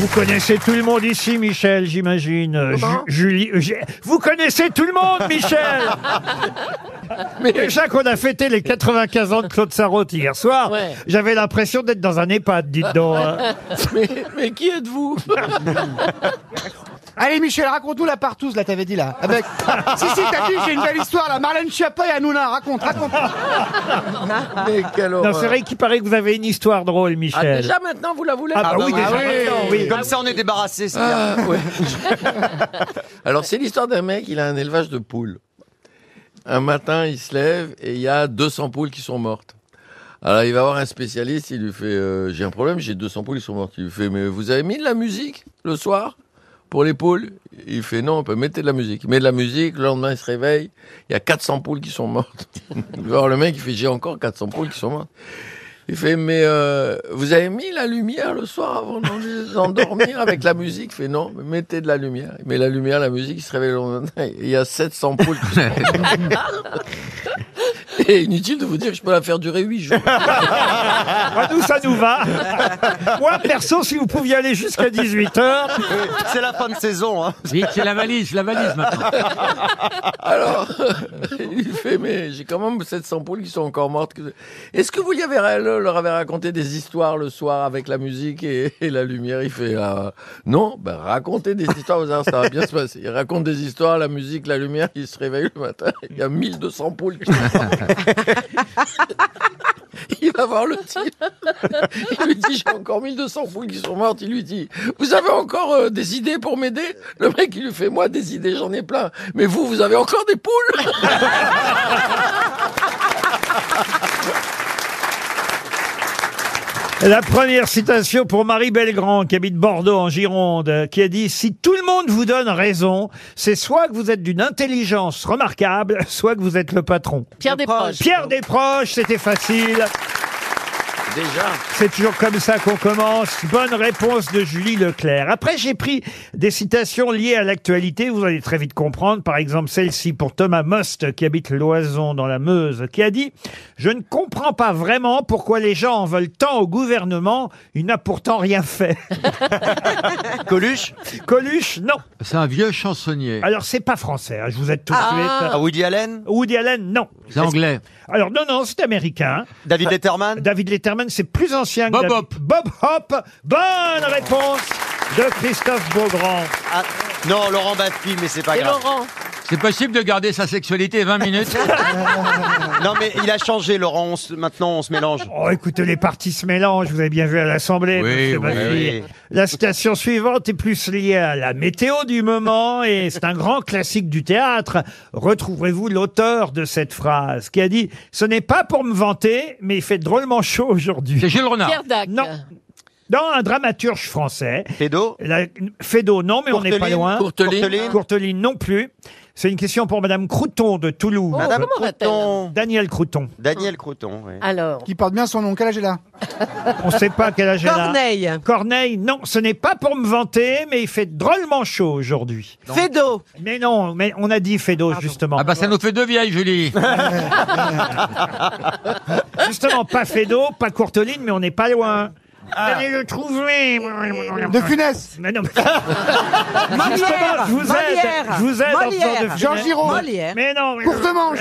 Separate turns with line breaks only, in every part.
Vous connaissez tout le monde ici, Michel, j'imagine. Euh, Ju-
Comment
Julie, euh, j'ai- vous connaissez tout le monde, Michel. Mais déjà qu'on a fêté les 95 ans de Claude Sarraute hier soir,
Ouais.
j'avais l'impression d'être dans un EHPAD, dites donc. hein.
mais, mais qui êtes-vous
Allez Michel, raconte-nous la partouze, là, t'avais dit là. Avec... si, si, t'as dit, j'ai une belle histoire là. Marlène Schiappa et Hanouna, raconte, raconte.
Eh,
Mais quelle
Non, c'est vrai qu'il paraît que vous avez une histoire drôle,
Ah,
Michel.
déjà maintenant, vous la voulez
Ah, bah oui, déjà maintenant, oui.
Comme ça, on est débarrassé. c'est bien.
Ah, ouais. Alors, c'est l'histoire d'un mec, il a un élevage de poules.
Un matin, il se lève et il y a 200 poules qui sont mortes. Alors il va voir un spécialiste, il lui fait euh, j'ai un problème, j'ai 200 poules qui sont mortes. Il lui fait mais vous avez mis de la musique le soir pour les poules Il fait non, on peut mettre de la musique. Il met de la musique, le lendemain il se réveille, il y a 400 poules qui sont mortes. Il va voir le mec, il fait j'ai encore 400 poules qui sont mortes. Il fait mais euh, vous avez mis la lumière le soir avant d'en- d'endormir avec la musique Il fait non, mais mettez de la lumière. Il met la lumière, la musique, il se réveille le lendemain, il y a 700 poules qui sont mortes. Et inutile de vous dire que je peux la faire durer 8 jours.
Moi, nous, ça nous va. Moi, perso, si vous pouviez aller jusqu'à 18h,
C'est la fin de saison. hein.
Vite, c'est la valise, la valise maintenant.
Alors, il fait, mais j'ai quand même 700 poules qui sont encore mortes. Est-ce que vous y avez, euh, leur avez raconté des histoires le soir avec la musique et, et la lumière Il fait, euh, non, ben, racontez des histoires, vous allez voir, ça va bien se passer. Il raconte des histoires, la musique, la lumière, il se réveille le matin, il y a 1200 poules qui sont mortes. Il va voir le type. Il lui dit J'ai encore 1200 poules qui sont mortes. Il lui dit Vous avez encore euh, des idées pour m'aider Le mec, il lui fait Moi, des idées, j'en ai plein. Mais vous, vous avez encore des poules
La première citation pour Marie Belgrand, qui habite Bordeaux en Gironde, euh, qui a dit Si tout le monde vous donne raison, c'est soit que vous êtes d'une intelligence remarquable, soit que vous êtes le patron.
Pierre Desproges.
Pierre Desproges, c'était facile.
Déjà.
C'est toujours comme ça qu'on commence. Bonne réponse de Julie Leclerc. Après, j'ai pris des citations liées à l'actualité. Vous allez très vite comprendre. Par exemple, celle-ci pour Thomas Most, qui habite Loison dans la Meuse, qui a dit « Je ne comprends pas vraiment pourquoi les gens en veulent tant au gouvernement. Il n'a pourtant rien fait.
Coluche »
Coluche, non.
C'est un vieux chansonnier.
Alors, c'est pas français. hein, Je vous aide tout de
Ah,
suite.
Woody Allen
Woody Allen, non.
C'est anglais.
Alors, non, non, c'est américain.
David Letterman
David Letterman, c'est plus ancien que
Bob
David-
Hope.
Bob Hope. Bonne réponse de Christophe Beaugrand.
Ah, Non, Laurent Baffy, mais c'est pas
Et
grave.
Laurent.
C'est possible de garder sa sexualité 20 minutes
Non, mais il a changé, Laurent. on se- Maintenant, on se mélange.
Oh, écoutez, les partis se mélangent. Vous avez bien vu à l'Assemblée, monsieur Baffi.
oui.
La citation suivante est plus liée à la météo du moment et c'est un grand classique du théâtre. Retrouverez-vous l'auteur de cette phrase qui a dit « Ce n'est pas pour me vanter, mais il fait drôlement chaud
C'est
aujourd'hui.
Jules » Renard.
Pierre Dac.
Non. Dans un dramaturge français,
Pédo
la... Fédo, non, mais on n'est pas
Courteline,
loin.
Courteline.
Courteline.
Courteline non plus. C'est une question pour Madame Crouton de Toulouse.
Madame
Oh, comment va-t-elle
Crouton.
Daniel Crouton.
Daniel Crouton, oui.
Alors.
Qui porte bien son nom, quel âge est là
On ne sait pas quel âge elle a.
Corneille.
Corneille, non, ce n'est pas pour me vanter, mais il fait drôlement chaud aujourd'hui.
Fédo.
Mais non, mais on a dit Fédo, justement.
Ah bah ça nous fait deux vieilles, Julie.
Justement, pas Fédo, pas Courteline, mais on n'est pas loin. Ah. Allez le trouver.
De Funès
Mais non, mais- Justement, je vous aide.
Molière.
Je vous aide en faisant
Molière.
de-
Jean Giraud
Molière.
mais non, mais,
Courtemanche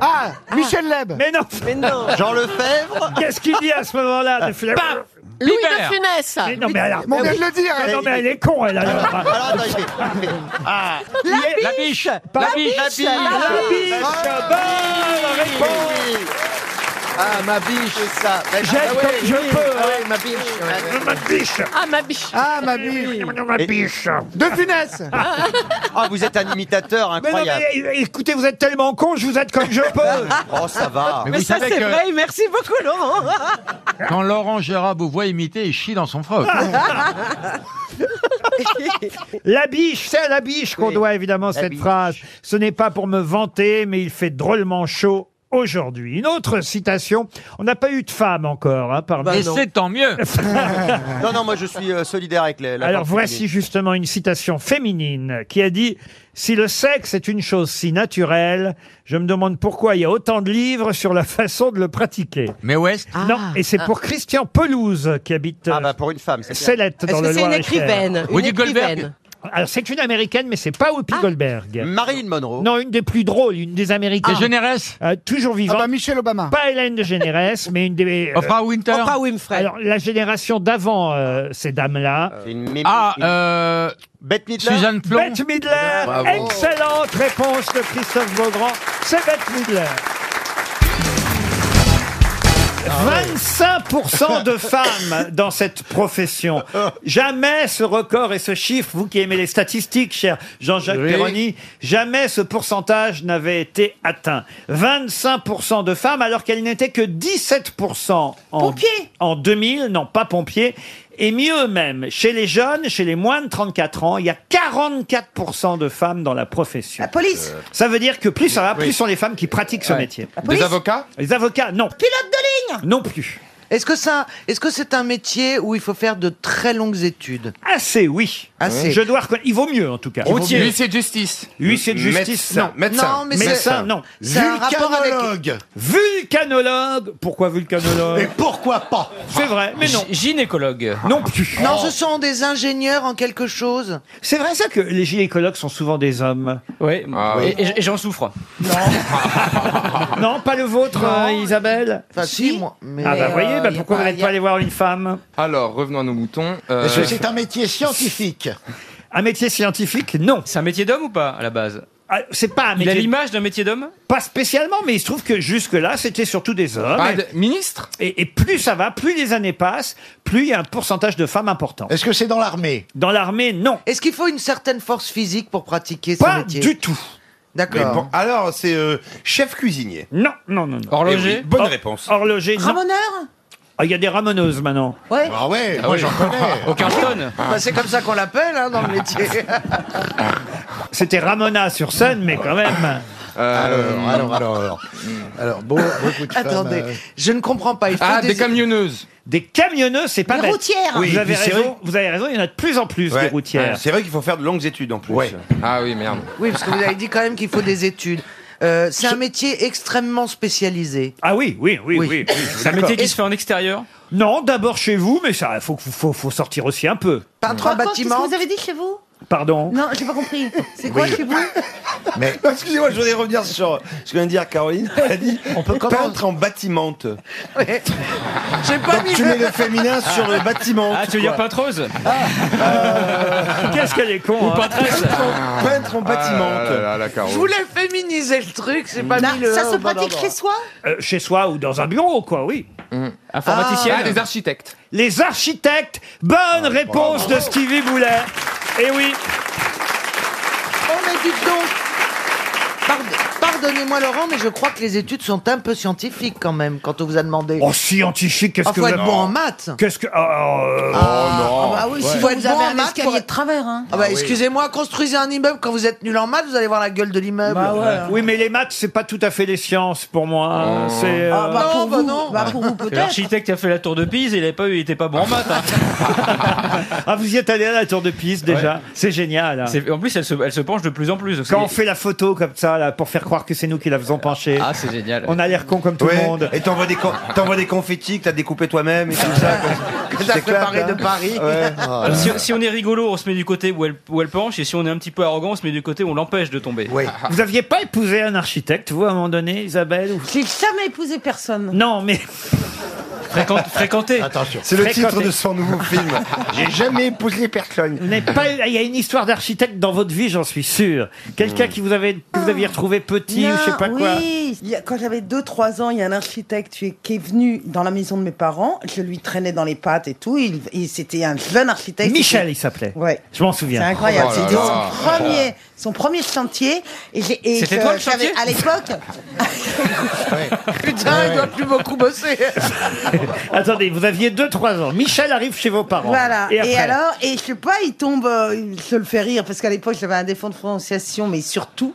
Ah, Michel Leb
mais non.
Mais non.
Jean Lefebvre
Qu'est-ce qu'il dit à ce moment-là de Fédo
Bah,
Louis
Libert.
de Funès.
Mais non, mais alors.
Mais on vient de le dire
mais non,
eh.
mais elle est con, elle alors. Ah.
Alors, attends, il fait-
La biche. La biche.
La biche
La biche, bonne réponse.
Ah, ma biche C'est ça
Ben,
Ma-
J'aide
ah ouais,
comme je
oui,
peux,
ah
hein.
ouais, ma biche ouais.
Ma biche.
Ah, ma biche.
Ah, ma biche
Ma biche.
De Funès
Ah, vous êtes un imitateur
Mais non,
incroyable
mais euh, écoutez, vous êtes tellement con, je vous aide comme je peux.
Oh, ça va
Mais
Mais
vous
ça,
savez
c'est
que
vrai. Merci beaucoup, Laurent.
quand Laurent Gérard vous voit imiter, il chie dans son froc.
Ah. La biche, c'est à la biche qu'on
Oui,
doit évidemment cette
biche.
phrase. Ce n'est pas pour me vanter, mais il fait drôlement chaud aujourd'hui. Une autre citation. On n'a pas eu de femme encore, hein, parmi
Et Bah, c'est tant mieux.
Non, non, moi je suis euh, solidaire avec les. la
Alors
partie
voici justement une citation féminine qui a dit Si le sexe est une chose si naturelle, je me demande pourquoi il y a autant de livres sur la façon de le pratiquer.
Mais West,
Non,
Ah.
et c'est pour Christian Pelouse qui habite euh,
féminine. Ah bah pour une femme, c'est bien.
Sellette
Est-ce
dans le
que c'est une
Loir-et-Cher.
écrivaine Une
Woody Goldberg.
écrivaine. Ah.
Alors c'est une américaine, mais c'est pas Whoopi Goldberg.
Marilyn Monroe.
Non, une des plus drôles, une des
les
américaines.
généresses,
Euh, toujours
Ah
vivante.
bah Michel Obama.
Pas Hélène de Généresse, mais une des. euh,
Oprah Winter.
Oprah Winfrey.
alors, la génération d'avant euh, ces dames-là.
C'est Une mimi-
Ah,
une-
euh,
Bette Midler.
Suzanne Plon.
Bette Midler,
Bravo.
excellente réponse de Christophe Beaugrand. C'est Bette Midler. 25% de femmes euh, dans cette profession. Jamais ce record et ce chiffre, vous qui aimez les statistiques, cher Jean-Jacques
Oui.
Perroni, jamais ce pourcentage n'avait été atteint. 25% de femmes alors qu'elles n'étaient que 17% en,
Pompiers
en 2000, non pas pompiers. Et mieux même, chez les jeunes, chez les moins de 34 ans, il y a 44% de femmes dans la profession.
La police.
Ça veut dire que plus ça va, plus sont les femmes qui pratiquent ce métier.
La police.
avocats
Les avocats, non,
Pilote de ligne.
non plus.
Est-ce que ça, est-ce que c'est un métier où il faut faire de très longues études
Assez, oui.
Assez.
Je dois reconnaître. Il vaut mieux, en tout cas.
c'est justice.
Huissier de justice, non.
Médecin. Non, mais
Médecin,
c'est-
non.
C'est un rapport avec.
Vulcanologue. Pourquoi vulcanologue
pourquoi pas
Euh, C'est vrai, mais non.
Gynécologue.
Non plus.
Oh.
Non, ce sont des ingénieurs en quelque chose.
C'est vrai ça que les gynécologues sont souvent des hommes.
Oui.
oui.
Et, et j'en souffre.
Non, pas le vôtre, euh, Isabelle
Enfin, si, moi. Mais
Ah bah
euh,
voyez, bah, pourquoi vous n'êtes pas allé voir une femme
Alors, revenons à nos moutons. Euh,
C'est un métier scientifique.
Un métier scientifique, non.
C'est un métier d'homme ou pas, à la base
Ah, C'est pas un métier,
l'image d'un métier d'homme
pas spécialement, mais il se trouve que jusque-là, c'était surtout des hommes.
pas
Et-
de- Ministre
Et, et plus ça va, plus les années passent, plus il y a un pourcentage de femmes important.
Est-ce que c'est dans l'armée
Dans l'armée, non.
Est-ce qu'il faut une certaine force physique pour pratiquer ce
Pas
métier
du tout.
D'accord.
Alors, c'est euh, chef cuisinier.
Non, non, non, non.
Eh oui, bonne réponse.
Horloger, non. Ah,
Ramoneur
Il y a des ramoneuses maintenant.
Ouais.
Ah ouais, moi j'en connais.
Au Carlton
Bah, c'est comme ça qu'on l'appelle hein, dans le métier.
C'était Ramona sur scène, mais quand même.
Euh,
Alors, alors, alors, alors. Alors, bon, beaucoup de femmes,
Attendez,
euh,
je ne comprends pas. Il faut
Ah,
des-
des camionneuses.
Des camionneuses, c'est pas
Des
bête.
routières.
Vous
Oui,
avez
c'est
raison.
vrai.
Vous avez raison. Il y en a de plus en plus
ouais.
des routières.
C'est vrai qu'il faut faire de longues études en plus.
Ouais. Ah oui, merde.
Oui, parce que vous avez dit quand même qu'il faut des études. Euh, c'est un métier extrêmement spécialisé.
Ah oui, oui, oui, oui.
Oui.
oui,
C'est un métier qui se fait en extérieur
Non, d'abord chez vous, mais ça, faut, faut- faut, faut sortir aussi un peu.
Peintre
Par
en
contre, qu'est-ce
bâtiment.
que vous avez dit chez vous
Pardon.
Non, j'ai pas compris. C'est quoi chez vous
Mais excusez-moi, je voudrais revenir sur ce que vient de dire Caroline. Elle a dit on peut peintre en bâtimente.
Ouais. J'ai pas mis
Tu mets le féminin sur le bâtiment.
Ah, tu veux dire peintreuse
Ah.
Qu'est-ce qu'elle est con. hein.
Peintreuse
Peintre en
Ah là
bâtiment.
là, la Caro.
Je voulais féminiser le truc, c'est pas
Bah,
Non,
mis le
Ça
un
se
au bon
pratique
endroit.
chez soi
Euh, chez soi ou dans un bureau, quoi. Oui.
Informaticienne
Ah, des architectes.
Les architectes. Bonne réponse de Stevie Boulet. Et oui.
Oh mais dites donc Pardon- Pardonnez-moi Laurent, mais je crois que les études sont un peu scientifiques quand même, quand on vous a demandé.
Oh, scientifique, qu'est-ce
Ah,
que
faut
vous
être
avez-
bon en maths
Qu'est-ce que. oh, euh,
Oh non.
Ah oui,
Ouais.
si
Faut
vous
être
vous
bon
avez
en
un
maths
escalier
pour-
de travers. Hein.
Ah bah excusez-moi, construisez un immeuble quand vous êtes nul en maths, vous allez voir la gueule de l'immeuble.
Bah
Bah
Oui, mais les maths, c'est pas tout à fait les sciences pour moi. C'est. euh,
Ah, bah,
pour
non, bah
vous,
non.
bah pour vous peut-être.
Oh. L'architecte a fait la tour de Pise, il, avait pas, il était pas bon en maths. hein.
Ah, vous y êtes allé à la tour de piste déjà. C'est génial. hein.
C'est- En plus, elle se, elle se penche de plus en plus. donc
Quand on
c'est-
fait la photo comme ça, là, pour faire croire que c'est nous qui la faisons pencher,
Ah, c'est génial.
on a l'air con comme tout le
Ouais.
monde.
Et t'envoies des, con- t'envoies des confettis que t'as découpé toi-même et tout ça. quand-
Que
tu
t'as
t'éclates,
préparé
hein.
de Paris.
Ouais.
Ah,
Alors, Ah, si, si on est rigolo, on se met du côté où elle, où elle penche, et si on est un petit peu arrogant, on se met du côté où on l'empêche de tomber. Ah,
Ouais.
Vous aviez pas épousé un architecte, vous, à un moment donné, Isabelle ou-
J'ai jamais épousé personne.
Non, mais
Fréquent- fréquenter.
Attention. C'est le
Fréquenter.
titre de son nouveau film. J'ai jamais épousé personne.
vous n'avez pas. eu- Il y a une histoire d'architecte dans votre vie, j'en suis sûr. Quelqu'un
Hmm.
qui vous avait, que vous aviez retrouvé petit ou je sais pas
Non,
quoi.
oui. Il y a- quand j'avais 2-3 ans, il y a un architecte qui est- qui est venu dans la maison de mes parents. Je lui traînais dans les pattes et tout. Il, il- c'était un jeune architecte.
Michel, il s'appelait.
C'était- Ouais.
Je m'en
C'est
souviens.
incroyable.
Oh là
C'était son
là.
premier, son premier chantier. Et j'ai- et
C'était
je-
toi, le
j'avais-
chantier
À l'époque,
Putain, il doit plus beaucoup bosser.
Attendez, vous aviez 2-3 ans. Michel arrive chez vos parents.
Voilà.
Et,
Et,
après,
alors, et je sais pas, il tombe, euh, il se le fait rire parce qu'à l'époque j'avais un défaut de prononciation, mais surtout.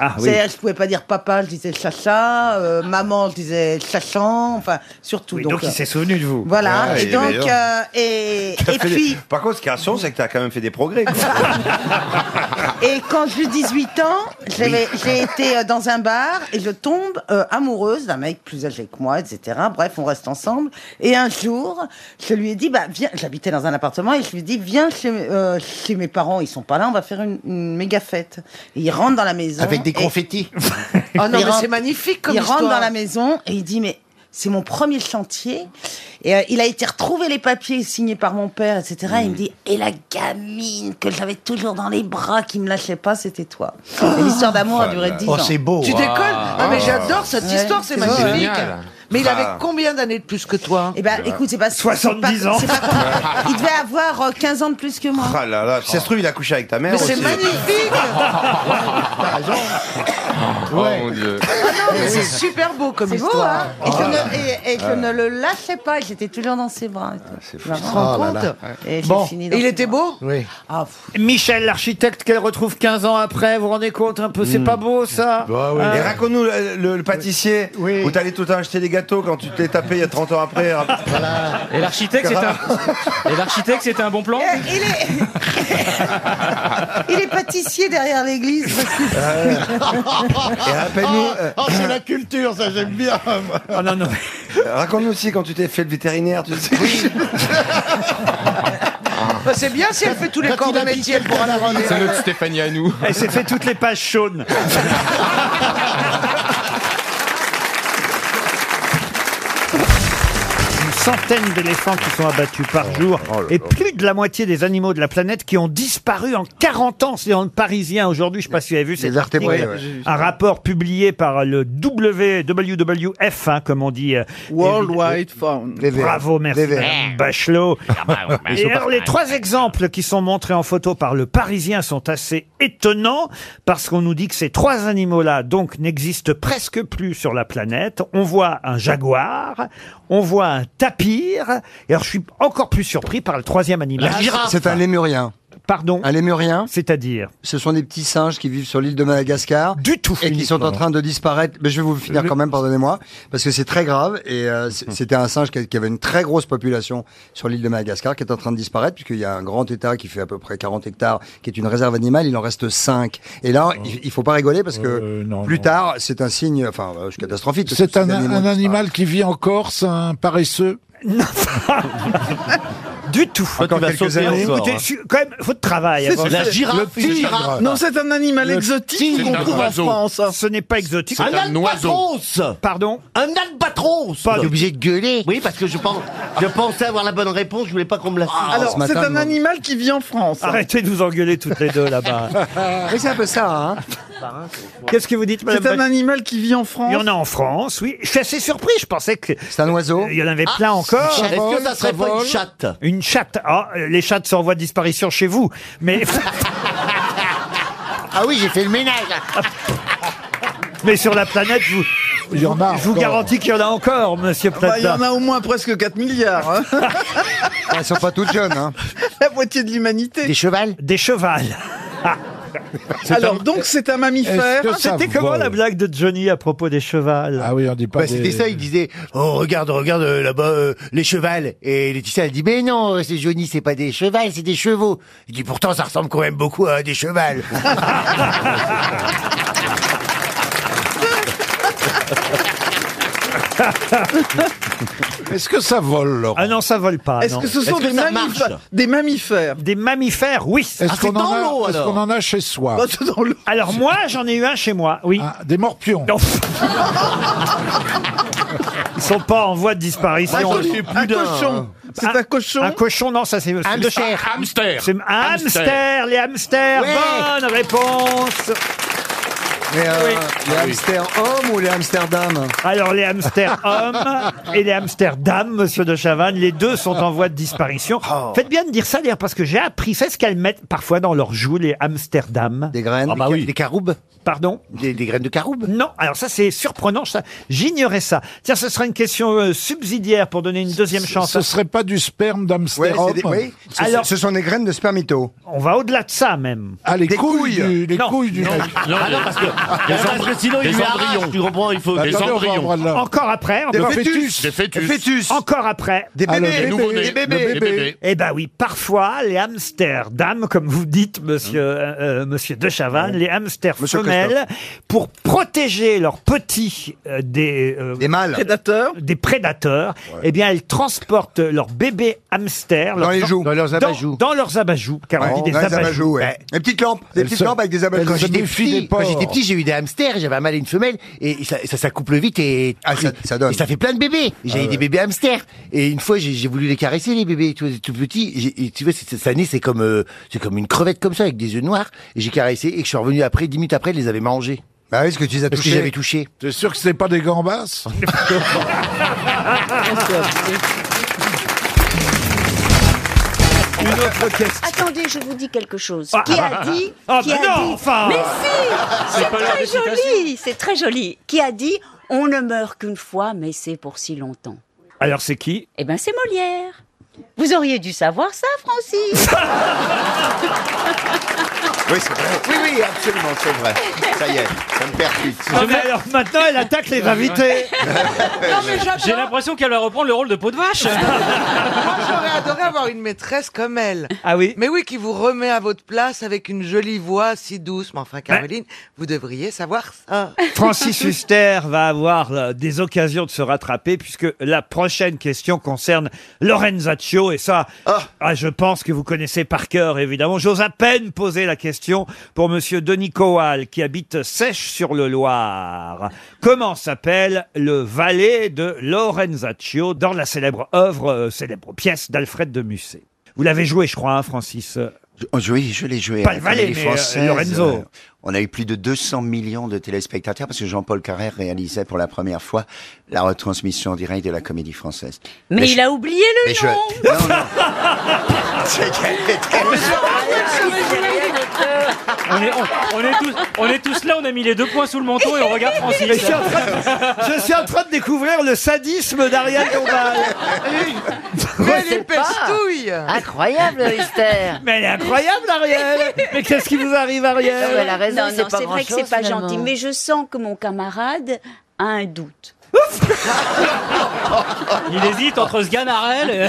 Ah, oui.
C'est- Je pouvais pas dire papa, je disais chacha, euh, maman, je disais chachan, enfin, surtout.
Oui, donc il
euh,
s'est
souvenu de vous.
Voilà,
Ah,
Ouais,
et
mais
donc,
donc.
euh, et,
T'as
et
fait des-
puis,
Par contre, ce qui est rassurant, c'est que t'as quand même fait des progrès. quoi.
et quand j'ai eu 18 ans, j'avais- j'ai été euh, dans un bar et je tombe euh, amoureuse d'un mec plus âgé que moi, etc. Bref, on reste ensemble. Et un jour, je lui ai dit, bah, viens, j'habitais dans un appartement et je lui ai dit, viens chez, euh, chez mes parents, ils sont pas là, on va faire une, une méga fête. Et il rentre dans la maison.
Avec des
et-
confettis.
Oh non,
Il
mais
rentre-
c'est magnifique comme
il
histoire.
rentre dans la
maison et il dit mais c'est mon premier chantier. Et euh, il a été retrouver les papiers signés par mon père, etc. Et il me dit et la gamine que j'avais toujours dans les bras qui me lâchait pas, c'était toi. Et L'histoire d'amour a duré
Oh
10 ans.
là là. Oh, c'est beau. Tu décolles
Ah, mais j'adore cette
Ouais,
histoire, c'est
c'est vrai.
magnifique.
Génial.
Mais il
Ah.
avait combien d'années de plus que toi
Eh ben, écoute, c'est pas c'est pas- c'est pas comme- il devait avoir euh, 15 ans de plus que moi.
Ah là là, si ça se trouve, il a couché avec ta mère.
Mais c'est
aussi.
magnifique
Oh mon dieu.
Ah
non, mais
Ah c'est super beau comme histoire.
hein. Et, je, ne,
Ouais.
et- et je
Ouais.
ne le lâchais pas, et j'étais toujours dans ses bras. et tout. Tu te rends
Oh là
compte
là.
Et j'ai
Bon.
fini
Et il était beau
Oui.
Ah,
Michel, l'architecte qu'elle retrouve 15 ans après, vous vous rendez compte un peu, c'est
Hmm.
pas beau ça
Bah
Hein
Et raconte-nous le, le- le pâtissier où t'allais tout le temps acheter des gâteaux quand tu t'es tapé il y a 30 ans après. hein.
Et l'architecte, c'est un. Et l'architecte, c'était un bon plan.
Eh, Il est, il est pâtissier derrière l'église.
Euh. Et rappelle-nous.
Ah,
euh,
c'est la culture, ça j'aime bien.
Ah non, non.
Raconte-nous aussi quand tu t'es fait le vétérinaire, tu sais.
Bah, c'est bien si elle fait tous les corps de métier pour aller rendre.
C'est notre Stéphanie à nous.
Elle s'est fait toutes les pages chaudes. Une centaine d'éléphants qui sont abattus par
Oh,
jour et plus de la moitié des animaux de la planète qui ont disparu en 40 ans. C'est dans le Parisien aujourd'hui, je ne sais pas si vous avez vu cet article.
ouais, ouais.
Un rapport publié par le WWF, hein, comme on dit. euh,
Worldwide Found.
Bravo, merci
VVF.
Madame Bachelot.
Ah, mais
Et
c'est
alors,
pas
les
mal.
trois exemples qui sont montrés en photo par le Parisien sont assez étonnants parce qu'on nous dit que ces trois animaux-là, donc, n'existent presque plus sur la planète. On voit un jaguar, on voit un tapir, et alors je suis encore plus surpris par le troisième animal.
C'est un lémurien.
Pardon
Un lémurien
C'est-à-dire
Ce sont des petits singes qui vivent sur l'île de Madagascar.
Du tout
Et qui sont en train de disparaître. Mais je vais vous finir quand même, pardonnez-moi, parce que c'est très grave. Et euh, c-
Hum.
c'était un singe qui a- qui avait une très grosse population sur l'île de Madagascar qui est en train de disparaître, puisqu'il y a un grand état qui fait à peu près 40 hectares, qui est une réserve animale. Il en reste 5. Et
Oh.
là, il, il faut pas rigoler parce que plus tard, c'est un signe, enfin, euh, catastrophique. parce
Euh, C'est
que
un,
ces animaux
un animal qui vit en Corse, un paresseux.
du tout.
Encore
vas
quelques
sauter
années.
au sort,
Écoutez,
hein.
je suis- quand même, faut de travail.
C'est
avant-
la girafe. Le tigre. Non, c'est un animal
Le
exotique
tigre.
qu'on
C'est un
trouve en
oiseau.
France,
Ce n'est pas exotique.
C'est un oiseau.
Pardon
Un albatros
Pas
T'es
obligé
de gueuler Oui, parce que je, pense, je pensais avoir la bonne réponse, je voulais pas qu'on me la fasse.
Ah, Alors, ce matin, c'est un non.
animal qui vit en France. hein.
Arrêtez de vous engueuler toutes les deux là-bas.
Oui, c'est un peu ça, hein.
Qu'est-ce que vous dites, madame Bach-
animal qui vit en France.
Il y en a en France, oui. Je suis assez surpris, je pensais que.
C'est un oiseau
Il y en avait
Ah,
plein encore.
ça Est-ce que vole, ça serait ça pas une vole.
chatte Une chatte. Ah, euh, les chattes sont en voie de disparition chez vous. Mais,
Ah oui, j'ai fait le ménage.
mais sur la planète, vous.
Il y en a
Je vous
encore.
garantis qu'il y en a encore, monsieur
Ah bah,
Platin.
Il y en a au moins presque 4 milliards. hein.
Elles sont pas toutes jeunes, hein.
La moitié de l'humanité.
Des chevals Des chevals. C'est
Alors
un-
donc c'est un mammifère.
C'était comment la blague de Johnny à propos des chevals Ah
oui, on dit
pas.
Bah, c'était ça, il disait Oh, regarde, regarde euh, là-bas euh, les chevals. Et Laetitia, elle dit Mais non, euh, c'est Johnny, c'est pas des chevals, c'est des chevaux. Il dit Pourtant, ça ressemble quand même beaucoup à des chevals.
Est-ce que ça vole, Ah non, ça vole pas.
Est-ce
non.
que ce sont des, mammif- des Ah, mammifères
Des mammifères, oui.
Est-ce qu'on en a- est-ce qu'on en
a chez soi
Ah, c'est dans l'eau.
Alors moi, j'en ai eu un chez moi, oui. des morpions. Ils sont pas en voie de disparition.
Un cochon. Un cochon. C'est un cochon.
Un cochon, non, ça c'est. c'est-
Hamster.
c'est-
Hamster.
C'est un hamster.
Hamster.
les hamsters.
Ouais.
Bonne réponse.
Mais euh,
Oui.
Ah
les hamsters hommes ou les hamsters dames
Alors les hamsters hommes et les hamsters dames, monsieur de Chavannes, les deux sont en voie de disparition. Faites bien de dire ça d'ailleurs parce que j'ai appris, c'est ce qu'elles mettent parfois dans leurs joues, les hamsters dames. Des graines
Ah, bah
des, caroubes Pardon des, graines de caroubes Non, alors ça c'est surprenant, ça. j'ignorais ça. Tiens, ce sera une question euh, subsidiaire pour donner une deuxième chance.
Ce serait pas du sperme
Ouais,
d'hamster
c'est des- oui. Ce-
Alors-
ce sont des graines de spermito.
On va au-delà de ça même.
Ah, les
Des
couilles,
couilles.
du- les
Non.
couilles du
Non.
mec.
Non, Ah non, parce que- Des
parce
embry-
que sinon, il
des
lui arrache,
embryons.
tu comprends, il faut- Des embryons.
Encore après.
Des
encore-
fœtus. Des fœtus. Des fœtus.
Encore après.
Des bébés. Ah, le bébé. Des nouveau-nés.
Des
Le bébé.
Eh ben oui, parfois, les hamsters dames, comme vous dites, monsieur, euh, euh, monsieur de Chavannes, les hamsters
Monsieur
femelles, pour protéger leurs petits euh, des, des mâles. Prédateurs. Des prédateurs. Eh bien, elles transportent leurs bébés hamsters.
Dans les joues.
Dans leurs abajous. Dans, leurs abajous, car on dit des Ben, abajous.
ouais. Des petites lampes, des
Elles
petites
se-
lampes avec des abajous.
elles
Quand
se
j'étais
méfient
petit-
des
quand
porcs.
j'étais petit,
j'ai eu des hamsters, j'avais un mâle et une femelle, et ça, ça s'accouple vite et,
ça,
et ça fait plein de bébés.
Ah
J'ai eu
ouais.
des bébés hamsters, et une fois j'ai j'ai voulu les caresser les bébés, tout, tout petits. J'ai- et Tu vois, c'est- c'est- ça naît, c'est comme euh, c'est comme une crevette comme ça avec des yeux noirs. Et j'ai caressé et que je suis revenu après, dix minutes après, ils les avaient mangés.
Bah oui, ce que tu les as
Parce que
touchés.
j'avais touché. T'es sûr que c'est pas des gambasses
Une autre question.
Attendez, je vous dis quelque chose.
Ah.
qui a dit
Ah,
qui
bah
a
non,
dit-
enfin.
Mais si,
C'est
c'est
pas l'heure
très
des
joli, c'est très joli. Qui a dit on ne meurt qu'une fois, mais c'est pour si longtemps.
Alors, c'est qui
Eh ben, c'est Molière. Vous auriez dû savoir ça, Francis.
Oui, c'est vrai. Oui, oui, absolument, c'est vrai. Ça y est, ça me percute.
Ah, mais alors maintenant, elle attaque les invités.
J'ai l'impression qu'elle va reprendre le rôle de peau de vache.
Moi, j'aurais adoré avoir une maîtresse comme elle.
Ah oui
Mais oui, qui vous remet à votre place avec une jolie voix si douce. Mais enfin, Caroline, vous devriez savoir ça.
Francis Huster va avoir euh, des occasions de se rattraper puisque la prochaine question concerne Lorenzaccio et ça, ah, je pense que vous connaissez par cœur évidemment. J'ose à peine poser la question pour Monsieur Denis Coal qui habite Sèche-sur-le-Loir. Comment s'appelle le valet de Lorenzaccio dans la célèbre œuvre, euh, célèbre pièce d'Alfred de Musset Vous l'avez joué, je crois, hein, Francis.
Oui, je l'ai joué.
Pas
à la
le valet,
Comédie
mais, euh,
Française.
Lorenzo.
Euh, on a eu plus de 200 millions de téléspectateurs parce que Jean-Paul Carrère réalisait pour la première fois la retransmission en direct de la Comédie Française.
Mais
je-
il a oublié le
mais je-
nom.
Non, non. C'est qu'elle est très-
On est, on- on est tous, on est tous là, on a mis les deux points sous le menton et on regarde Francis.
Mais je, suis en train de, je suis en train de découvrir le sadisme d'Ariane Dombal.
Mais elle est pestouille
Incroyable, Esther
Mais elle est incroyable, Ariel Mais qu'est-ce qui vous arrive, Ariel
Non, elle a raison,
non,
c'est
non,
pas
c'est vrai que
grand-chose,
c'est pas
finalement.
gentil, mais je sens que mon camarade a un doute.
Il hésite entre ce ganarelle et...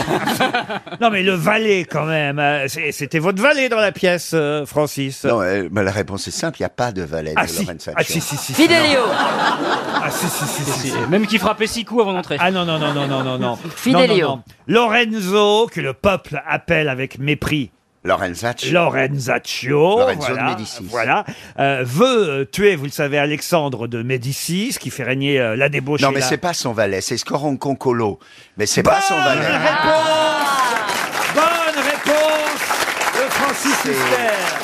Non, mais le valet, quand même. euh, c'est- C'était votre valet dans la pièce, euh, Francis.
Non, euh, bah, la réponse est simple, il n'y a pas de valet
Ah
de
si.
Lorenzo
Ah si, si, si. si.
Fidelio.
Ah si, si, si, si, si.
Même qui frappait six coups avant d'entrer.
Ah non, non, non, non, non, non, non.
Fidelio.
Non, non, non. Lorenzo, que le peuple appelle avec mépris.
Lorenzaccio.
Lorenzaccio,
Lorenzo de
voilà,
Médicis.
voilà Euh, veut euh, tuer, vous le savez, Alexandre de Médicis, qui fait régner euh, la débauche.
Non, mais c'est pas son valet, c'est
Oh.
Scoronconcolo. Mais c'est pas son valet.
Bonne réponse de Francis Huster.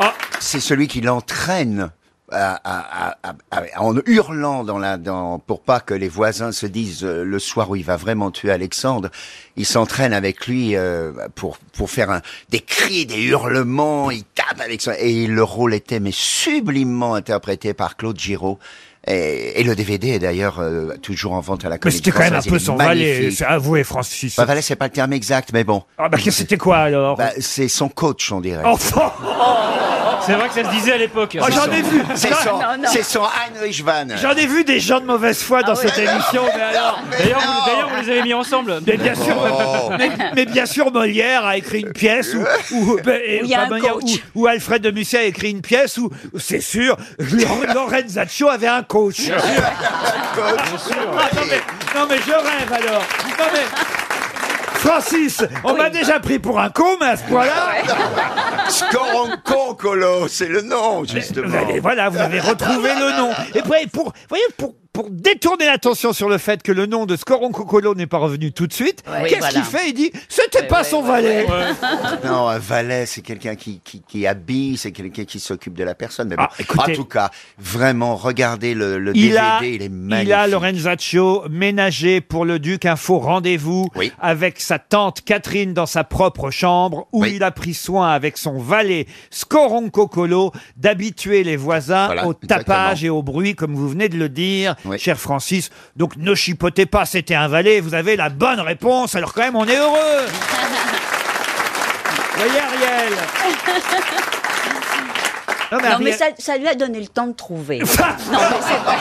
Ah.
C'est celui qui l'entraîne à- à- à- à- à- en hurlant dans la, dans, pour pas que les voisins se disent euh, le soir où il va vraiment tuer Alexandre. Il s'entraîne avec lui euh, pour pour faire un, des cris, des hurlements. Il tape Alexandre et le rôle était mais sublimement interprété par Claude Giraud. Et, et le DVD est d'ailleurs euh, toujours en vente à la
Mais
Comédie
c'était quand même un
Française.
peu
Il est
son valet,
magnifique.
c'est avoué, Francis.
Bah, valet, c'est pas le terme exact, mais bon.
Ah bah, qu'est-ce que c'était quoi alors
Bah, c'est son coach, on dirait.
Enfin
C'est vrai que ça se disait à l'époque.
Oh, j'en ai vu.
C'est
Non,
son,
non, non.
c'est son Heinrich Van.
J'en ai vu des gens de mauvaise foi dans
Ah oui.
cette émission, mais alors.
D'ailleurs, vous, d'ailleurs, vous les avez mis ensemble.
Mais bien sûr,
Oh.
mais, mais bien sûr, Molière a écrit une pièce où, où- ben, et-
Où il y a
pas
un
Molière,
coach.
où- où Alfred de Musset a écrit une pièce où, où c'est sûr, Lor- Lorenzaccio avait un coach. Ah, non, mais, non, mais je rêve alors. Non, mais- Francis, on m'a déjà pris pour un con, mais à ce point-là.
Scoronconcolo, c'est le nom, justement.
Vous allez- voilà, vous avez retrouvé le nom. Et après, pour, voyez, pour, pour détourner l'attention sur le fait que le nom de Scoron Cocolo n'est pas revenu tout de suite,
Ouais,
qu'est-ce
voilà.
qu'il fait Il dit c'était pas son valet.
Non, un valet, c'est quelqu'un qui, qui, qui habille, c'est quelqu'un qui s'occupe de la personne. Mais bon, en tout cas, vraiment, regardez le, le
Il
DVD,
a,
il est magnifique.
il a Lorenzaccio ménagé pour le duc un faux rendez-vous avec sa tante Catherine dans sa propre chambre où il a pris soin avec son valet Scoroncocolo d'habituer les voisins au tapage et au bruit comme vous venez de le dire, cher Francis. Donc ne chipotez pas, c'était un valet, vous avez la bonne réponse, alors quand même on est heureux. Voyez Ariel Non, mais
Non, mais
Ariel-
ça, ça lui a donné le temps de trouver. non, mais c'est vrai.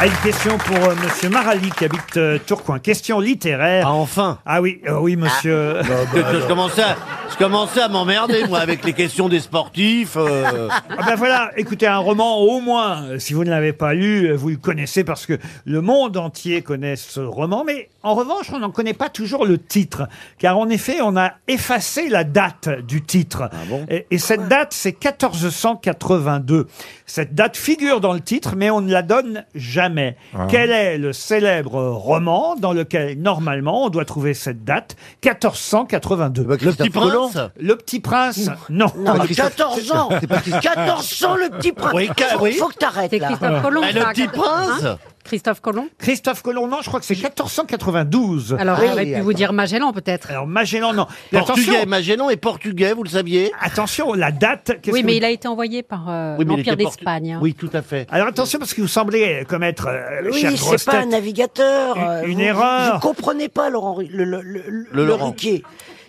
Ah, une question pour euh, Monsieur Marali qui habite euh, Tourcoing. Question littéraire. Ah enfin. Ah oui, euh, oui Monsieur.
Que- que
bah,
je commençais à, je commençais à m'emmerder, moi, avec les questions des sportifs. euh.
Ah ben voilà, écoutez, un roman au moins, euh, si vous ne l'avez pas lu, euh, vous le connaissez parce que le monde entier connaît ce roman, mais en revanche, on n'en connaît pas toujours le titre, car en effet, on a effacé la date du titre. et, et cette date, c'est 1482. Cette date figure dans le titre, mais on ne la donne jamais. Quel est le célèbre roman dans lequel, normalement, on doit trouver cette date 1482. Le
Petit Colomb Prince
Le Petit Prince Non.
Non, mais 14 ans 14 ans, le petit prince
Oui, ca-
Faut-
oui. Bah,
Faut que t'arrêtes,
C'est
là
Christophe Colomb,
Mais
ça,
Le petit
14 ans,
prince
hein.
Christophe Colomb
Christophe Colomb, non, je crois que c'est 1492.
Alors, il aurait pu vous dire Magellan, peut-être.
Alors, Magellan, non. Mais
Portugais,
attention-
Magellan est portugais, vous le saviez
Attention, la date... qu'est-ce
Oui,
que
mais
vous-
il a été envoyé par euh,
Oui, mais il
l'Empire
était portu-
d'Espagne. hein.
Oui, tout à fait.
Alors attention, parce que vous semblez commettre, euh,
Oui,
chère
c'est
grosse
pas
tête,
un
navigateur. Une, une erreur.
euh, Vous comprenez pas, Laurent, Ru- le, le, le, le-
Le
le
Laurent.
Ruquier.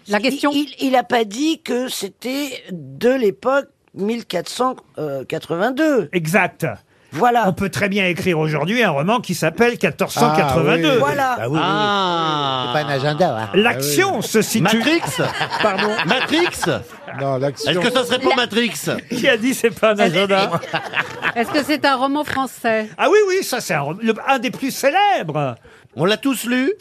La question. Il n'a pas dit que c'était de l'époque
euh,
1482.
Exact.
Voilà.
On peut très bien écrire aujourd'hui un roman qui s'appelle
Ah,
1482.
Ah
Voilà.
Bah
Ah.
C'est pas un agenda. hein.
L'action se situe...
Matrix
Pardon
Matrix
Non, l'action.
Est-ce que ça serait pas
La-
Matrix
Qui a dit c'est pas un agenda
Est-ce que c'est un roman français
Ah oui, oui, ça c'est un, rom- le- un des plus célèbres. Ah, euh,
On l'a tous lu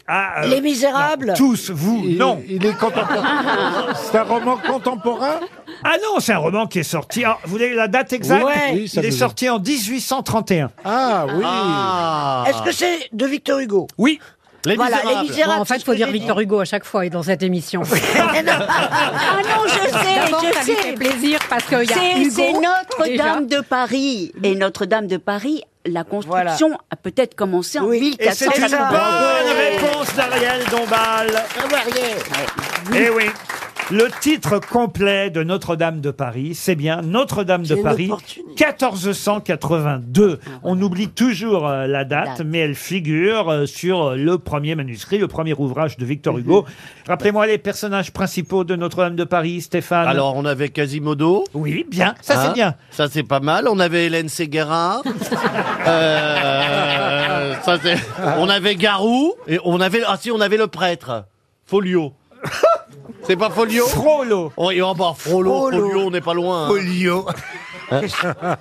Les Misérables
non, Tous, vous, non.
Il est contemporain. C'est un roman contemporain
Ah non, c'est un roman qui est sorti. ah, vous voulez la date exacte
Ouais. Oui, ça
Il est
nous-
sorti en 1831.
Ah oui.
Est-ce que c'est de Victor Hugo
Ah. Oui.
Voilà, Les Misérables.
Bon, en fait, il faut dire Victor Hugo à chaque fois et dans cette émission. ah
non, je sais,
D'abord,
je
ça lui
sais.
fait plaisir parce qu'il y a
C'est
Hugo.
c'est Notre-Dame
déjà.
de Paris. Et Notre-Dame de Paris, la construction a peut-être commencé en
Et c'est une
1480.
bonne réponse d'Ariel Dombal.
Ah
Eh oui. Le titre complet de Notre-Dame de Paris, c'est bien Notre-Dame de
une Ah,
Paris, 1482. On oublie toujours euh, la date,
Date.
mais elle figure euh, sur euh, le premier manuscrit, le premier ouvrage de Victor
Mhm.
Hugo. Rappelez-moi les personnages principaux de Notre-Dame de Paris, Stéphane.
Alors, on avait Quasimodo. Hein
Oui, bien. Ça, c'est bien.
Ça, c'est pas mal. On avait Hélène Séguérin. Euh, ça, c'est- on avait Garou. Et on avait... Ah si, on avait le prêtre. Folio. C'est pas Folio
Frollo.
Oh, et en bas, Frollo,
Frollo.
Folio, on n'est pas loin. hein.
Folio.
Hein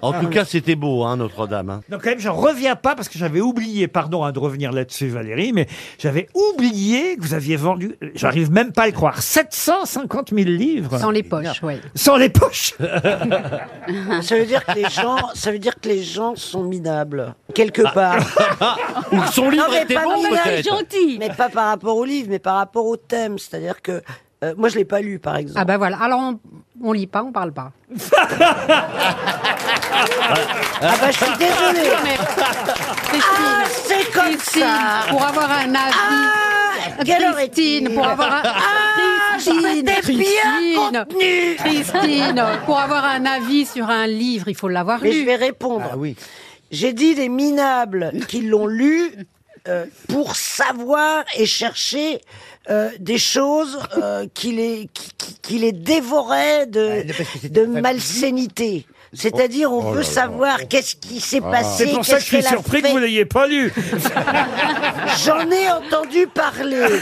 en tout cas, c'était beau, hein, Notre-Dame. hein.
Donc quand même, j'en reviens pas parce que j'avais oublié, pardon hein, de revenir là-dessus Valérie, mais j'avais oublié que vous aviez vendu, euh, j'arrive même pas à le croire, 750 000 livres.
Sans les poches, oui.
Sans les poches
ça veut dire que les gens, ça veut dire que les gens sont minables quelque part.
Ah. Ou son livre
mais
était
pas
bon,
minables,
peut-être.
gentils. Mais pas par rapport au livre, mais par rapport au thème. C'est-à-dire que euh, moi, je l'ai pas lu, par exemple.
Ah ben voilà. Alors, on, on lit pas, on parle pas.
Ah bah, je suis désolée.
Ah,
c'est comme ça. Ah,
Pour avoir un avis.
quelle heure
Christine,
est-il
pour avoir un...
Ah,
Christine,
c'était bien
Christine,
contenu.
Christine, pour avoir un avis sur un livre, il faut l'avoir
Mais je
lu.
vais répondre.
Ah
J'ai dit des minables qui l'ont lu euh, pour savoir et chercher euh, des choses euh, qui, les, qui, qui- qui les dévoraient
Bah,
de, de malsainité. C'est-à-dire, on
Oh là
veut
là. Ah.
savoir qu'est-ce qui s'est passé.
C'est pour ça
qu'est-ce
que je suis
qu'elle a
surpris
fait.
que vous l'ayez pas lu.
J'en ai entendu parler.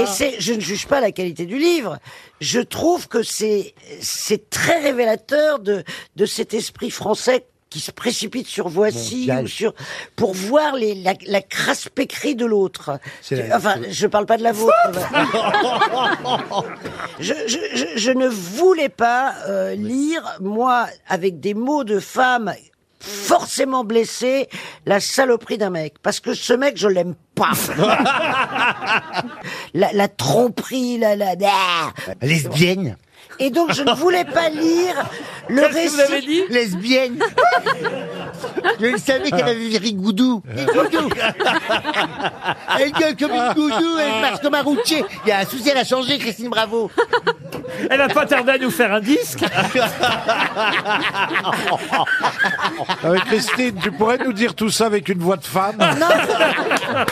Et c'est, je ne juge pas la qualité du livre. Je trouve que c'est, c'est très révélateur de, de cet esprit français qui se précipite sur voici
Mondial.
ou sur pour voir les, la, la crasse pécrie de l'autre.
C'est la-
Enfin, je parle pas de la vôtre. je, je, je- je ne voulais pas euh, lire moi avec des mots de femme forcément blessée la saloperie d'un mec parce que ce mec je l'aime pas. la, la tromperie, la, la, la-
Lesbienne.
Et donc, je ne voulais pas lire le récit.
Lesbienne. Je le savais qu'elle avait rigoudou. Rigoudou. Elle gueule comme une goudou, elle marche comme un routier. Il y a un souci, elle a changé, Christine Bravo.
Elle va pas tarder à nous faire un disque.
Euh, Christine, tu pourrais nous dire tout ça avec une voix de
Ah,
femme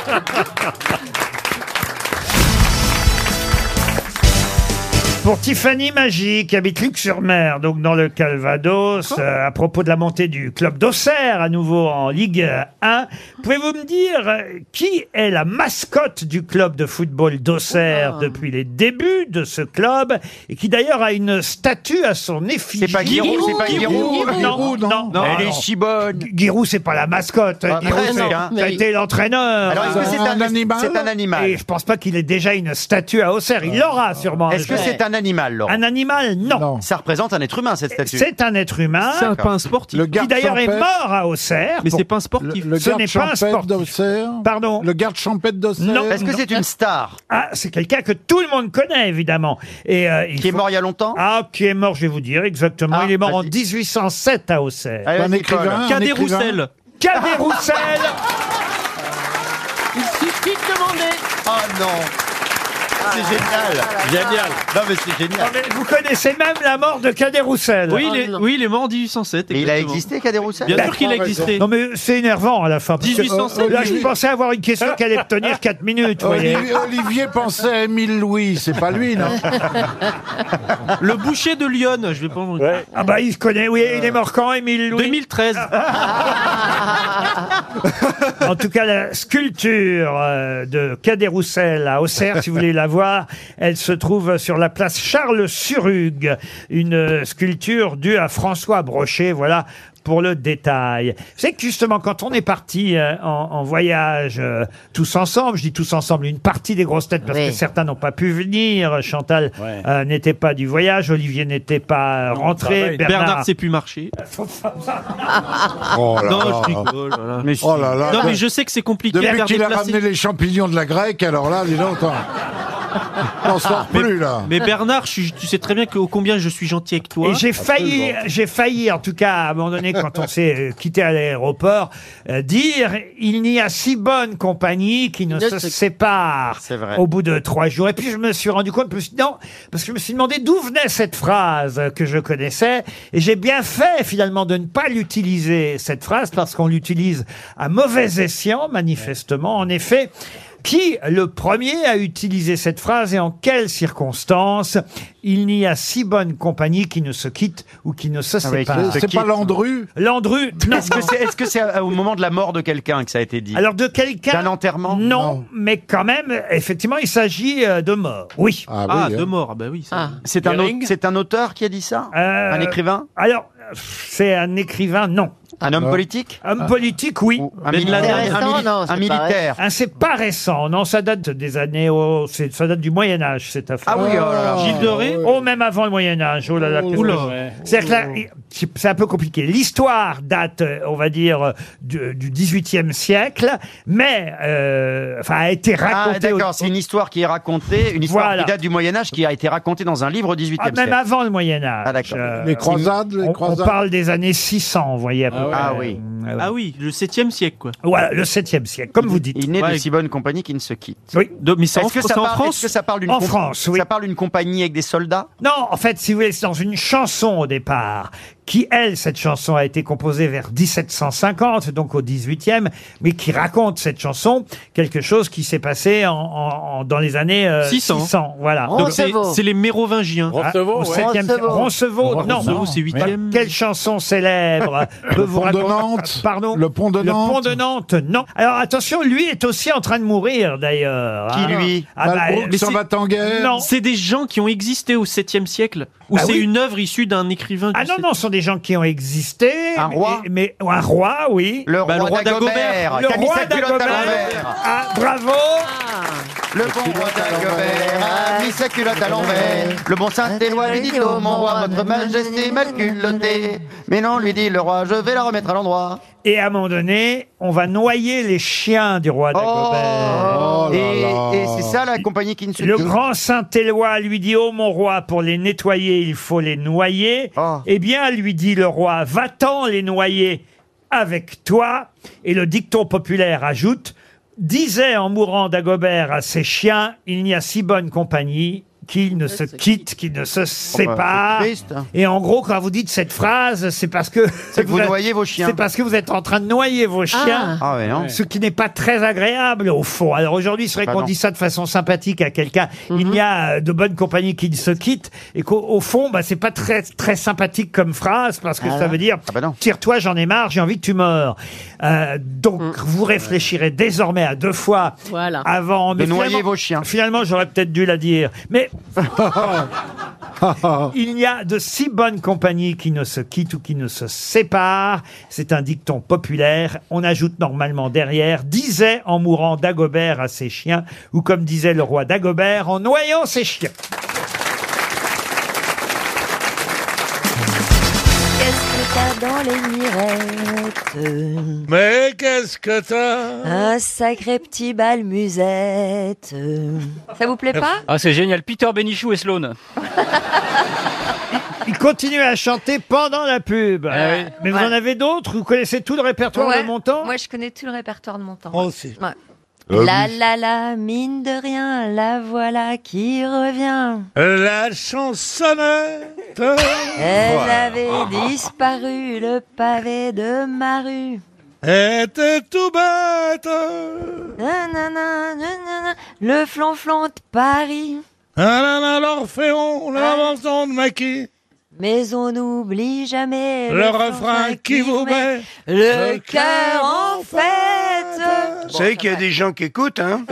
Pour Tiffany Magie, qui habite Luc-sur-Mer, donc dans le Calvados, euh, à propos de la montée du club d'Auxerre, à nouveau en Ligue 1, pouvez-vous me dire euh, qui est la mascotte du club de football d'Auxerre depuis les débuts de ce club, et qui d'ailleurs a une statue à son effigie
C'est pas Giroud, Giroud, c'est pas Giroud. hein. Giroud,
Non,
non.
non,
Elle est
si bonne Giroud, c'est pas la mascotte.
Ah,
Giroud,
bah,
c'est-
non,
ça a
mais-
été l'entraîneur. Ah.
Alors, est-ce que c'est un- Un animal c'est un animal.
Et je pense pas qu'il ait déjà une statue à Auxerre. Il l'aura sûrement.
Est-ce que
jour.
c'est un animal, Laurent
Un animal, non.
Ça représente un être humain, cette statue.
C'est un être humain.
C'est un- pas un sportif. Le
qui
garde
d'ailleurs est
champêtre.
mort à Auxerre.
Mais
Bon,
c'est pas un sportif.
Le,
Le-
ce n'est pas un sportif. Pardon.
Le garde champêtre d'Auxerre.
Non.
Est-ce que c'est une star
Ah, c'est quelqu'un que tout le monde connaît, évidemment. Et, qui est mort
il y a longtemps Ah,
Ah, qui est mort, je vais vous dire exactement. il est mort en 1807 à Auxerre.
Allez, Un vas-y, écrivain, Paul. un Cadet écrivain. Roussel.
Cadet Roussel
Il suffit de demander.
Oh non
C'est génial.
Génial.
Non, mais c'est génial.
Ah. Vous connaissez même la mort de Cadet Roussel
Oui, il est- Oh, non.
oui, il est mort en 1807.
Et il a existé, Cadet Roussel Bien sûr qu'il a existé.
Non, mais c'est énervant à la fin. parce que, euh,
1807.
Là, je pensais avoir une question qui allait me tenir
Ah,
4 minutes. vous voyez.
Olivier, Olivier pensait à Émile Louis, c'est pas lui, non
Le boucher de Lyon, je vais pas Ah bah il se connaît, oui, il est mort quand, Émile Louis 2013. en tout cas, la sculpture euh, de Cadet Roussel à Auxerre, si vous voulez la voir, elle se trouve sur la place Charles Surugue, une euh, sculpture due à François Brochet, voilà. Pour le détail. C'est que justement, quand on est parti euh, en, en voyage euh, tous ensemble, je dis tous ensemble, une partie des grosses têtes, parce
Oui.
que certains n'ont pas pu venir, Chantal
Ouais.
euh, n'était pas du voyage, Olivier n'était pas rentré, Bernard,
sait plus marcher.
Oh là
Non,
là.
je rigole, voilà.
Mais si. Oh là là.
Non, mais je sais que c'est compliqué à
Depuis
faire
qu'il a
déplacer.
ramené les champignons de la grecque, alors là, dis donc, hein. attends. on sort plus, là.
Mais Bernard, je suis- tu sais très bien que, ô combien je suis gentil avec toi.
Et j'ai failli,
Absolument.
j'ai failli, en tout cas, à un moment donné, quand on s'est euh, quitté à l'aéroport, euh, dire il n'y a si bonne compagnie qui ne
Ne
se
se-
sépare
C'est vrai.
au bout de trois jours. Et puis je me suis rendu compte, je me suis dit, non, parce que je me suis demandé d'où venait cette phrase euh, que je connaissais, et j'ai bien fait finalement de ne pas l'utiliser cette phrase parce qu'on l'utilise à mauvais escient, manifestement. En effet. Qui, le premier, a utilisé cette phrase et en quelles circonstances Il n'y a si bonne compagnie qui ne se quitte ou qui ne se
Ah oui,
sépare.
qui se quitte.
Landru
Landru, non.
Est-ce que c'est est-ce que c'est à- au moment de la mort de quelqu'un que ça a été dit
Alors de quelqu'un.
D'un enterrement
Non, mais quand même, effectivement, il s'agit euh, de mort. Oui.
Ah, de mort, bah oui. ça- C'est un, au-
Goering
c'est un auteur qui a dit ça
Euh,
Un écrivain
Alors, c'est un écrivain, non.
Un homme politique
Homme politique, oui.
un Mais militaire, c'est récent, un mili- non, c'est un pas militaire.
Ah, c'est pas récent, non, ça date des années, oh, c'est- ça date du Moyen-Âge, cette affaire.
Ah oui, oh là là. Gilles de Ré
Oh, même avant le Moyen-Âge, oh là là. qu'est-ce que
Oula.
c'est. C'est-à-dire que là, il- c'est c'est un peu compliqué. L'histoire date, euh, on va dire, euh, du, du 18e siècle, mais, euh, enfin, a été
Ah,
racontée au-
d'accord, c'est une histoire qui est racontée, une histoire
Voilà.
qui date du Moyen-Âge qui a été racontée dans un livre au 18e
Ah,
siècle.
même avant le Moyen Âge.
Ah, d'accord.
Les croisades,
les
on,
croisades.
on parle des années 600, vous voyez. À peu près.
Ah oui.
Ah oui, le 7 siècle, quoi.
Voilà, le 7e siècle, comme vous dites.
Il n'est de
Ouais.
si bonne compagnie qui ne se quitte.
Oui.
mais c'est en-
Est-ce que,
c'est
ça
en
parle-
France
est-ce que ça parle d'une
En
comp-
France, oui.
Ça parle d'une compagnie avec des soldats
Non, en fait, si vous voulez, c'est dans une chanson au départ, qui, elle, cette chanson a été composée vers 1750, donc au 18e, mais qui raconte cette chanson quelque chose qui s'est passé en, en- en- dans les années euh,
600.
600. Voilà.
Donc c'est c'est les Mérovingiens.
Ah, au septième- Roncevaux, non.
Roncevaux, c'est 8
Quelle- Quelle chanson célèbre peut vous
pont de
raconter-
Nantes.
Pardon
Le pont de Nantes.
Le pont de Nantes, non. Alors attention, lui est aussi en train de mourir d'ailleurs.
Ah.
Ah, bah,
Qui, lui
bah,
Malbrook s'en va
en guerre.
Non.
C'est des gens qui ont existé au 7e siècle ou
Ah
c'est
oui.
une œuvre issue d'un écrivain
Ah
du
non,
7e?
non, ce sont des gens qui ont existé.
Un
mais-
roi
mais, Un roi, oui.
Le
Bah,
roi, d'Agobert,
Le
qui a mis
roi
sa culotte à
d'Agobert.
l'envers.
Ah, bravo
Ah. Le bon roi d'Agobert a mis sa culotte à l'envers. Le bon Saint-Éloi lui dit Oh mon roi, votre majesté m'a culotté. Mais non, lui dit le roi, je vais la remettre à l'endroit.
Et à un moment donné, on va noyer les chiens du roi d'Agobert.
Oh. et et c'est ça la compagnie qui ne se
Le
quitte.
grand Saint-Éloi lui dit Ô mon roi, pour les nettoyer, il faut les noyer.
Ah.
Eh bien, lui dit le roi, va-t'en les noyer avec toi. Et le dicton populaire ajoute Disait en mourant d'Agobert à ses chiens Il n'y a si bonne compagnie qu'ils ne se quittent, qu'ils ne se séparent.
Oh, bah, c'est triste, hein.
Et en gros, quand vous dites cette phrase, c'est parce que
que vous noyez vos chiens.
C'est parce que vous êtes en train de noyer vos chiens.
Ah ouais, non.
Ce qui n'est pas très agréable au fond. Alors aujourd'hui, c'est vrai
Bah
qu'on
non. Mhm.
dit ça de façon sympathique à quelqu'un. Il y a euh, de bonnes compagnies qui ne se quittent et qu'au au fond, bah, c'est pas très très sympathique comme phrase parce que
Ah
ça
non.
veut dire tire-toi, j'en ai marre, j'ai envie que tu meurs. Euh, donc
Mm.
vous réfléchirez désormais à deux fois
Voilà.
avant
De noyer
finalement-
vos
Finalement, j'aurais peut-être dû la dire, mais. Il n'y a de si bonnes compagnies qui ne se quittent ou qui ne se séparent. C'est un dicton populaire. On ajoute normalement derrière, disait en mourant Dagobert à ses chiens, ou comme disait le roi Dagobert, en noyant ses chiens.
Qu'est-ce que t'as dans les mirettes
Mais qu'est-ce que t'as
Un sacré petit bal musette.
euh.
Ça vous plaît pas
Ah, c'est génial. Peter Benichou et Sloan.
Il continue à chanter pendant la pub. Mais vous en avez d'autres Vous connaissez tout le répertoire
Ouais.
de Montand
Moi, je connais tout le répertoire de Montand.
Oh,
Moi aussi.
Ah
Ouais.
Euh,
La
oui.
la la, mine de rien, la voilà qui revient.
La chansonnette.
Elle
Voilà.
avait disparu, le pavé de ma rue.
Était tout bête.
Nanana, nanana, le flanflan de Paris.
Ah là là, l'Orphéon, la maison de Maquis.
Mais on n'oublie jamais
Le refrain qui vous met
le cœur en fête.
Vous savez qu'il y a des gens qui écoutent, hein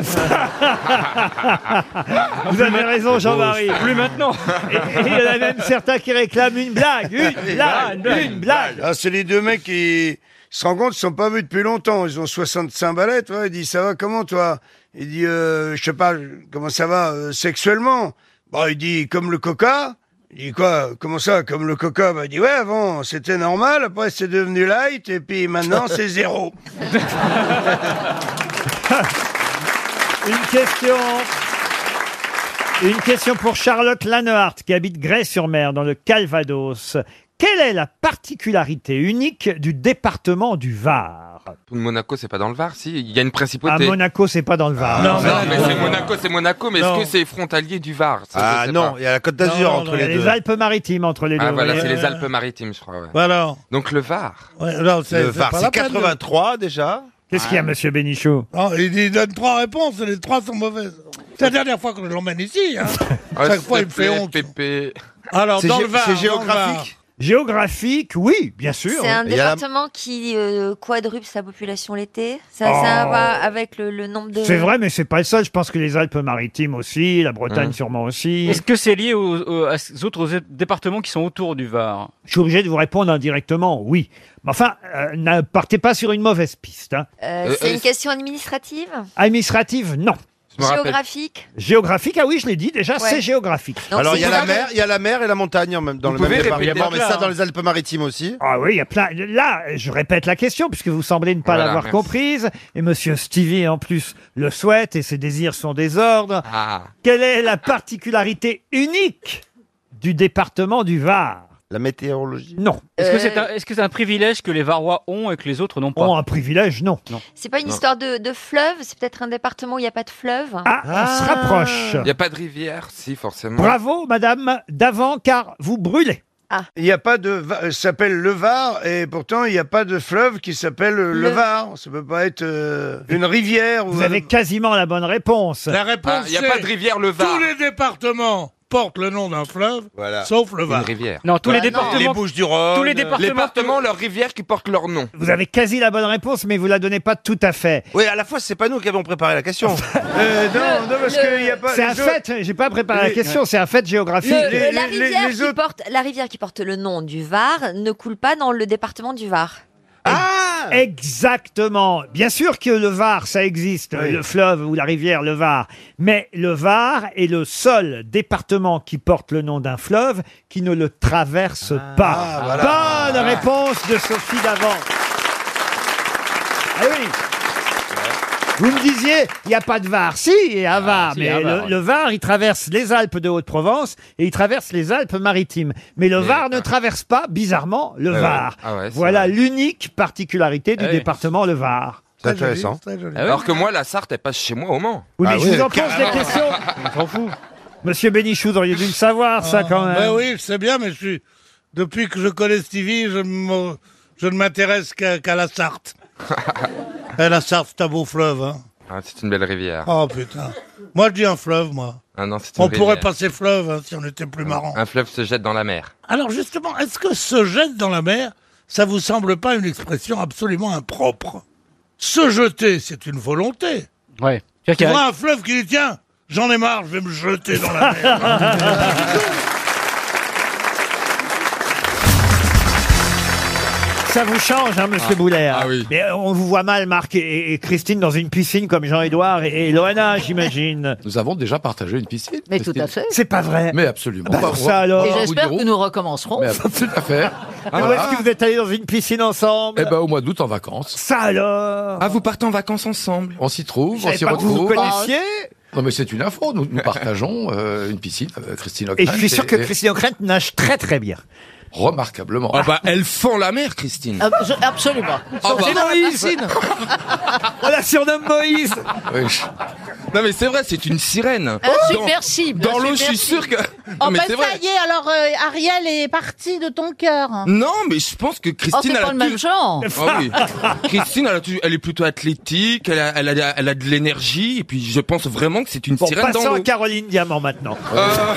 Vous avez raison, Jean-Marie. Plus maintenant. Et et il y en a même certains qui réclament une blague. Une blague, une blague.
Ah, c'est les deux mecs qui se rendent compte, ils sont pas vus depuis longtemps. Ils ont 65 balais, toi. Il dit, ça va, comment, toi Il dit, euh, je sais pas, comment ça va euh, sexuellement Bah, il dit, comme le coca il dit quoi Comment ça Comme le coca Bah, Il dit ouais, avant c'était normal, après c'est devenu light, et puis
Ah
maintenant c'est zéro.
Une question. Une question pour Charlotte Lanehart, qui habite Grès-sur-Mer, dans le Calvados. Quelle est la particularité unique du département du Var
Tout de Monaco, c'est pas dans le Var, si Il y a une
À
principauté. Ah,
Monaco, c'est pas dans le Var.
Non, mais c'est Monaco, c'est Monaco, mais est-ce
Non.
que c'est frontalier du Var Ça,
Ah,
je sais
non,
pas.
il y a la Côte d'Azur Non, non, entre non, les il y a deux. les Alpes-Maritimes entre les
Ah,
deux,
voilà,
oui.
c'est les
Euh.
Alpes-Maritimes, je crois. ouais.
Voilà.
Donc le Var.
Ouais, non, c'est-
Le
c'est
Var,
pas
c'est Ah.
la peine de-
83,
déjà.
Qu'est-ce qu'il y a, monsieur Bénichou
Non, Ah, il, il donne trois réponses et les trois sont mauvaises. C'est la dernière fois que je l'emmène ici. hein.
Ah,
Ah,
Chaque fois, il me fait honte.
Pépé.
Alors, dans le Var, dans le Var.
Géographique, oui, bien sûr.
C'est un
Il y a la-
département qui euh, quadruple sa population l'été. Ça, ça a à
Oh.
voir avec le, le nombre de.
C'est vrai, mais c'est pas le seul. Je pense que les Alpes-Maritimes aussi, la Bretagne
Mmh.
sûrement aussi.
Est-ce que c'est lié aux, aux- à ces autres départements qui sont autour du Var
Je suis obligé de vous répondre indirectement, oui. Mais enfin, euh, ne partez pas sur une mauvaise piste. hein.
Euh,
Euh,
c'est
euh,
une question administrative,
Administrative, non.
géographique.
Géographique, ah oui, je l'ai dit déjà,
Ouais.
c'est géographique.
Alors,
c'est
il y a la
pas-
mer,
Il y a la mer et la montagne en même dans
Vous
le même
pouvez
département.
répéter
mais
là,
ça dans
hein.
les Alpes-Maritimes aussi.
Ah oui, il y a plein. Là, je répète la question puisque vous semblez ne pas
Voilà,
l'avoir
merci.
comprise. Et Monsieur Stevie, en plus, le souhaite et ses désirs sont des ordres.
Ah.
Quelle est la particularité unique du département du Var La météorologie Non.
Est-ce que c'est un, est-ce que c'est un privilège que les Varois ont et que les autres n'ont pas
Ont Oh, un privilège Non.
C'est pas une histoire de, de fleuve, c'est peut-être un département où il n'y a pas de fleuve.
Ah, On
Ah.
se rapproche.
Il n'y a pas de rivière, si, forcément.
Bravo, madame d'avant, car vous brûlez.
Ah.
Il n'y a pas de. va- euh, ça s'appelle le Var, et pourtant, il n'y a pas de fleuve qui s'appelle euh, le...
Le-
Var. Ça peut pas être euh, une rivière.
Vous avez quasiment la bonne réponse.
Ah, Il n'y a pas de rivière, le Var.
les départements portent le nom d'un fleuve,
sauf le Var. Une rivière.
Non, tous
Bah
les départements.
Les Bouches-du-Rhône.
Tous les départements.
leurs rivières qui portent leur nom.
Vous avez quasi la bonne réponse, mais vous la donnez pas tout à fait.
Oui, à la fois, c'est pas nous qui avons préparé la question.
Euh, non, non, parce qu'il n'y a pas.
C'est un
les autres-
fait, j'ai pas préparé la
Les-
question, c'est un fait
Le-
géographique.
le- la, rivière qui porte, la rivière qui porte le nom du Var ne coule pas dans le département du Var.
Exactement. Bien sûr que le Var, ça existe, le fleuve ou la rivière, le Var. Mais le Var est le seul département qui porte le nom d'un fleuve qui ne le traverse
Ah,
pas. Bonne réponse de Sophie Davant. Ah oui. Vous me disiez, il n'y a pas de Var. Si, il y a un Var,
Ah, si, il y
mais
a un Var.
le, le Var, il traverse les Alpes de Haute-Provence et il traverse les Alpes-Maritimes. Mais le Var
ah.
ne traverse pas, bizarrement, le
Ah ouais.
Var.
Ah ouais, c'est
voilà l'unique particularité du
Eh
Ah oui.
département, le Var.
C'est Ah intéressant. Alors que moi, la Sarthe, elle passe chez moi au Mans.
Oui, mais je vous en pose des questions. Monsieur Bénichou, vous auriez dû le savoir, ça, quand même.
Ben oui, je sais bien, mais je suis... depuis que je connais Stevie, je, me- je ne m'intéresse qu'à qu'à la Sarthe. Eh, la Sarthe, c'est un beau fleuve. Hein.
Ah, c'est une belle rivière.
Oh putain. Moi, je dis un fleuve, moi.
Ah non, c'est une
On pourrait
rivière.
passer fleuve hein, si on était plus marrant.
Un fleuve se jette dans la mer.
Alors justement, est-ce que se jette dans la mer, ça vous semble pas une expression absolument impropre Se jeter, c'est une volonté.
Ouais.
Tu vois un fleuve qui dit tiens, j'en ai marre, je vais me jeter dans la mer.
Ça vous change, hein, monsieur
Ah.
Bouler.
Ah oui.
Mais euh, on vous voit mal, Marc et, et Christine, dans une piscine comme Jean-Édouard et, et Loana, j'imagine.
Nous avons déjà partagé une piscine.
Mais tout
Christine.
à fait.
C'est pas vrai.
Mais absolument.
Bah,
pas.
alors ça, alors.
Et
Au
j'espère
bureau.
que nous recommencerons.
Mais tout à fait.
Et où est-ce que vous êtes allés dans une piscine ensemble
Ah, Eh ben, au mois d'août en vacances.
Ça alors
Ah, vous partez en vacances ensemble On s'y trouve, on
savais
s'y
pas que vous
retrouve.
vous
Ah,
connaissiez
Non, mais c'est une info. Nous, nous partageons euh, une piscine avec Christine
Et
Ockrent.
je suis sûr que Christine O'Krent nage très très bien.
Remarquablement. Ah bah, elle fend la mer, Christine.
Ah,
Ah,
Absolument.
bah, On la surnomme Moïse
Non mais c'est vrai, c'est une sirène
Ah,
Insubmersible.
oh, Dans l'eau, je suis sûr que... Non mais c'est vrai
Oh, bah, y est, alors euh, Ariel est partie de ton cœur.
Non mais je pense que Christine...
Oh, c'est
elle a
pas le même genre.
Ah oui. Christine, elle, a tout- elle est plutôt athlétique, elle a, elle a, elle a de l'énergie, et puis je pense vraiment que c'est une
Bon,
sirène dans
passons à
l'eau. Euh,
Caroline Diamant maintenant.
Bah,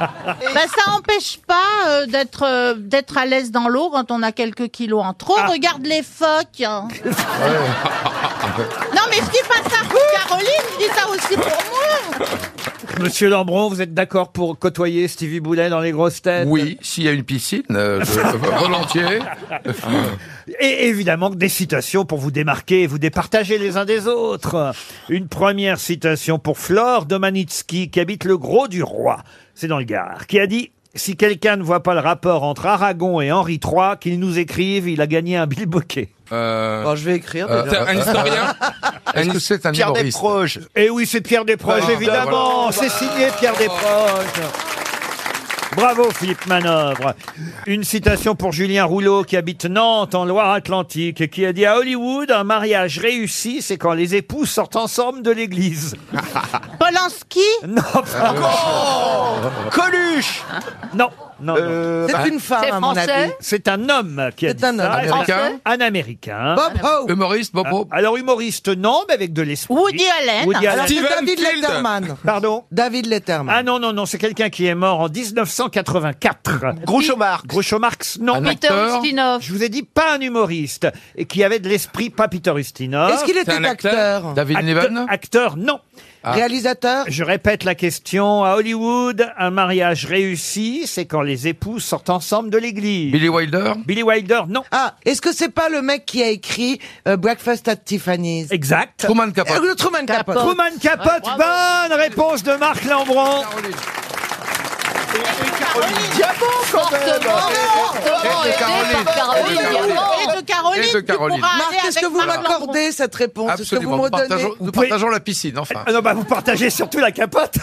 ça empêche pas euh, d'être euh, d'être à l'aise dans l'eau quand on a quelques kilos en
Ah.
trop. Regarde les phoques. hein. non, mais je dis pas ça pour Caroline, je dis ça aussi pour moi.
Monsieur Lambron, vous êtes d'accord pour côtoyer Stevie Boulet dans les grosses têtes
Oui, s'il y a une piscine, euh, je- volontiers.
Euh, Et évidemment, des citations pour vous démarquer et vous départager les uns des autres. Une première citation pour Flore Domanitsky, qui habite le Gros du Roi, c'est dans le Gard, qui a dit « Si quelqu'un ne voit pas le rapport entre Aragon et Henri III, qu'il nous écrive, il a gagné un bilboquet.
Bon, Oh, je vais écrire.
déjà. Euh, Un historien
Est-ce que c'est un
Pierre
humoriste
Desproges. Et Eh oui, c'est Pierre Desproges,
Ah,
évidemment.
voilà.
C'est signé Pierre Desproges. Bravo Philippe Manœuvre. Une citation pour Julien Rouleau qui habite Nantes en Loire-Atlantique et qui a dit à Hollywood un mariage réussi c'est quand les époux sortent ensemble de l'église.
Polanski
Non. pas- Coluche. Non. Non,
C'est bah, une femme, C'est à mon français avis.
C'est un homme qui a dit
un homme.
ça.
Américain
Un américain. Ah,
Bob Hope.
Humoriste, Bob Hope.
Alors humoriste, non, mais avec de l'esprit.
Woody Allen.
Alors, c'est David Letterman.
Pardon
David Letterman.
Ah non, non, non, c'est quelqu'un qui est mort en 1984. Groucho Marx. Groucho Marx, non.
Un Peter acteur Ustinov.
Je vous ai dit, pas un humoriste, et qui avait de l'esprit, pas Peter Ustinov.
Est-ce qu'il C'est était un acteur acteur David
Acte-
Niven
Acteur, non.
Ah. Réalisateur
Je répète la question. À Hollywood, un mariage réussi, c'est quand les époux sortent ensemble de l'église.
Billy Wilder
Billy Wilder, non.
Ah, est-ce que c'est pas le mec qui a écrit euh, Breakfast at Tiffany's
Exact. Truman Capote.
Euh, le Truman Capote. Ah,
Truman Capote, bonne réponse de Marc Lambron.
Diamant quand même
Fortement aidé par Caroline Diamant.
Et de Caroline,
Et de Caroline.
tu pourras
Marc,
aller
est-ce
avec
que vous
Marc
m'accordez cette réponse Est-ce que vous
Absolument. Nous
me donnez
partageons, nous partageons la piscine, enfin.
Ah non, bah vous partagez surtout la capote.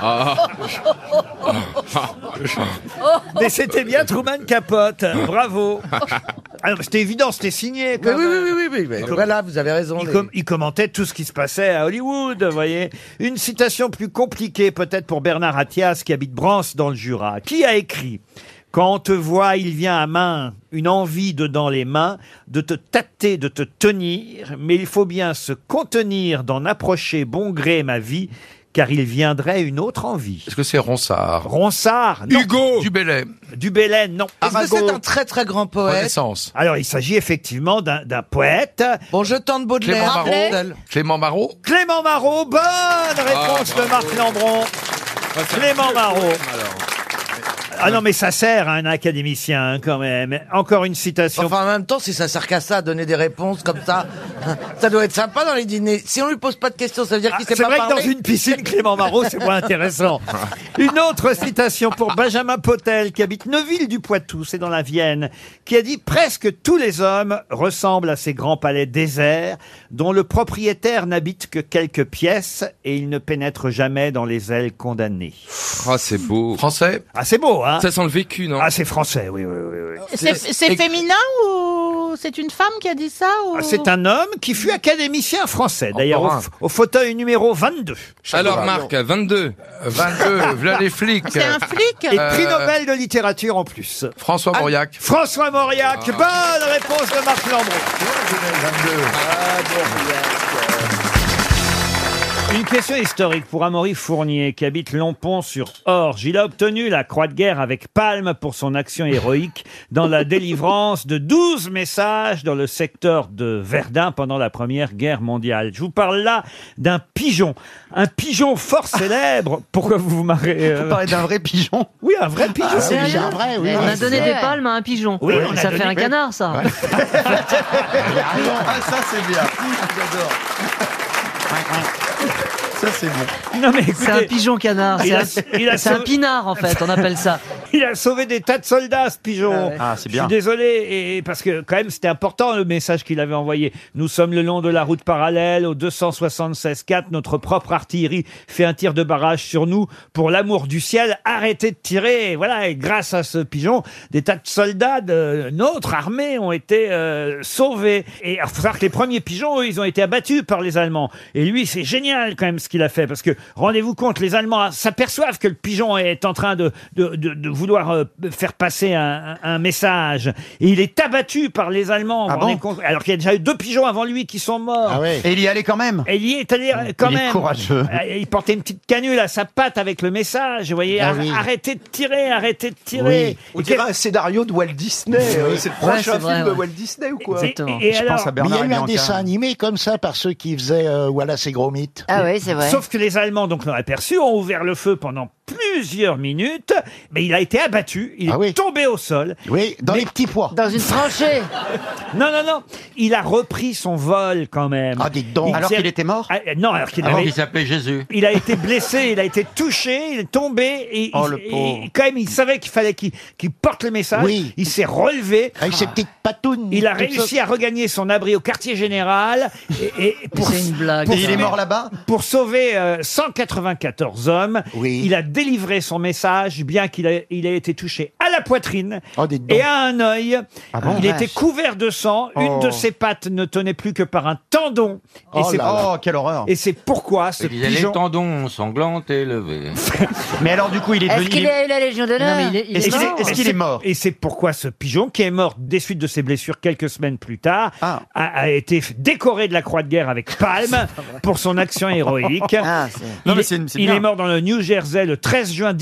Ah.
Mais c'était bien Truman Capote. Bravo. Ah non, mais c'était évident, c'était signé. quand
oui,
même.
oui, oui, oui, oui, mais voilà, vous avez raison.
Il,
les-
com- il commentait tout ce qui se passait à Hollywood, vous voyez. Une citation plus compliquée peut-être pour Bernard Attias qui habite Brance dans le Jura. Qui a écrit Quand on te voit, il vient à main, une envie de dans les mains, de te tâter, de te tenir, mais il faut bien se contenir d'en approcher bon gré ma vie, car il viendrait une autre envie.
Est-ce que c'est Ronsard
Ronsard, non.
Hugo Dubélé.
Du Bélène, non.
Est-ce que c'est un très très grand poète
Renaissance.
Alors, il s'agit effectivement d'un d'un poète.
Bon, je
Clément
tente Baudelaire.
Marot. Ah, Clément Marot.
Clément Marot, bonne réponse de Marc Lambron. Clément Marot. Ah non, mais ça sert à un académicien hein, quand même. Encore une citation.
Enfin, en même temps, si ça sert qu'à ça, donner des réponses comme ça, ça doit être sympa dans les dîners. Si on lui pose pas de questions, ça veut dire
Ah,
qu'il sait
c'est
pas
vrai
parler.
que dans une piscine, Clément Marot, c'est moins intéressant. Une autre citation pour Benjamin Potel, qui habite Neuville-du-Poitou, c'est dans la Vienne, qui a dit « Presque tous les hommes ressemblent à ces grands palais déserts, dont le propriétaire n'habite que quelques pièces et il ne pénètre jamais dans les ailes condamnées.
Oh, c'est beau.
Français. »
Ah, c'est beau, hein hein.
Ça sent le vécu, non
Ah, c'est français, oui, oui, oui. oui.
C'est c'est féminin ou c'est une femme qui a dit ça ou...
Ah, C'est un homme qui fut académicien français, d'ailleurs, au,
Encore un.
f- au fauteuil numéro 22.
Alors, Marc, 22.
22, v'là Euh, les Euh,
flics.
C'est un flic Et prix Nobel de littérature en plus.
Euh,
Ah,
François Mauriac.
François Mauriac,
Ah.
bonne réponse de Marc Lambron. Une question historique pour Amaury Fournier, qui habite Lompon sur Orge. Il a obtenu la Croix de guerre avec palme pour son action héroïque dans la délivrance de 12 messages dans le secteur de Verdun pendant la Première Guerre mondiale. Je vous parle là d'un pigeon. Un pigeon fort célèbre. Pourquoi vous vous marrez euh
Ah. Vous parlez d'un vrai pigeon Ah,
Oui, un vrai pigeon.
un vrai, oui.
On a donné des
pas.
palmes à un pigeon.
Oui, on a
ça
donné-
fait un canard, ça.
Ah, ça c'est bien. J'adore.
Ça, c'est bon. Non, mais
C'est un
écoutez,
pigeon canard.
il
C'est
a- il
un,
a
c'est un
sauvé-
pinard, en fait, on appelle ça.
Il a sauvé des tas de soldats, ce pigeon.
Ah, c'est bien.
Je suis désolé, et, et parce que quand même, c'était important le message qu'il avait envoyé. Nous sommes le long de la route parallèle, au 276-4, notre propre artillerie fait un tir de barrage sur nous. Pour l'amour du ciel, arrêtez de tirer. Et voilà, et grâce à ce pigeon, des tas de soldats de notre armée ont été euh, sauvés. Et il faut savoir que les premiers pigeons, eux, ils ont été abattus par les Allemands. Et lui, c'est génial quand même ce qu'il a fait, parce que rendez-vous compte, les Allemands s'aperçoivent que le pigeon est en train de, de, de- de vouloir euh, faire passer un, un message. Et il est abattu par les Allemands.
Ah
vous vous rendez compte Alors qu'il y a déjà eu deux pigeons avant lui qui sont morts.
Et il y allait quand même.
Et il y est allé euh, quand
Il est
même.
courageux.
Euh, Il portait une petite canule à sa patte avec le message. Vous voyez,
Ah
Ar-
oui.
arrêtez de tirer, arrêtez de tirer.
On dirait un scénario de Walt Disney. euh, c'est le
Ouais,
prochain
c'est
film
vrai,
de
ouais.
Walt Disney ou quoi
Et- et alors-
Mais il y a eu un dessin
animé comme ça par ceux qui faisaient euh, voilà ces gros mythes.
Ah oui, c'est vrai.
Sauf que les Allemands donc l'ont aperçu, ont ouvert le feu pendant plusieurs minutes, mais il a été abattu, il est tombé au sol.
Oui, dans les petits pois.
Dans une tranchée.
non, non, non. Il a repris son vol quand même. Ah, dites
donc. Alors qu'il était
mort Non, alors qu'il
Ah,
Alors
avait-
qu'il s'appelait Jésus.
Ah Il a été blessé, il a été touché, il est tombé et,
Oh,
il-
le
et-
pauvre.
et quand même il savait qu'il fallait qu'il qu'il porte le message.
Oui.
Il s'est relevé.
Ah,
Avec ses petites patounes.
Il a
Tout
réussi
ça.
à regagner son abri au quartier général. Et, et pour,
C'est une blague.
pour-
Et il est mort
là-bas
Pour sauver euh, 194 hommes, il a délivré son message, bien qu'il ait, il ait été touché à la poitrine et à un œil.
bon,
il
vache.
était couvert de sang. Une
Oh.
de ses pattes ne tenait plus que par un tendon.
Oh
c'est
là là. Oh, quelle horreur.
Et c'est pourquoi ce
Il disait les
pigeon...
tendons sanglants élevés.
Mais alors du coup, il est
Est-ce
devenu.
qu'il a eu la Légion d'honneur
Est-ce qu'il est- est-ce qu'il est mort Et c'est pourquoi ce pigeon, qui est mort des suites de ses blessures quelques semaines plus tard,
Ah.
a, a été f- décoré de la Croix de guerre avec palme pour son action héroïque.
Ah, c'est- Non,
il
mais
est,
c'est une- c'est
il
bien.
est mort dans le New Jersey le 13 juin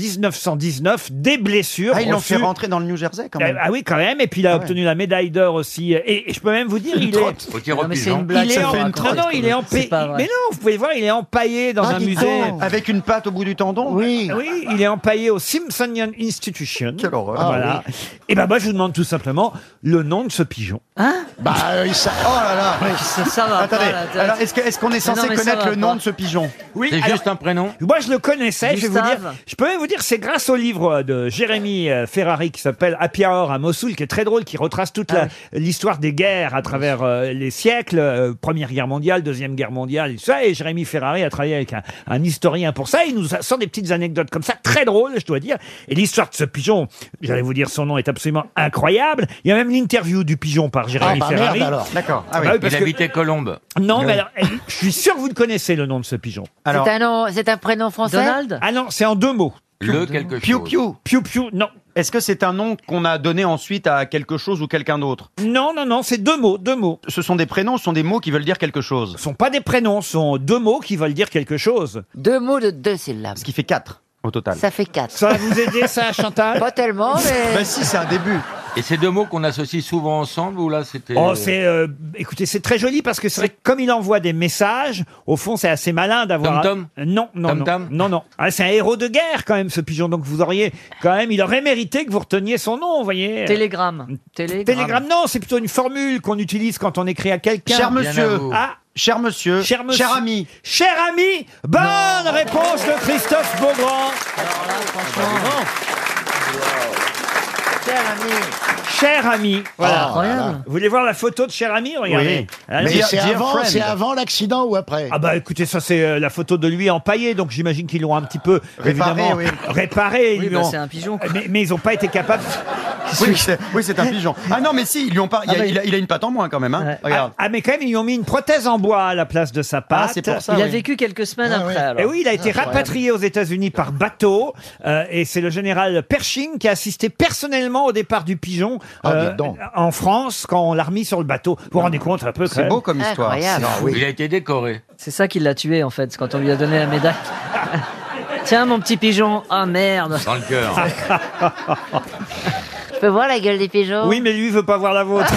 1919 des blessures.
Ah, ils l'ont
reçues-
fait rentrer dans le New Jersey quand même.
Ah oui, quand même. Et puis il a
Ah ouais.
obtenu la médaille d'or aussi. Et, et je peux même vous dire, il est.
Au tir au
Non, mais c'est
pigeon.
une blague, hein. Il ça est fait en- une trotte, non, non, il est en paix. Mais non, vous pouvez voir, il est empaillé dans
Ah,
un
dis
musée.
donc. Avec une patte au bout du tendon
Oui. Oui, il est empaillé au Simpsonian Institution. Quelle horreur.
Ah,
Voilà. Et ben moi, je vous demande tout simplement le nom de ce pigeon.
Hein
Bah, euh, il s'a- Oh là là
Ça, ça va
Attendez,
pas, là, t'as-
alors est-ce que- est-ce qu'on est,
Mais non,
censé
mais ça
connaître
va
le nom
pas.
de ce pigeon
Oui,
C'est
alors-
juste un prénom
Moi, je le connaissais, je vais vous
Gustave.
dire. Je peux même vous dire, c'est grâce au livre de Jérémy euh, Ferrari qui s'appelle Happy Hour à Mossoul, qui est très drôle, qui retrace toute
Ah
la- l'histoire des guerres à travers euh, les siècles, euh, Première Guerre mondiale, Deuxième Guerre mondiale, et tout ça. Et Jérémy Ferrari a travaillé avec un, un historien pour ça. Il nous sort des petites anecdotes comme ça, très drôles, je dois dire. Et l'histoire de ce pigeon, j'allais vous dire, son nom est absolument incroyable. Il y a même l'interview du pigeon par Jérémy
bah merde,
Ferrari.
alors.
D'accord.
Ah oui, parce
il
que-
habitait Colombe.
Non, mais
Oui.
alors, eh, je suis sûr que vous le connaissez, le nom de ce pigeon.
Alors-
C'est un, nom- c'est un prénom français
Ah non, c'est en deux mots.
Le quelque chose.
Piu Piu
Piu Piu, non.
Est-ce que c'est un nom qu'on a donné ensuite à quelque chose ou quelqu'un d'autre
Non, non, non, c'est deux mots, deux mots.
Ce sont des prénoms, ce sont des mots qui veulent dire quelque chose.
Ce sont pas des prénoms, ce sont deux mots qui veulent dire quelque chose.
Deux mots de deux syllabes.
Ce qui fait quatre au total.
Ça fait quatre.
Ça va vous aider, ça, Chantal
Pas tellement, mais...
Bah Ben si, c'est un début.
Et ces deux mots qu'on associe souvent ensemble, ou là c'était.
Oh, c'est, euh, écoutez, c'est très joli parce que c'est vrai que comme il envoie des messages, au fond, c'est assez malin d'avoir. Euh,
Tom
Non, non, non, non, non. Ah, c'est un héros de guerre quand même, ce pigeon. Donc vous auriez quand même, il aurait mérité que vous reteniez son nom, vous voyez.
Télégramme. Télégramme.
Télégramme, non, c'est plutôt une formule qu'on utilise quand on écrit à quelqu'un.
Cher monsieur.
Ah,
Cher monsieur,
cher monsieur.
cher ami.
Cher ami, bonne réponse de Christophe Beaugrand. Cher ami. Cher ami. Voilà.
Ah, incroyable.
Vous voulez voir la photo de cher ami Regardez. Hein,
Oui. Mais c'est avant, c'est avant l'accident ou après
Ah bah écoutez, ça c'est euh, la photo de lui empaillé, donc j'imagine qu'ils l'ont un petit peu
Réparé,
évidemment
oui.
réparé.
Oui,
ils
bah,
l'ont-
c'est un pigeon, quoi.
Mais, mais ils n'ont pas été capables.
Oui, c'est- oui, c'est un pigeon. Ah non, mais si, ils lui ont pas. il y a-
Ah, mais-
il, a, il a une patte en moins quand même. Hein. Regarde. Ah,
Ah, mais quand même, ils lui ont mis une prothèse en bois à la place de sa patte.
c'est pour ça, Ah,
Il a vécu quelques semaines après. Alors.
Et Eh oui, il a été
Incroyable.
rapatrié aux États-Unis par bateau, euh, et c'est le général Pershing qui a assisté personnellement au départ du pigeon
Ah,
euh, en France quand on l'a remis sur le bateau. Vous vous rendez compte un peu quand même
Incroyable.
Ah
Il a été décoré.
C'est ça qui l'a tué en fait, quand on lui a donné la médaille. Tiens mon petit pigeon, ah merde.
Dans le cœur.
Je peux voir la gueule des pigeons
Oui, mais lui veut pas voir la vôtre.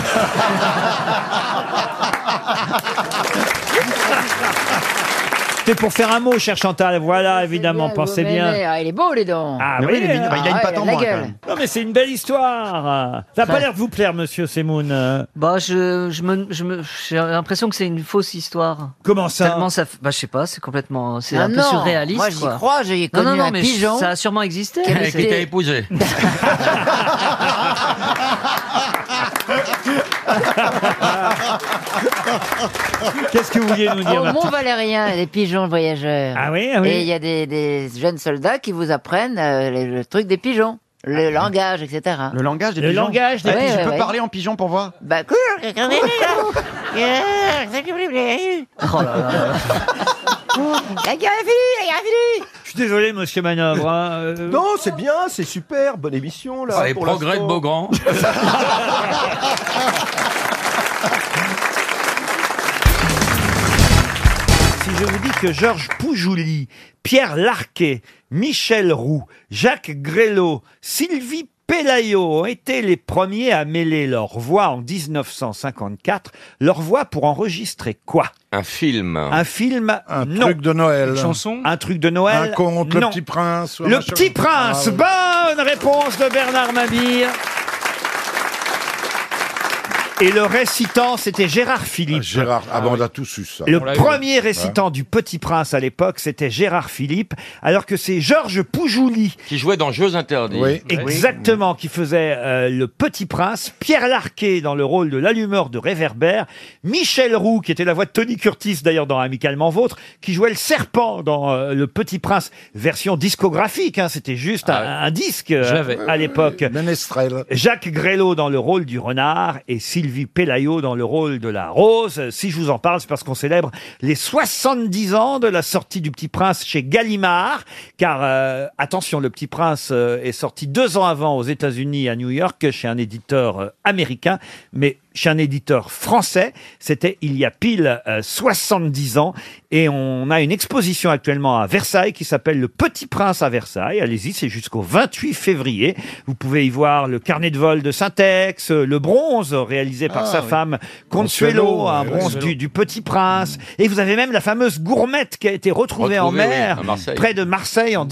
C'était pour faire un mot, cher Chantal. Voilà,
Ah,
évidemment, pensez bien.
il est beau, les dents.
Ah oui,
il,
hein.
euh,
Ah.
a une patte en moins.
Non, mais c'est une belle histoire. Ça n'a pas
Ouais.
l'air de vous plaire, monsieur Semoun. euh.
Bah je, je me, je me- j'ai l'impression que c'est une fausse histoire.
Comment ça
Tellement ça, f- bah je sais pas, c'est complètement, c'est
Ah
un peu
non,
surréaliste.
moi, j'y
quoi.
crois, j'ai
Non, non,
connu
non,
un
mais
pigeon
Ça a sûrement existé.
qui avait
mais
été-
c'est-
Qui t'a
épousé.
Qu'est-ce que vous vouliez nous dire
Au
maintenant
Mont Valérien, les pigeons voyageurs.
Ah oui, ah oui.
Et il y a des, des jeunes soldats qui vous apprennent euh, le, le truc des pigeons, le langage, etc.
Le langage des
Le
pigeons.
langage des
Ah,
pigeons.
Tu
Ouais,
peux
ouais.
parler en pigeon pour voir
Bah, cool, quelqu'un vient
Eh,
là.
Oh là là.
Oh, La guerre est finie, la guerre est finie.
Je suis désolé, monsieur Manœuvre. hein, euh.
Non, c'est bien, c'est super, bonne émission là.
Ah, les
pour
progrès de
l'instant.
Beaugrand.
Si je vous dis que Georges Poujouli, Pierre Larquet, Michel Roux, Jacques Grélot, Sylvie Pelayo ont été les premiers à mêler leur voix en 1954. Leur voix pour enregistrer quoi
Un film.
Un film Un truc
de Noël. Une
chanson Un truc de Noël
Un conte, Le
Non.
Petit Prince, ou un
Le
machin
Petit
comme ça.
Prince
Ah, oui.
Bonne réponse de Bernard Mabille et le récitant, c'était Gérard Philippe.
Gérard, ah, bah, on a tous eu ça.
Le
On l'a eu.
premier
Ouais.
récitant du Petit Prince à l'époque, c'était Gérard Philippe, alors que c'est Georges Poujouli,
Qui jouait dans Jeux interdits.
exactement, qui faisait euh, le Petit Prince, Pierre Larquet dans le rôle de l'allumeur de réverbère, Michel Roux, qui était la voix de Tony Curtis d'ailleurs dans Amicalement Vôtre, qui jouait le serpent dans euh, le Petit Prince, version discographique, hein, c'était juste un- un, disque euh,
Je l'avais.
à l'époque. Jacques Grélot dans le rôle du renard et Sylvie Pelayo dans le rôle de la rose. Euh, Si je vous en parle, c'est parce qu'on célèbre les 70 ans de la sortie du Petit Prince chez Gallimard. Car, euh, attention, le Petit Prince euh, est sorti deux ans avant aux États-Unis, à New York, chez un éditeur euh, américain, mais chez un éditeur français. C'était il y a pile euh, 70 ans. Et on a une exposition actuellement à Versailles qui s'appelle Le Petit Prince à Versailles. Allez-y, c'est jusqu'au 28 février. Vous pouvez y voir le carnet de vol de Syntex, euh, le bronze réalisé par
Ah,
sa
oui.
femme Consuelo,
Consuelo,
un
ouais,
bronze
Consuelo.
du, du Petit Prince. Et vous avez même la fameuse gourmette qui a été retrouvée, en
Retrouvée, oui,
mer,
à Marseille.
près de Marseille en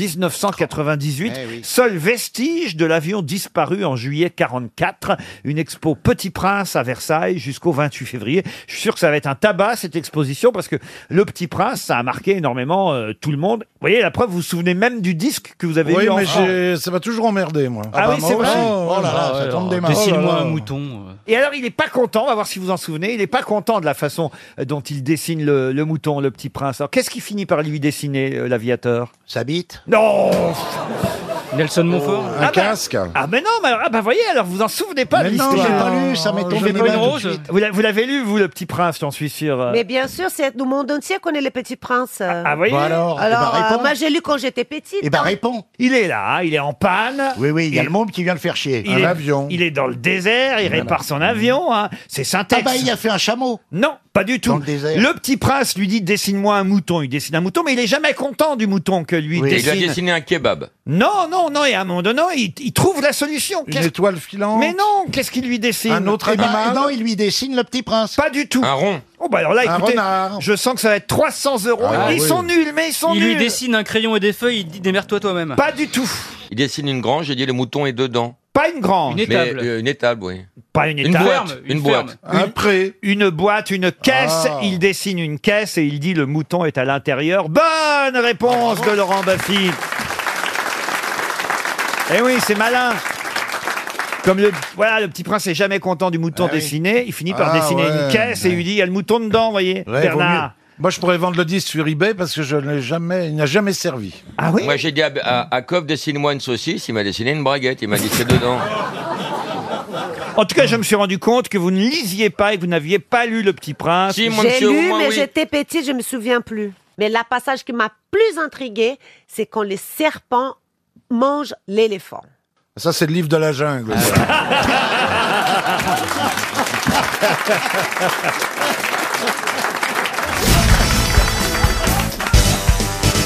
1998. Seul vestige de l'avion disparu en juillet 44. Une expo Petit Prince à Versailles jusqu'au 28 février. Je suis sûr que ça va être un tabac cette exposition parce que le Petit Prince, ça a marqué énormément euh, tout le monde. Vous voyez, la preuve, vous vous souvenez même du disque que vous avez
bah, Oui,
eu en
mais j'ai- ça m'a toujours emmerdé, Ah. hein. bah, moi.
Ah oui, c'est vrai.
Oh là là, ça tombe des mains. Oh là là.
Et alors, il n'est pas content, on va voir si vous en souvenez, il n'est pas content de la façon euh, dont il dessine le, le mouton, le petit prince. Alors, qu'est-ce qui finit par lui dessiner, euh, l'aviateur Sa bite Non Nelson
Montfort Oh, Un casque
Ah ben non, mais alors, ah ben voyez, alors vous en souvenez pas
Mais
de
non, j'ai pas
l'histoire
lu, ça m'est Je tombé veux pas des une mains tout de rose. suite.
Vous l'a- vous l'avez lu, vous, le petit prince, j'en suis sûr. euh.
Mais bien sûr, c'est au monde entier qu'on est les petits princes.
euh.
ah, voyez. Bon alors, eh ben,
euh,
réponds.
moi j'ai lu quand j'étais petite.
Eh ben,
hein.
réponds. Il est là, hein, il est en panne.
Oui, oui, il y a
Il-
le môme qui vient le faire chier.
Il est, Il est dans le désert, il
Voilà.
répare son avion. hein. C'est syntaxe.
Ah bah, il a fait un chameau.
Non, pas du tout.
Dans le désert.
petit prince lui dit dessine-moi un mouton. Il dessine un mouton, mais il est jamais content du mouton que lui
Il a
dessine.
dessiné un kebab.
Non, non, non. Et à un moment donné, il, il trouve la solution. Une
étoile filante.
Mais non, qu'est-ce qu'il lui dessine
Eh ben, Non, il lui dessine le petit prince.
Pas du tout.
Un rond.
Oh bah alors là,
Un
écoutez,
renard.
je sens que ça va être 300 euros.
Ah,
ils
oui.
sont nuls, mais ils sont
il
nuls.
lui dessine un crayon et des feuilles, il dit démerde-toi toi-même.
Pas du tout.
Il dessine une grange et dit le mouton est dedans.
Pas une grange.
Une étable.
Mais, euh, une étable, oui.
Pas une Hein?
Une
étape.
boîte, Ferme, une une boîte. ferme.
Une, une boîte, une caisse.
Ah.
Il dessine une caisse et il dit le mouton est à l'intérieur. Bonne réponse de Laurent Baffy. Eh oui, c'est malin. Comme le, voilà, le petit prince est jamais content du mouton dessiné, il finit par
Ah,
dessiner
ouais,
une caisse et
ouais.
il dit il y a le mouton dedans, vous voyez,
Ouais, vaut mieux.
Bernard.
Moi, je pourrais vendre le 10 sur eBay parce que je n'ai jamais, il n'a jamais servi.
Ah oui
Moi, j'ai dit à, à, à Coff, dessine-moi une saucisse. Il m'a dessiné une braguette. Il m'a dit, c'est dedans.
En tout cas, je me suis rendu compte que vous ne lisiez pas et que vous n'aviez pas lu Le Petit Prince.
J'ai lu, mais j'étais petite, je me souviens plus. Mais la passage qui m'a plus intriguée, c'est quand les serpents mangent l'éléphant.
Ça, c'est le livre de la
Ah
jungle.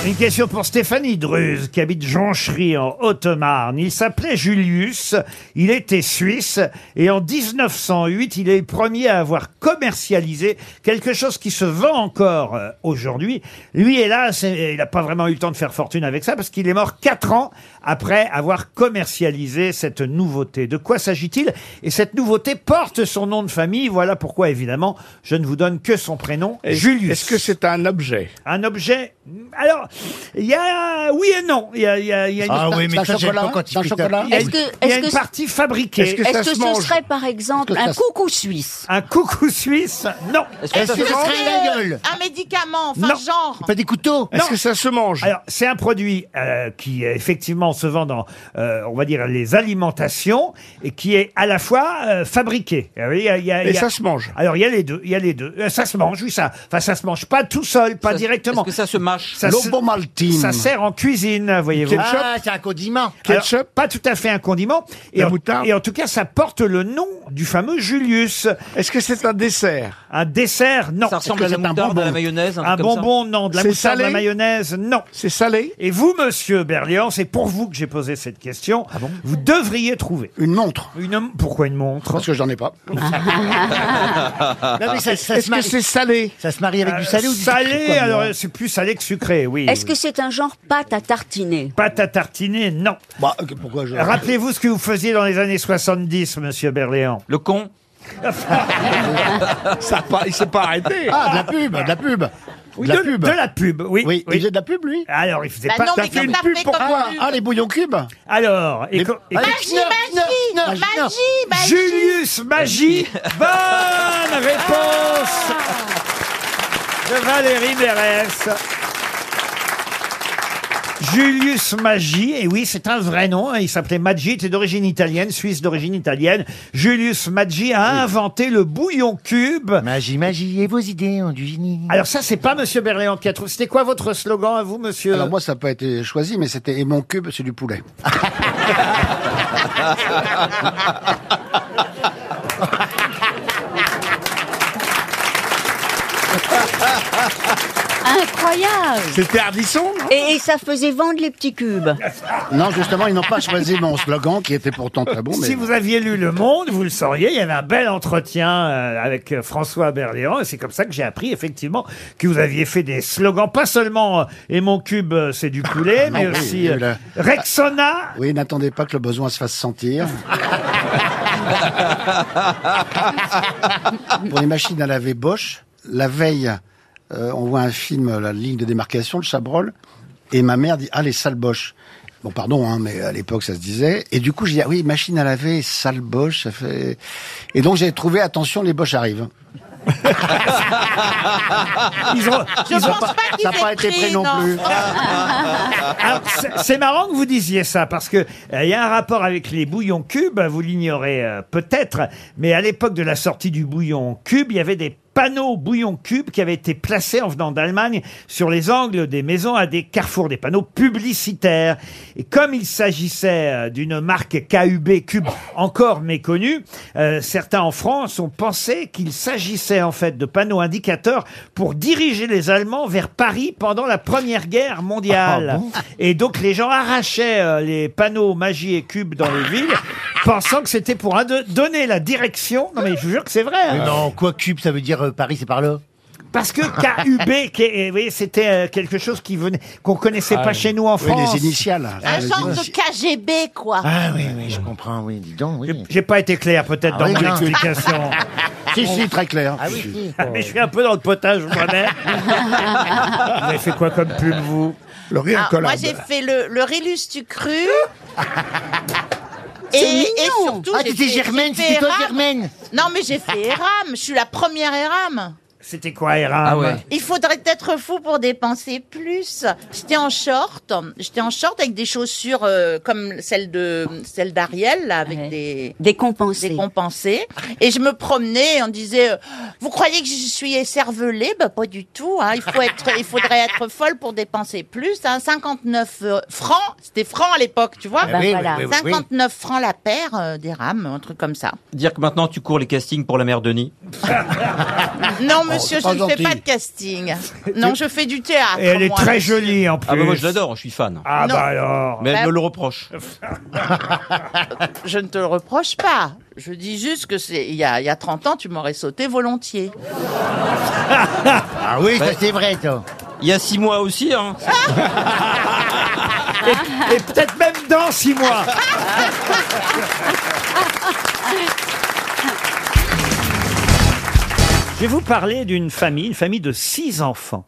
Une question pour Stéphanie Druse, qui habite Jonchery en Haute-Marne. Il s'appelait Julius, il était suisse, et en 1908, il est le premier à avoir commercialisé quelque chose qui se vend encore euh, aujourd'hui. Lui, hélas, eh, il n'a pas vraiment eu le temps de faire fortune avec ça, parce qu'il est mort quatre ans après avoir commercialisé cette nouveauté. De quoi s'agit-il Et cette nouveauté porte son nom de famille, voilà pourquoi, évidemment, je ne vous donne que son prénom, Julius. Est-ce que c'est un objet Un objet alors, il y a oui et non. Il y a, il y a- il y a une,
Ah oui, mais C'est un ça, j'aime chocolat pas quand il C'est un pique la- chocolat
Il y a,
Est-ce que-
il y a
est-ce
une
que-
partie fabriquée.
est-ce que Est-ce ça que se ce mange serait,
par exemple
Est-ce que un ça se-
coucou suisse Un coucou suisse Non.
Est-ce que ce serait euh, un médicament, enfin
Non.
genre
Pas des couteaux Est-ce que ça se mange Alors, c'est un produit euh, qui euh, effectivement se vend dans, euh, on va dire, les alimentations et qui est à la fois euh, fabriqué. Et
Et ça se
mange Alors, il y a les deux. Il y a les deux. Euh, Ça se mange, oui, ça. Enfin, ça se mange pas tout seul, pas directement. Est-ce que ça se mâche
L'ovomaltine.
Ça sert en cuisine, voyez-vous.
Ah, c'est un condiment.
Alors, pas tout à fait un condiment. Et en, et en tout cas, ça porte le nom du fameux Julius. Est-ce que c'est un dessert Un dessert, non.
Ça ressemble Est-ce que à la c'est un moutarde, bonbon à la mayonnaise, un
Un
truc comme ça
bonbon, non. De la
C'est
moutarde, de la
salé
mayonnaise, non. C'est salé Et vous, monsieur Berlian, c'est pour vous que j'ai posé cette question. vous devriez trouver. Ah Une montre. Une, pourquoi une montre Parce que j'en ai pas.
Ah.
Non, mais ça- ça se Est-ce que marie- c'est
salé
Ça se marie avec du salé ou du
Euh, Salé,
sucré, quoi,
alors
moi
c'est plus salé que sucré, oui.
Est-ce
oui.
que c'est un genre pâte à tartiner
Pâte à tartiner, non.
Bah, pourquoi je...
Rappelez-vous ce que vous faisiez dans les années 70, monsieur Berléand. Le con Ça Il s'est pas arrêté.
Ah, de la pub, de la pub.
Oui, de, de la pub, oui. oui,
Il faisait de la pub, lui
Alors, il faisait Bah pas- non, mais
T'as fait une
t'as
pub,
fait comme
pourquoi
pub.
Ah, les bouillons cubes
Alors, et co- et-
Magie,
magie, magie.
Julius Magie Bonne réponse de Valérie Mérès. Julius Maggi, et oui, c'est un vrai nom, hein, il s'appelait Maggi, il était d'origine italienne, suisse d'origine italienne. Julius Maggi a inventé le bouillon cube. Magie, magie, et vos idées ont du génie. Alors ça, c'est pas Monsieur Berléand qui a trouvé. C'était quoi votre slogan à vous, monsieur Ah,
Alors moi, ça n'a pas été choisi, mais c'était « Et mon cube, c'est du poulet
Incroyable
C'était Ardisson
et, et ça faisait vendre les petits cubes. ».
Non, justement, ils n'ont pas choisi mon slogan, qui était pourtant très bon, mais...
Si vous aviez lu Le Monde, vous le sauriez. Il y avait un bel entretien euh, avec euh, François Berléand. Et c'est comme ça que j'ai appris, effectivement, que vous aviez fait des slogans. Pas seulement euh, Et mon cube, euh, c'est du poulet, mais
Ah, Non, oui, il
aussi
y a
euh,
eu la- Ah,
Rexona.
Oui, n'attendez pas que le besoin se fasse sentir. Pour les machines à laver Bosch, la veille, euh, on voit un film, la ligne de démarcation, le Chabrol, et ma mère dit Ah, les sales Bosch. Bon, pardon, hein, mais à l'époque, ça se disait. Et du coup, j'ai dit Ah oui, machine à laver, sale Bosch, ça fait. Et donc, j'ai trouvé Attention, les Bosch arrivent.
Ils ont-
Je
ils ont
pense pas qu'ils Ça a pas aient été pris, pris non non. plus.
Alors, c'est- c'est marrant que vous disiez ça parce que euh, il y a un rapport avec les bouillons cubes. Vous l'ignorez euh, peut-être, mais à l'époque de la sortie du bouillon cube, il y avait des panneaux bouillon cube qui avaient été placés en venant d'Allemagne sur les angles des maisons à des carrefours, des panneaux publicitaires. Et comme il s'agissait euh, d'une marque KUB cube encore méconnue, euh, certains en France ont pensé qu'il s'agissait en fait de panneaux indicateurs pour diriger les Allemands vers Paris pendant la Première Guerre mondiale.
Ah bon
Et donc les gens arrachaient euh, les panneaux magie et cubes dans les villes, pensant que c'était pour indo- donner la direction. Non mais je vous jure que c'est vrai. hein.
quoi, cube, ça veut dire euh, Paris, c'est par là
Parce que KUB, qui est- vous voyez, c'était euh, quelque chose qui venait qu'on connaissait
Ah
pas
oui.
chez nous en
Oui, les
France.
initiales.
Ah,
Ah,
Un genre de KGB, quoi.
oui, oui, je comprends, oui, dis donc, oui.
J'ai pas été clair peut-être
Ah
dans
oui,
mon
non.
explication.
si, si, très clair.
Ah oui, mais je suis un peu dans le potage moi-même.
Ah.
vous avez fait quoi comme pub vous Le
Ah,
Ah, moi, j'ai fait le, le Rélus tu cru. Et,
C'est mignon.
et surtout,
Ah,
j'ai
t'étais
fait-
Germaine,
j'ai
c'était
fait
toi,
Eram.
Germaine.
Non, mais j'ai fait Eram, je suis la première Eram.
C'était quoi, Eram
Ah ouais.
Il faudrait être fou pour dépenser plus. J'étais en short, j'étais en short avec des chaussures euh, comme celle de celle d'Ariel là, avec des décompensées. Et je me promenais, on disait euh, vous croyez que je suis écervelée Bah pas du tout. hein. Il faut être, il faudrait être folle pour dépenser plus. hein. 59 euh, francs, c'était francs à l'époque, tu vois.
Ah bah oui, voilà. oui, oui, oui.
59 francs la paire euh, des rames, un truc comme ça.
Dire que maintenant tu cours les castings pour la mère Denis.
Non monsieur,
c'est pas
je ne fais
gentil.
pas de casting. Non, je fais du théâtre.
Et elle est
moi.
très jolie en plus.
Ah bah moi je l'adore, je suis fan.
Ah
Non.
bah alors.
Mais elle
Bah-
me le reproche.
Je ne te le reproche pas. Je dis juste que c'est il y a, il y a 30 ans, tu m'aurais sauté volontiers.
Ah oui, ça c'est vrai, toi.
Bah, Il y a six mois aussi, hein.
et et peut-être même dans six mois. Je vais vous parler d'une famille, une famille de six enfants.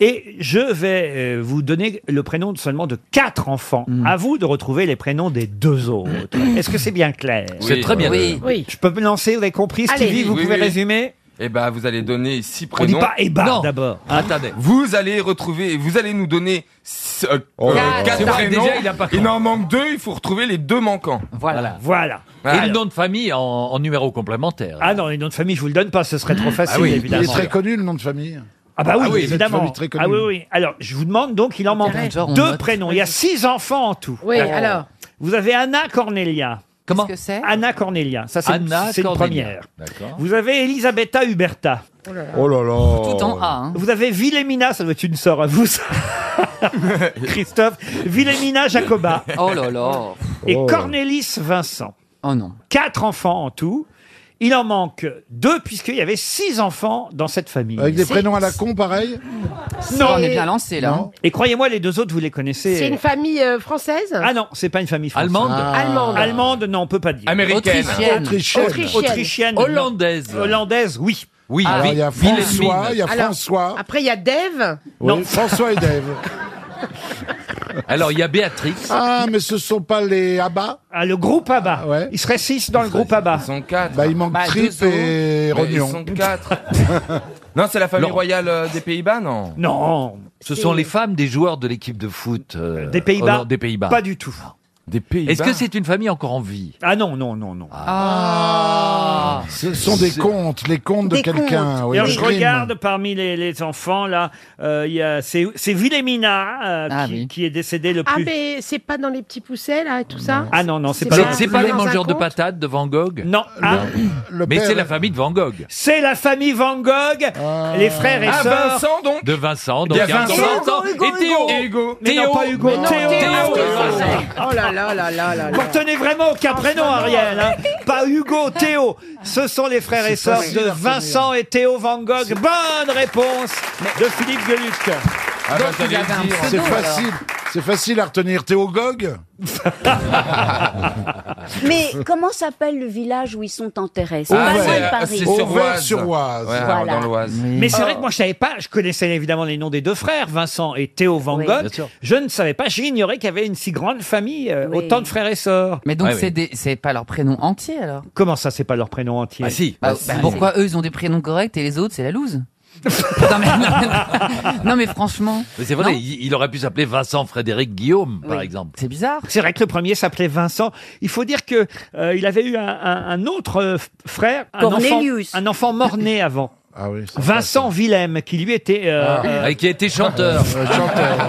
Et je vais euh, vous donner le prénom de seulement de quatre enfants. À vous de retrouver les prénoms des deux autres. Est-ce que c'est bien clair
C'est Oui. très bien. Oui.
Je peux me lancer, vous avez compris, Stevie, vous pouvez résumer
Eh ben, vous allez donner six
On dit
prénoms.
pas eh ben, d'abord.
Attendez.
Ah.
Vous allez retrouver, vous allez nous donner s- euh, euh,
là là.
quatre
Oh, C'est vrai,
prénoms.
déjà, il a pas
il en manque deux, il faut retrouver les deux manquants.
Voilà. Voilà.
Et le nom de famille en, en numéro complémentaire. Ah
Ah non, les noms de famille, je vous le donne pas, ce serait trop
Ah
facile,
oui,
évidemment.
il est très
connu, le nom de famille. Ah bah oui,
Ah oui,
évidemment.
c'est très connu.
Ah oui, oui. Alors, je vous demande donc, il en manque
Intéressant, on
deux
note.
prénoms. Il y a six enfants en tout.
Oui, Oh. alors.
Vous avez Anna Cornelia. Comment que c'est Anna Cornelia. Ça, c'est
Anna
c'est une
Cornelia.
première.
D'accord.
Vous avez Elisabetta Huberta.
Oh là là.
Tout en A. Vous avez Wilhelmina, ça doit être une sœur à vous, ça. Christophe. Wilhelmina Jacoba.
Oh là là.
Et
Oh.
Cornelis Vincent. Oh non. Quatre enfants en tout. Il en manque deux, puisqu'il y avait six enfants dans cette famille.
Avec des C'est- prénoms à la
con, pareil
C'est- on est bien lancé, là, hein.
Et croyez-moi, les deux autres, vous les connaissez.
C'est une famille euh, française
Ah non, c'est pas une famille française.
Allemande Ah.
Allemande.
Allemande, non, on peut pas dire.
Américaine. Autrichienne. Autrichienne.
Autrichienne. Autrichienne, non.
Hollandaise.
Hollandaise, Ah, oui.
Oui, Alors, il y a Wilhelmine. François, il y a
Alors,
François.
Après, il y a Dave.
Oui,
Non.
François
et Dave.
Alors il y a Béatrix.
Ah, mais ce sont pas les ABBA Ah, le groupe ABBA. Il serait 6 dans le groupe ABBA. Ils
sont 4.
Bah, il manque Bah, Tripp deux autres. et
Mais
Rognon.
Ils sont quatre. non, c'est la famille royale euh, des Pays-Bas, non
Non.
Ce sont les femmes des joueurs de l'équipe de foot euh,
Des Pays-Bas
Oh,
Hollande- des Pays-Bas.
Pas du tout.
Des Pays-Bas.
Est-ce que c'est une famille encore en vie
Ah non, non, non, non. Ah.
Ce sont Ah. des contes, les contes de quelqu'un.
Alors, je regarde parmi les, les enfants, là, euh, il y a- c'est c'est Wilhelmina euh,
Ah
qui, qui est décédée le
Ah,
plus.
mais c'est pas dans les petits poussets, là, et tout ça
Ah non, non, c'est pas,
C'est c'est pas
le-
les mangeurs de
conte
patates de Van Gogh
Non. Ah,
Mais
père-
c'est la famille de Van Gogh.
C'est la famille Van Gogh, les frères et
Ah,
sœurs.
Vincent,
donc
De Vincent, donc
Il y a
il y a
Vincent.
Vincent,
Et Hugo, Hugo,
et Théo.
Hugo. Et Hugo. Mais non, pas Hugo,
Mais non,
Théo.
Théo,
Théo.
et Vincent.
Oh là là là là là
Vous
là.
retenez vraiment aucun prénom, Ariel. hein. Pas Hugo, Théo. Ce sont les frères et
C'est
sœurs
facile
de
à retenir.
Vincent et Théo Van Gogh. Bonne réponse de Philippe Gueluc.
Ah bah, t'allais le dire.
C'est facile. C'est facile à retenir. T'es au gog
Mais comment s'appelle le village où ils sont enterrés C'est
Ah,
pas
ouais.
loin de Paris.
C'est sur Ouvert-sur-Oise. Oise.
Ouais,
Voilà.
dans l'Oise.
Mais c'est vrai que moi je savais pas, je connaissais évidemment les noms des deux frères, Vincent et Théo Van
Oui.
Gogh.
Bien sûr.
Je ne savais pas, j'ignorais qu'il y avait une si grande famille, euh, autant de frères et sœurs.
Mais donc,
Ouais,
c'est
oui.
des- c'est pas leur prénom entier alors
Comment ça, c'est pas leur prénom
Ah,
entier
Bah, bah, pourquoi eux ils ont des prénoms corrects et les autres c'est la loose non, mais, non, mais- non, mais franchement.
Mais c'est vrai,
Non.
il, il aurait pu s'appeler Vincent Frédéric Guillaume, par exemple.
C'est bizarre.
C'est vrai que le premier s'appelait Vincent. Il faut dire que euh, il avait eu un, un- un autre euh, f- frère, un enfant,
Cornelius.
un enfant mort-né avant.
Ah
Vincent Willem, qui lui était. euh, euh,
Ah. Et qui a été chanteur. Ah.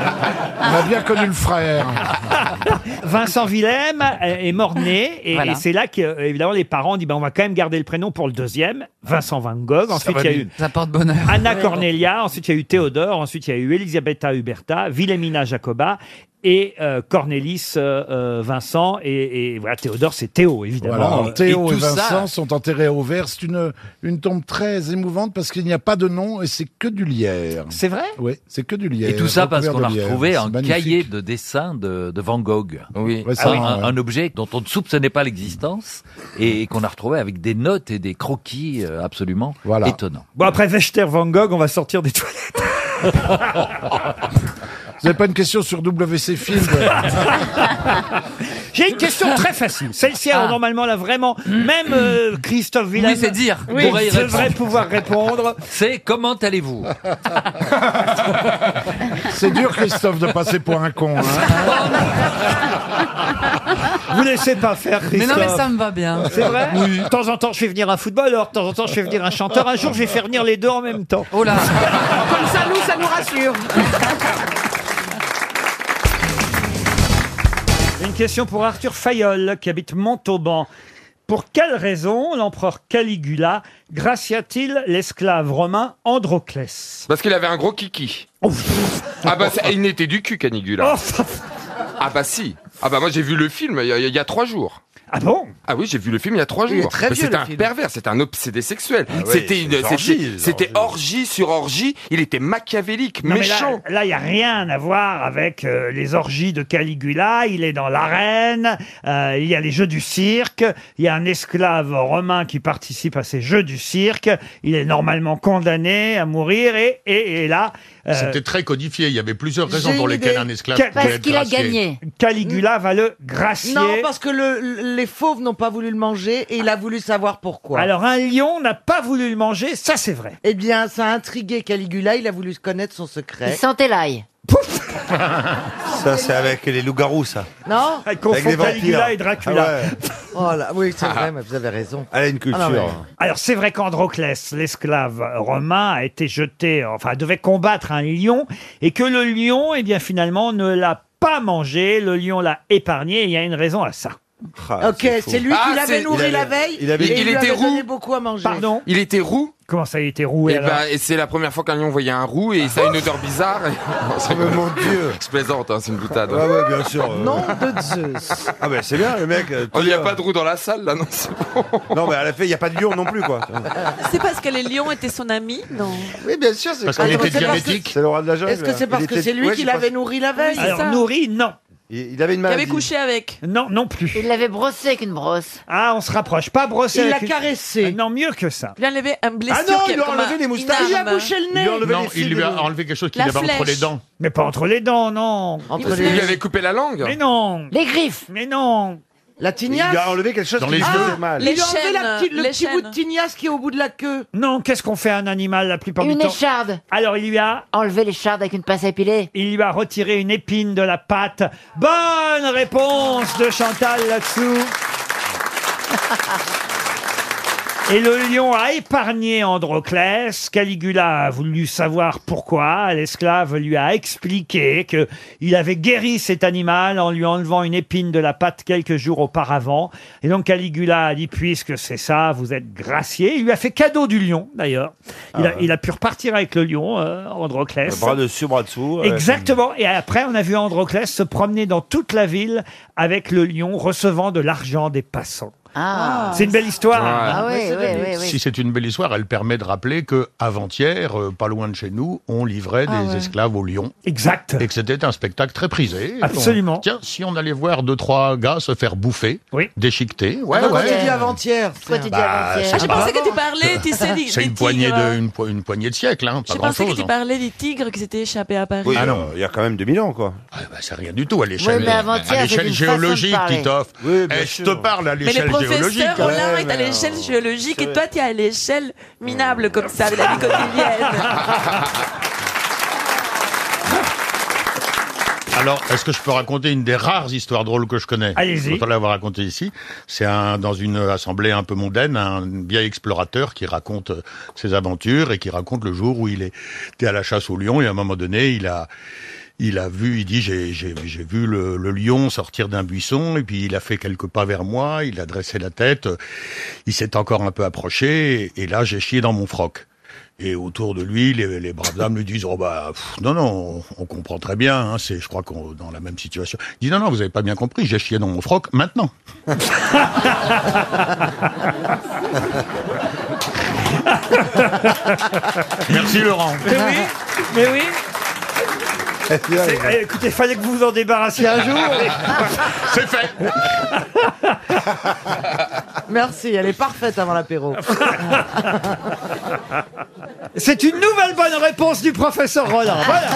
On a bien connu le frère.
Vincent Willem euh, est mort-né et,
Voilà.
et c'est là que euh, évidemment les parents ont dit ben, on va quand même garder le prénom pour le deuxième Vincent Van Gogh ensuite
va
il y a
bien.
eu
Ça porte bonheur.
Anna
Ouais.
Cornelia ensuite il y a eu Théodore ensuite il y a eu Elisabetta Huberta Wilhelmina Jacoba et euh, Cornelis euh, euh, Vincent et, et voilà Théodore c'est Théo évidemment
Voilà, Théo et,
tout ça-
Vincent sont enterrés au vert. C'est une, une tombe très émouvante parce qu'il n'y a pas de nom et c'est que du lierre.
C'est vrai
Oui, c'est que du lierre.
Et tout ça parce qu'on
recouvert
a
de lierre.
retrouvé
C'est
un
magnifique.
cahier de dessin de, de Van Gogh.
Oui.
Ouais, c'est
un,
vrai,
un-
ouais.
un objet dont on ne soupçonnait pas l'existence et qu'on a retrouvé avec des notes et des croquis euh, absolument étonnants.
Bon après Vechter Van Gogh on va sortir des toilettes
Vous n'avez pas une question sur WC Field
J'ai une question très facile. Celle-ci, alors
Ah.
normalement, là, vraiment, même euh, Christophe Willem
Oui, c'est dire.
Oui,
Pourrait y
devrait
répondre.
pouvoir répondre.
C'est comment allez-vous
C'est dur, Christophe, de passer pour un con. hein.
Vous laissez pas faire, Christophe.
Mais non, mais ça me va bien.
C'est vrai De temps en temps, je fais venir un footballeur, de temps en temps, je fais venir un chanteur. Un jour, je vais faire venir les deux en même temps.
Oh là
Comme ça, nous, ça nous rassure. Une question pour Arthur Fayol, qui habite Montauban. Pour quelle raison l'empereur Caligula gracia-t-il l'esclave romain Androclès
Parce qu'il avait un gros kiki. ah bah, c'est- il n'était du cul,
Oh,
Canigula. ah bah si. Ah bah moi j'ai vu le film il y, a- il y a trois jours.
Ah bon
Ah oui, j'ai vu le film il y a trois
Il est
jours.
très
Mais
vieux,
C'était
le
un
film.
pervers, c'était un obsédé sexuel.
oui,
c'était
c'est
une-
des orgies, des
c'était c'était orgie sur orgie. Il était machiavélique,
Non, mais
méchant.
là- Là, il n'y a rien à voir avec euh, les orgies de Caligula. Il est dans l'arène. euh, il y a les jeux du cirque. Il y a un esclave romain qui participe à ces jeux du cirque. Il est normalement condamné à mourir. Et, et, et là. euh,
C'était très codifié. Il y avait plusieurs
j'ai
raisons pour
une
lesquelles
idée.
un esclave
Ca-
pouvait être gracié.
Caligula va le gracier.
Non, parce que le- les fauves n'ont pas voulu le manger et il a voulu savoir pourquoi.
Alors un lion n'a pas voulu le manger, ça c'est vrai.
Eh bien, ça a intrigué Caligula, il a voulu connaître son secret.
Il sentait l'ail.
Ça, c'est avec les loups-garous, ça.
Non
Elle confond
Avec les vampires.
Caligula et Dracula.
Ah ouais.
Oh là, oui, c'est vrai, mais vous avez raison.
Elle a une culture.
Ah non, mais-
Alors c'est vrai qu'Androclès, l'esclave romain, a été jeté, enfin devait combattre un lion, et que le lion, eh bien finalement, ne l'a pas mangé, le lion l'a épargné, et il y a une raison à ça.
Ah,
ok, c'est
Ah,
lui qui l'avait nourri la veille
il avait-
et
il
lui
était
avait donné
roux.
beaucoup à manger.
Pardon
Il était roux.
Comment ça, il était roux
Et,
alors
bah, et c'est la première fois qu'un lion voyait un roux et ça a
Ah.
une odeur bizarre.
Oh,
mon dieu Je plaisante, hein, c'est une boutade.
Ah ouais, bien sûr. euh.
de Zeus.
Ah ben c'est bien, le mec.
euh,
Oh, Il n'y a pas de roux dans la salle là, non
Ah,
c'est bon.
Non, mais à la fin, il n'y a pas de lion non plus, quoi.
C'est parce que les lions étaient son ami Non.
Oui, bien sûr. Parce qu'il était diabétique. C'est le roi de la jungle.
Est-ce que c'est parce
Il
que
était-
c'est lui
Ouais,
qui
je pense-
l'avait nourri la veille
Alors nourri, non.
Il il avait une
Il avait
maladie.
couché-
Couché avec.
Non, non plus.
Il l'avait brossé avec une brosse.
Ah, on se rapproche, pas brossé.
Il
avec
l'a
une- Ah, Non, mieux que ça.
Il lui a enlevé un blessure. qui est comme un- une arme.
Non, il lui a enlevé quelque chose qu'il
La
avait entre
flèche.
les dents.
Mais pas entre les dents, non.
Il lui avait coupé la langue
Mais non.
Les griffes.
Mais non.
La tignasse
Il a enlevé quelque chose
Dans
qui
les
lui
yeux.
faisait mal.
Il lui a enlevé la
chaînes,
petite- le
les
petit bout de
chaînes.
tignasse qui est au bout de la queue.
Non, qu'est-ce qu'on fait à un animal la plupart
Une
du temps
écharde.
Alors il lui a
enlevé l'écharde avec une pince à épiler.
Il lui a retiré une épine de la patte. Bonne réponse de Chantal là-dessous. Et le lion a épargné Androclès. Caligula a voulu savoir pourquoi. L'esclave lui a expliqué que il avait guéri cet animal en lui enlevant une épine de la patte quelques jours auparavant. Et donc Caligula a dit puisque c'est ça, vous êtes gracié. Il lui a fait cadeau du lion d'ailleurs. Il, a,
Ah ouais.
il a pu repartir avec le lion, euh, Androclès.
Bras dessus, bras dessous. euh,
Exactement. Et après, on a vu Androclès se promener dans toute la ville avec le lion, recevant de l'argent des passants.
Ah.
C'est une belle histoire.
Ah oui, oui, oui, oui.
Si c'est une belle histoire, elle permet de rappeler que avant-hier, euh, pas loin de chez nous, on livrait
Ah
des
ouais.
esclaves au lion.
Exact.
Et que c'était un spectacle très prisé.
Absolument.
On- Tiens, si on allait voir deux trois gars se faire bouffer, déchiqueter, ouais,
Pourquoi
ouais.
tu dis avant-hier
Pourquoi tu dis Bah, avant-hier c'est
Ah, bah, j'ai
pas
pensé
grave.
que tu parlais, tu sais, des,
C'est
des
une poignée
tigres.
de une, po- une poignée de siècles, hein, pas
J'ai pensé que
grand-chose.
tu parlais des tigres qui s'étaient échappés à Paris.
Oui,
euh,
ah non, il y a quand même 2000 ans, quoi.
Ah, bah, c'est rien du tout à l'échelle,
Oui, mais avant-hier,
à
c'est
l'échelle
une
géologique,
façon de parler.
Titoff.
Oui, bien
Eh, je
sûr.
te parle à
Mais le
l'échelle géologique.
professeur
hein.
Rollin est à l'échelle géologique et toi, tu es à l'échelle minable comme ça, de la vie quotidienne.
Alors, est-ce que je peux raconter une des rares histoires drôles que je connais
Allez-y.
Je peux l'avoir racontée ici. C'est un, dans une assemblée un peu mondaine, un vieil explorateur qui raconte euh, ses aventures et qui raconte le jour où il est- était à la chasse au lion et à un moment donné, il a il a vu, il dit, j'ai j'ai- j'ai vu le, le lion sortir d'un buisson, et puis il a fait quelques pas vers moi, il a dressé la tête, euh, il s'est encore un peu approché, et là j'ai chié dans mon froc. Et autour de lui, les, les braves dames lui disent, oh bah, pff, non, non, on, on comprend très bien, hein, c'est, je crois qu'on est dans la même situation. Il dit, non, non, vous avez pas bien compris, j'ai chié dans mon froc, maintenant.
Ah,
Merci Laurent.
Mais oui, mais oui. C'est- eh, écoutez, fallait que vous vous en débarrassiez un jour.
C'est fait.
Merci, elle est parfaite avant l'apéro.
C'est une nouvelle bonne réponse du professeur Rollin. Voilà.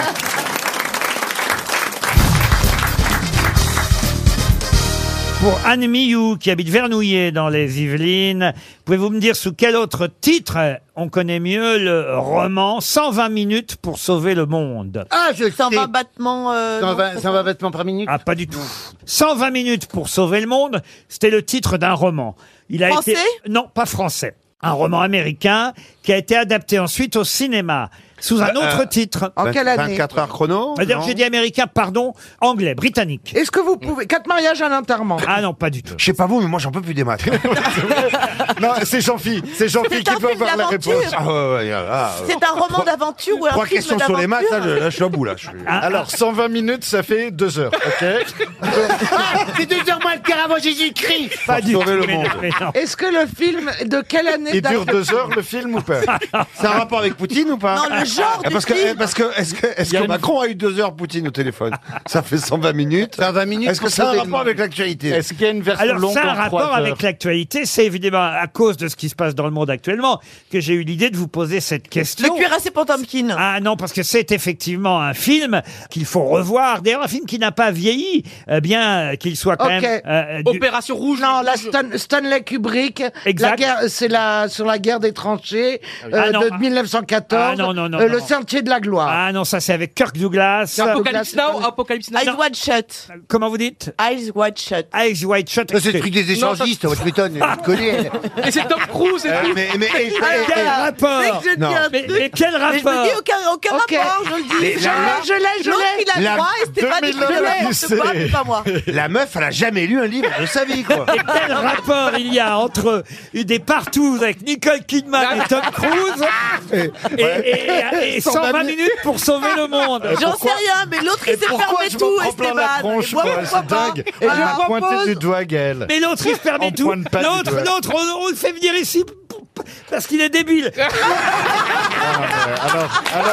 pour Anne Millou, qui habite Vernouillet dans les Yvelines. Pouvez-vous me dire sous quel autre titre euh, on connaît mieux le roman 120 minutes pour sauver le monde
Ah, je 120 battements. Euh,
120
non,
battements par minute Ah, pas du tout. 120 minutes pour sauver le monde, c'était le titre d'un roman. Il a
Français
été... Non, pas français. Un roman américain qui a été adapté ensuite au cinéma sous un
Euh,
autre
euh,
titre.
en quelle année 24 heures chrono,
D'ailleurs,
non
j'ai dit américain, pardon, anglais, britannique.
Est-ce que vous pouvez. Quatre mariages à l'enterrement.
Ah non, pas du tout.
Je sais pas vous, mais moi j'en peux plus des maths. hein. non, c'est Jean-Phi. C'est Jean-Phi qui doit avoir la
d'aventure.
réponse. Ah ouais, ouais, ah, ouais.
C'est un roman d'aventure ou un
Trois
film
questions sur les maths, là, je, là, je suis à bout là. Je suis-
Ah.
Alors, 120 minutes, ça fait 2 heures, ok
Ah, c'est deux heures moins le quart avant Jésus-Christ.
Pas du sauver tout. le monde.
Est-ce que le film de quelle année
Il dure deux heures le film ou pas C'est un rapport avec Poutine ou pas
Non, le genre
Ah,
du
Parce que,
film.
parce que est-ce que, est-ce que Macron a eu deux heures Poutine au téléphone Ça fait 120 minutes. 120 minutes. Est-ce que
pour
ça a un
sauver le
rapport
monde.
avec l'actualité
Est-ce qu'il y a une Alors, ça a un rapport avec l'actualité. C'est évidemment à cause de ce qui se passe dans le monde actuellement que j'ai eu l'idée de vous poser cette question. Le cuirassé pour Tompkin. Ah non, parce que c'est effectivement un film qu'il faut revoir. D'ailleurs, un film qui n'a pas vieilli, euh, bien euh, qu'il soit quand
Ok.
même... euh,
Opération
Rouge.
Non, la Stan- Stanley Kubrick.
Exact.
La guerre, c'est la sur la guerre des tranchées
oui.
euh,
Ah non,
de
ah-
1914.
ah non, non, non,
euh, Le
non.
sentier de la gloire.
Ah non, ça c'est avec Kirk Douglas.
Apocalypse Now,
Apocalypse Now. Eyes Wide Shut. Comment vous dites Eyes Wide Shut. Eyes Wide Shut.
C'est le truc des échangistes, ouais, tu m'étonnes, tu te connais.
Et c'est Tom Cruise
et Euh, tout. mais- mais- et- et-
Ah, quel
et-
rapport
Dès que je dis un
mais,
truc-
mais quel
Mais je me
rapport
dis aucun-
aucun rapport, je le dis.
Mais
Je
la-
l'ai, je l'ai, je
L'autre,
l'ai.
il a La- droit et Stéphane, il fait 2000 n'importe quoi, mais pas
moi.
La meuf, elle a jamais lu un livre de sa vie, quoi.
Et quel rapport il y a entre une des partout avec Nicole Kidman et Tom Cruise et, et- et 120 minutes pour sauver le monde
J'en sais rien, mais l'autre il s'est fermé tout, Esteban. Et moi, pourquoi pas Et je propose.
doigt, Gaël.
Mais l'autre, il se permet
On
tout.
pointe pas du
L'autre,
doigt.
l'autre, on, on le fait venir ici p- p- parce qu'il est débile.
Alors, alors.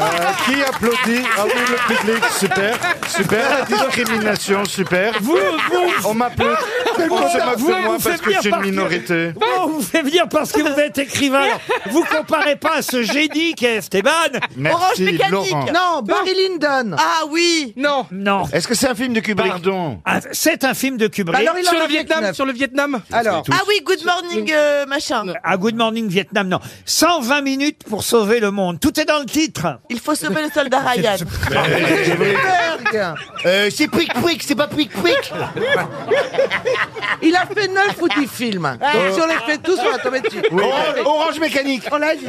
euh, qui applaudit Ah oui, le public, super, super, la discrimination, super.
Vous, vous. Ah,
On m'applaudit. On se moque
Vous,
de moi
vous
parce
faites
que
venir
c'est une
parce
minorité.
Bon, on vous fait venir parce que vous êtes écrivain. Alors, vous comparez pas à ce génie qu'est Esteban.
Merci, Mécanique. Laurent.
Non, Barry Lyndon. Ah oui.
Non. Non.
Est-ce que c'est un film de Kubrick
Pardon. c'est un film de Kubrick.
Sur le Vietnam, sur le Vietnam. Alors. Ah oui, Good Morning euh, machin.
À Ah, Good Morning Vietnam, non. 120 minutes pour sauver le monde. Tout est dans le titre.
Il faut sauver le soldat Ryan.
hein.
Spielberg.
Euh, c'est Prick Prick, c'est pas Prick Prick.
Il a fait 9 ou 10 films. Donc, si on les fait tous, on va tomber dessus.
Ah. Oui.
Orange,
Orange Mécanique.
On l'a dit.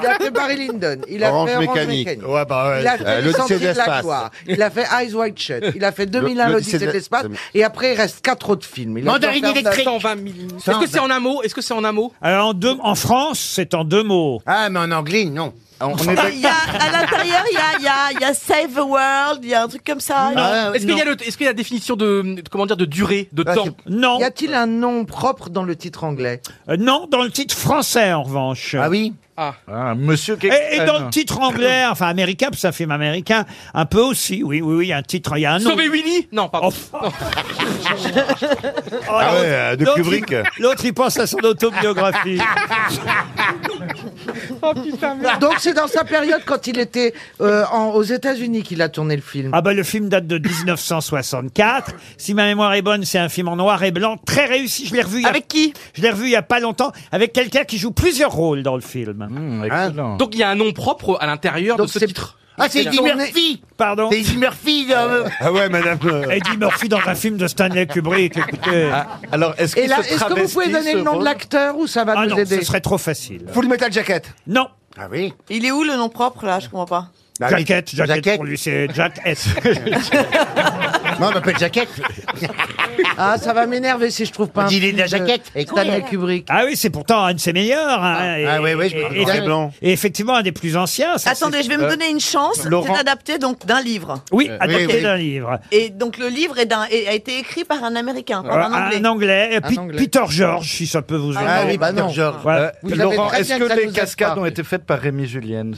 Il a fait Barry Lyndon. Il a
Orange
fait Orange
Mécanique.
Mécanique.
Ouais, bah ouais.
Il a fait
Euh,
Le
l'Odyssée
Sentier
de
de la
l'espace.
gloire. Il a fait Eyes Wide Shut. Il a fait 2001
Le-
l'Odyssée de l'espace. Et après, il reste 4 autres films. Il a
Mandarine
fait
électrique.
120 000.
Est-ce que c'est en un mot Est-ce que c'est en un mot
Alors, en, deux, en France, c'est en deux mots. Ah, mais en anglais, non.
Il y a, à l'intérieur, il y a, il y, a, il y a Save the World, il y a un truc comme ça.
Ah,
Ah,
Est-ce qu'il y a le- est-ce qu'il y a la définition de, de- comment dire de durée, de temps
Non.
Y a-t-il un nom propre dans le titre anglais
Euh, non, dans le titre français, en revanche. Ah oui
Ah.
monsieur et, et dans le titre anglais, enfin américain, parce que c'est un film américain, un peu aussi, oui, oui, oui, il y a un titre, il y a un nom.
Sauver Winnie Non, pardon.
Oh.
Ah ouais, euh, de
L'autre,
Kubrick.
il- L'autre, il pense à son autobiographie. Oh,
Donc c'est dans sa période quand il était euh, en- aux États-Unis qu'il a tourné le film.
Ah bah le film date de 1964. Si ma mémoire est bonne, c'est un film en noir et blanc très réussi. Je l'ai revu. Avec qui Je l'ai revu il y a pas longtemps avec quelqu'un qui joue plusieurs rôles dans le film.
excellent. Donc il y a un nom propre à l'intérieur de ce titre.
Ah,
Pardon.
C'est Eddie
Murphy. euh,
Ah ouais, madame.
Eddie Murphy dans un film de Stanley Kubrick. Écoutez.
Ah, alors est-ce
Et là, est-ce que vous pouvez donner le nom de l'acteur ou ça va
Ah
nous
non,
aider
ce serait trop facile.
Full Metal Jacket.
Non.
Ah oui.
Il est où le nom propre là Je comprends pas.
Jacket, jacket, pour lui c'est Jack S.
Non, on m'appelle Jacket.
Ah, ça va m'énerver si je trouve pas. un
Il est
film
de la jaquette.
de Stanley Kubrick.
Ah oui, c'est pourtant un de ses meilleurs. hein, et,
ah oui, oui, je me
et-
rappelle. Noir et blanc.
et effectivement un des plus anciens. ça,
Attendez,
c'est- Euh,
je vais
Euh,
me donner une chance.
Laurent.
C'est adapté donc d'un livre.
Oui,
Euh,
adapté
oui, oui.
d'un livre.
Et donc le livre est d'un- est- a été écrit par un Américain,
Euh,
par un Hein, Anglais.
Un anglais,
Un
Pi-
Anglais.
Peter George, si ça peut vous aider.
Ah oui, bah non.
Voilà.
Euh, Laurent, est-ce que les cascades ont été faites par Rémi Julien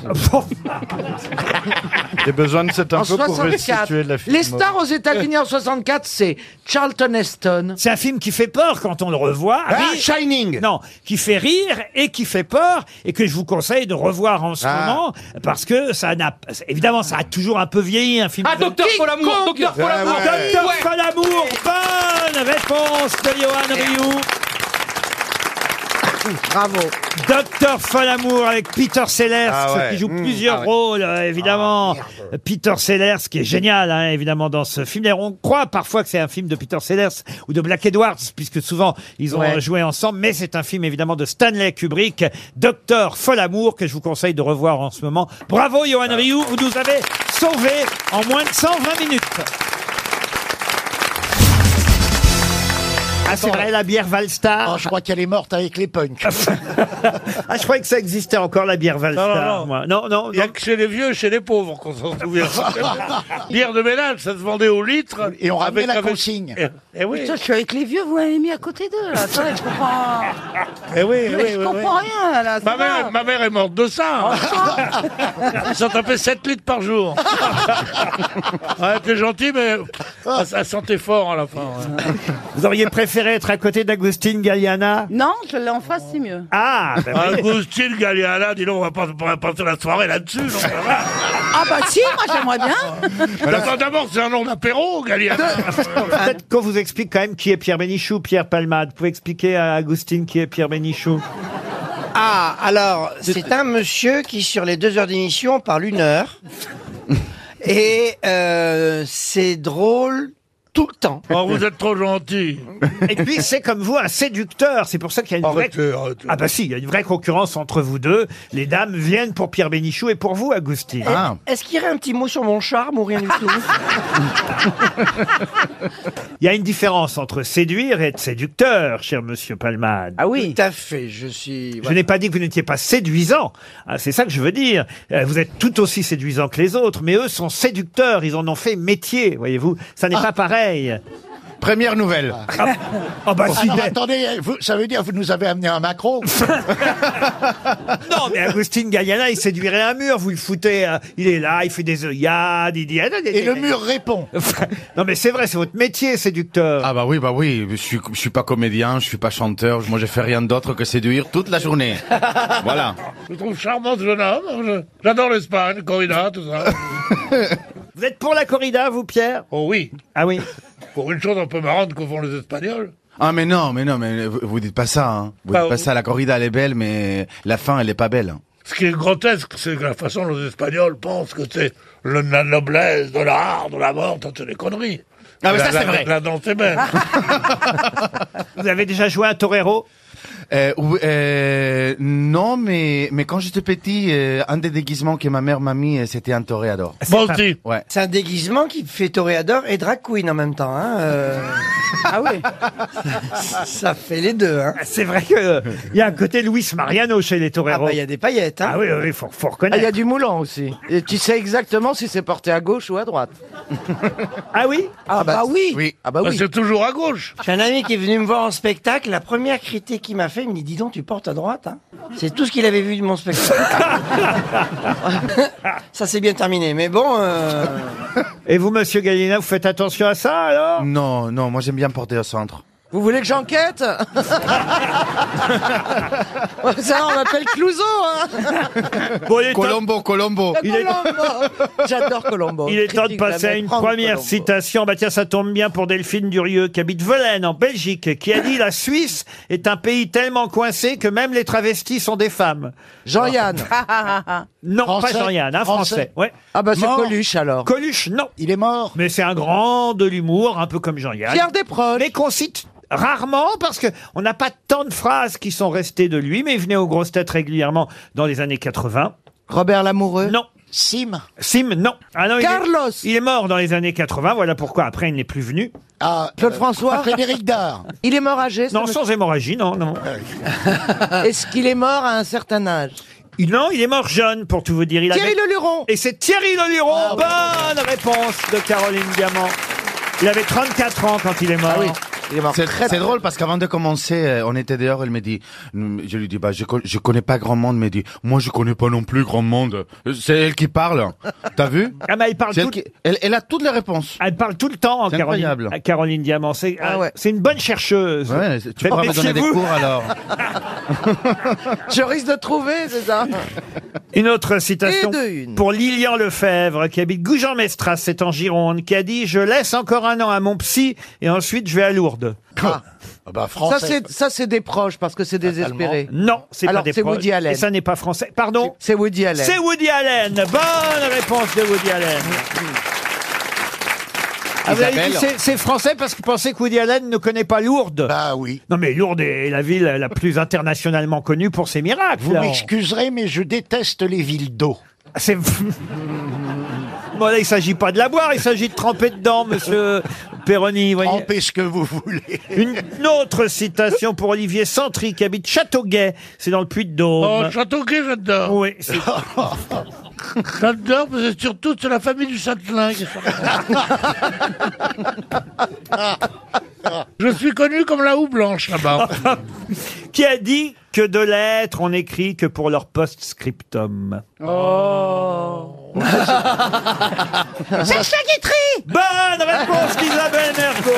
J'ai besoin de cet
En
info pour
64,
restituer la
les
film.
stars aux États-Unis en 64, c'est Charlton
Charlton Heston. C'est un film qui fait peur quand on le revoit. Ah, Shining Non, qui fait rire et qui fait peur et que je vous conseille de revoir en ce moment parce que ça n'a... Évidemment, ça a toujours un peu vieilli, un film...
Ah, Docteur King Folamour, Kong Docteur Folamour. Ah ouais.
Docteur
Ouais.
Folamour Bonne réponse de Johan Rioux Bravo. Docteur Folamour avec Peter Sellers
Ah ouais.
qui joue
Mmh.
plusieurs
Ah ouais.
rôle, euh, évidemment. Peter Sellers, qui est génial, hein, évidemment, dans ce film. D'ailleurs, on croit parfois que c'est un film de Peter Sellers ou de Black Edwards, puisque souvent, ils ont
Ouais.
euh, joué ensemble. Mais c'est un film, évidemment, de Stanley Kubrick, Docteur Folamour, que je vous conseille de revoir en ce moment. Bravo, Johan Rioux, vous nous avez sauvés en moins de 120 minutes. Ah, c'est vrai, la bière Valstar. je crois qu'elle est morte avec les punks. ah, je croyais que ça existait encore, la bière Valstar. moi. Ah, Non, non, non.
Il n'y a que chez les vieux et chez les pauvres qu'on s'en souvient. Bière de ménage, ça se vendait au litre.
Et on ramenait la
consigne. Eh, eh oui.
Putain, je suis avec les vieux, vous m'avez mis à côté d'eux, là. Attendez, je comprends.
Eh oui,
Mais
oui,
je
oui,
comprends
oui. Bah, euh,
rien, là.
Ma
ça va.
mère, ma mère est morte de ça. hein. Ils s'en tapaient 7 litres par jour. ouais, t'es gentil, mais ça, ça sentait fort à la fin. ouais.
Vous auriez préféré être à côté d'Agustin Galliana
Non, je l'ai en face, c'est mieux.
Ah, ben oui.
Agustin Galliana, dis donc, on va pas on va pas passer la soirée là-dessus. non, ça va.
Ah bah si, moi j'aimerais bien.
Attends, D'abord, c'est un nom d'apéro, Galliana.
Peut-être qu'on vous explique quand même qui est Pierre Bénichou, Pierre Palmade. Vous pouvez expliquer à Agustin qui est Pierre Bénichou
Ah, alors, c'est un monsieur qui, sur les deux heures d'émission, parle une heure. Et euh, c'est drôle tout le temps. Oh, vous êtes trop gentil.
Et puis, c'est comme vous, un séducteur. C'est pour ça qu'il y a une vraie... Ah bah si, il y a une vraie concurrence entre vous deux. Les dames viennent pour Pierre Bénichou et pour vous, Agustin.
Ah.
Est-ce qu'il y aurait un petit mot sur mon charme ou rien du tout
Il y a une différence entre séduire et être séducteur, cher monsieur Palmade. Ah
oui Tout à fait, je suis...
Je n'ai pas dit que vous n'étiez pas séduisant. Ah, c'est ça que je veux dire. Euh, Vous êtes tout aussi séduisant que les autres, mais eux sont séducteurs. Ils en ont fait métier, voyez-vous. Ça n'est pas pareil.
Première nouvelle.
Ah, ah bah si,
Alors,
dès-
attendez, vous- ça veut dire que vous nous avez amené un macro
Ah. Non, mais Agustin Galliana, il séduirait un mur. Vous le foutez. euh, il est là, il fait des œillades. Il dit. ah, Et le mur
répond.
non, mais c'est vrai, c'est votre métier, séducteur.
Ah bah oui, bah oui, je suis, je suis pas comédien, je suis pas chanteur, moi je fais rien d'autre que séduire toute la journée. voilà.
Je le trouve charmant ce jeune homme. Je- J'adore l'Espagne, corrida, tout ça.
vous êtes pour la corrida, vous, Pierre
Oh oui.
Ah oui.
Pour une chose un peu marrante que font les Espagnols.
Ah mais non, mais non, mais vous, vous dites pas ça, hein. Vous
Bah,
dites pas
vous-
ça, la corrida elle est belle, mais la fin elle est pas belle.
Ce qui est grotesque, c'est que la façon dont les Espagnols pensent que c'est le- la noblesse, de l'art, de la mort, toutes les conneries.
Ah, mais
La-
ça, c'est
la-
vrai.
La danse est belle.
Ah.
Oh,
Vous avez déjà joué à Torero
euh, oui, euh, Non, mais, mais quand j'étais petit, euh, un des déguisements que ma mère m'a mis, euh, c'était un toréador. Ouais.
C'est un déguisement qui fait toréador et drag queen en même temps. Hein ah oui Ça fait les deux. Hein.
C'est vrai que euh, il y a un côté Luis Mariano chez les Toreros.
Ah bah il y a des paillettes.
Ah oui, oui, oui, faut, faut reconnaître.
Ah, Il y a du moulant aussi. Et tu sais exactement si c'est porté à gauche ou à droite.
ah oui
Ah bah, oui.
Ah bah oui.
C'est toujours à gauche. J'ai un ami qui est venu me voir en spectacle. La première critique qu'il m'a fait, il me dit Dis donc, tu portes à droite. hein. C'est tout ce qu'il avait vu de mon spectacle. ça s'est bien terminé. Mais bon. euh,
Et vous, monsieur Gallina, vous faites attention à ça alors
Non, non, moi j'aime bien porter au centre.
Vous voulez que j'enquête Ça, on m'appelle Clouseau. Hein
Colombo, Colombo.
Il est- J'adore Colombo.
Il est temps de
Critique la
passer à
mère
une
Franck
première
Colombo.
citation. Bah tiens, ça tombe bien pour Delphine Durieux, qui habite Velaine, en Belgique, qui a dit « La Suisse est un pays tellement coincé que même les travestis sont des femmes. »
Jean-Yann.
Non,
Français.
pas Jean-Yann, hein, un Français.
Français.
Ouais.
Ah bah, c'est
Mort.
Coluche, alors.
Coluche, non.
Il est mort.
Mais c'est un grand de l'humour, un peu comme Jean-Yann.
Pierre
Desproges. Mais qu'on cite rarement parce que on n'a pas tant de phrases qui sont restées de lui, mais il venait aux grosses têtes régulièrement dans les années 80.
Robert Lamoureux.
Non.
Sim.
Sim, non. Ah non, il est-
Carlos.
il est mort dans les années 80, voilà pourquoi après il n'est plus venu. Euh,
Ah,
Claude François.
Frédéric Dard.
Il est mort âgé. ce
Non,
monsieur. Ah,
sans hémorragie, non, non.
Est-ce qu'il est mort à un certain âge
Il- Non, il est mort jeune, pour tout vous dire. Il
Thierry
Leluron Et c'est Thierry Leluron
Ah
Ah
Ah
Bonne réponse de Caroline Diamant. Il avait 34 ans quand il est mort.
C'est
très-
c'est drôle parce qu'avant de commencer, euh, on était dehors, elle me dit, je lui dis, bah, je, con- je connais pas grand monde, elle me dit, moi je connais pas non plus grand monde. Euh, C'est elle qui parle. T'as vu?
Ah, bah, elle parle
C'est
tout-
elle, qui- elle- elle a toutes les réponses.
Elle parle tout le temps,
C'est
Caroline, euh,
incroyable.
Caroline Diamant. C'est
Ah
euh, c'est une bonne chercheuse.
Ouais, tu pourras me donner des
Méfiez-vous.
cours alors.
Je risque de trouver, c'est ça
Une autre citation
Et de une.
pour Lilian Lefebvre, qui habite Goujan-Mestras, c'est en Gironde, qui a dit « Je laisse encore un an à mon psy et ensuite je vais à Lourdes
Ah
bah, français. Ça, c'est- ça, c'est des proches parce que c'est désespéré.
Non, c'est pas
Alors,
des
c'est
proches.
Woody Allen.
Et ça n'est pas français. Pardon
C'est Woody Allen.
C'est Woody Allen. Bonne réponse de Woody Allen. Ah, vous avez dit
Isabelle.
c'est- c'est français parce que vous pensez que Woody Allen ne connaît pas Lourdes Bah oui. Non mais Lourdes est la ville la plus internationalement connue pour ses miracles.
Vous
là.
m'excuserez, mais je déteste les villes d'eau.
C'est... Bon, là, il s'agit pas de la boire, il s'agit de tremper dedans, monsieur Perroni. Tremper
ce que vous voulez.
Une autre citation pour Olivier Santry, qui habite Châteauguay. C'est dans le Puy-de-Dôme.
Oh, Châteauguay, j'adore.
Oui. c'est-
Oh,
J'adore, parce que surtout, c'est la famille du Châtelain. qui est sur- Je suis connu comme la houe blanche là-bas.
qui a dit que de lettres, on écrit que pour leur post-scriptum.
Oh.
Sacha
E.
Guitry Bonne réponse d'Isabelle Mergo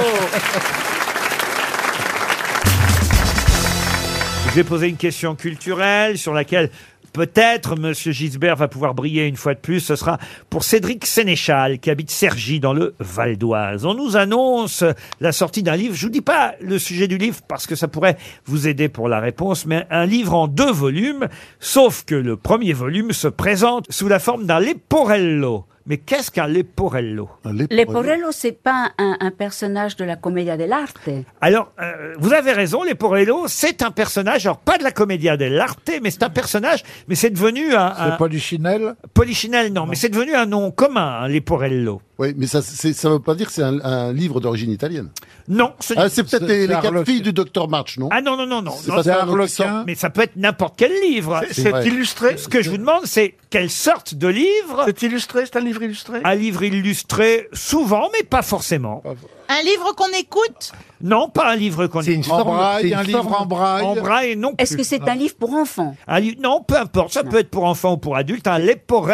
Je vais poser une question culturelle sur laquelle peut-être Monsieur Gisbert va pouvoir briller une fois de plus. Ce sera pour Cédric Sénéchal qui habite Cergy dans le Val d'Oise. On nous annonce la sortie d'un livre. Je vous dis pas le sujet du livre parce que ça pourrait vous aider pour la réponse, mais un livre en deux volumes. Sauf que le premier volume se présente sous la forme d'un Leporello. Mais qu'est-ce qu'un Leporello
Leporello, c'est pas un, un personnage de la commedia dell'arte.
Alors, euh, vous avez raison, les Porello, c'est un personnage, alors pas de la commedia dell'arte, mais c'est un personnage, mais c'est devenu un...
C'est
Polichinelle Polichinelle, non, mais c'est devenu un nom commun, hein, les Porello.
Oui, mais ça ne veut pas dire que c'est un, un livre d'origine italienne.
Non,
Ah, c'est peut-être les, les quatre filles du
docteur March, non Ah non, non, non, non.
C'est
non,
pas
c'est
ça,
un
Harlequin
autre- Mais ça peut être n'importe quel livre.
C'est- C'est c'est vrai.
illustré Ce que je vous demande, c'est quelle sorte de livre C'est illustré, c'est un livre illustré Un livre illustré, souvent, mais pas forcément.
Un livre qu'on écoute
Non, pas un livre qu'on C'est une
forme- braille, c'est une un livre forme-
en braille. En braille, non.
Est-ce que c'est un
livre pour enfants Ah, Non, peu importe. Ça peut être pour enfants ou pour adultes. Un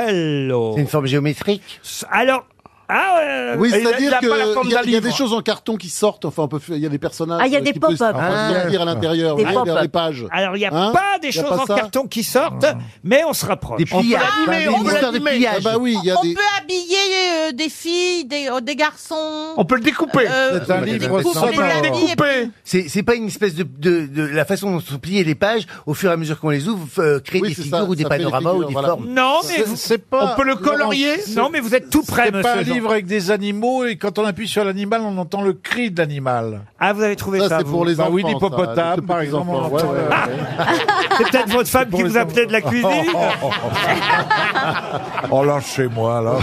leporello. C'est une forme géométrique Alors. Ah, euh,
Oui,
il a- il
c'est-à-dire
a
qu'il
pas la forme
y, a-
d'un
il y a des
livre.
choses en carton qui sortent. Enfin, on peut, faire- il y a des personnages.
Ah, il y a
euh,
des
qui peuvent
pop-up.
se- sortir à l'intérieur,
Des
oui, des,
pop-up.
des pages.
Ah. Alors, il n'y a
Hein
pas des
Il y a
choses
pas
en
ça
carton qui sortent, mais on se rapproche.
Des pliages. Ah, mais on peut l'animer. Ah bah oui, il y a
on
des-
peut habiller euh, des filles, des, euh, des garçons.
On peut le découper.
Euh,
C'est un
on
livre
découpe
sans
les habits et puis-
C'est c'est pas une espèce de, de, de- la façon dont sont pliées les pages au fur et à mesure qu'on les ouvre, euh, créer des figures ou des panoramas ou des formes.
Non, mais vous-
On peut le colorier
Non, mais vous êtes tout près,
C'est pas
monsieur
un
Jean.
livre avec des animaux et quand on appuie sur l'animal, on entend le cri de l'animal.
Ah, vous avez trouvé ça,
c'est
vous
pour les
Bah
enfants.
oui,
ça, les
l'hippopotame,
tout
par
petits
exemple,
enfants,
on
ouais,
l'entend.
ouais,
Ah C'est peut-être votre femme qui vous a appelé de la cuisine.
Oh, lâchez-moi, là.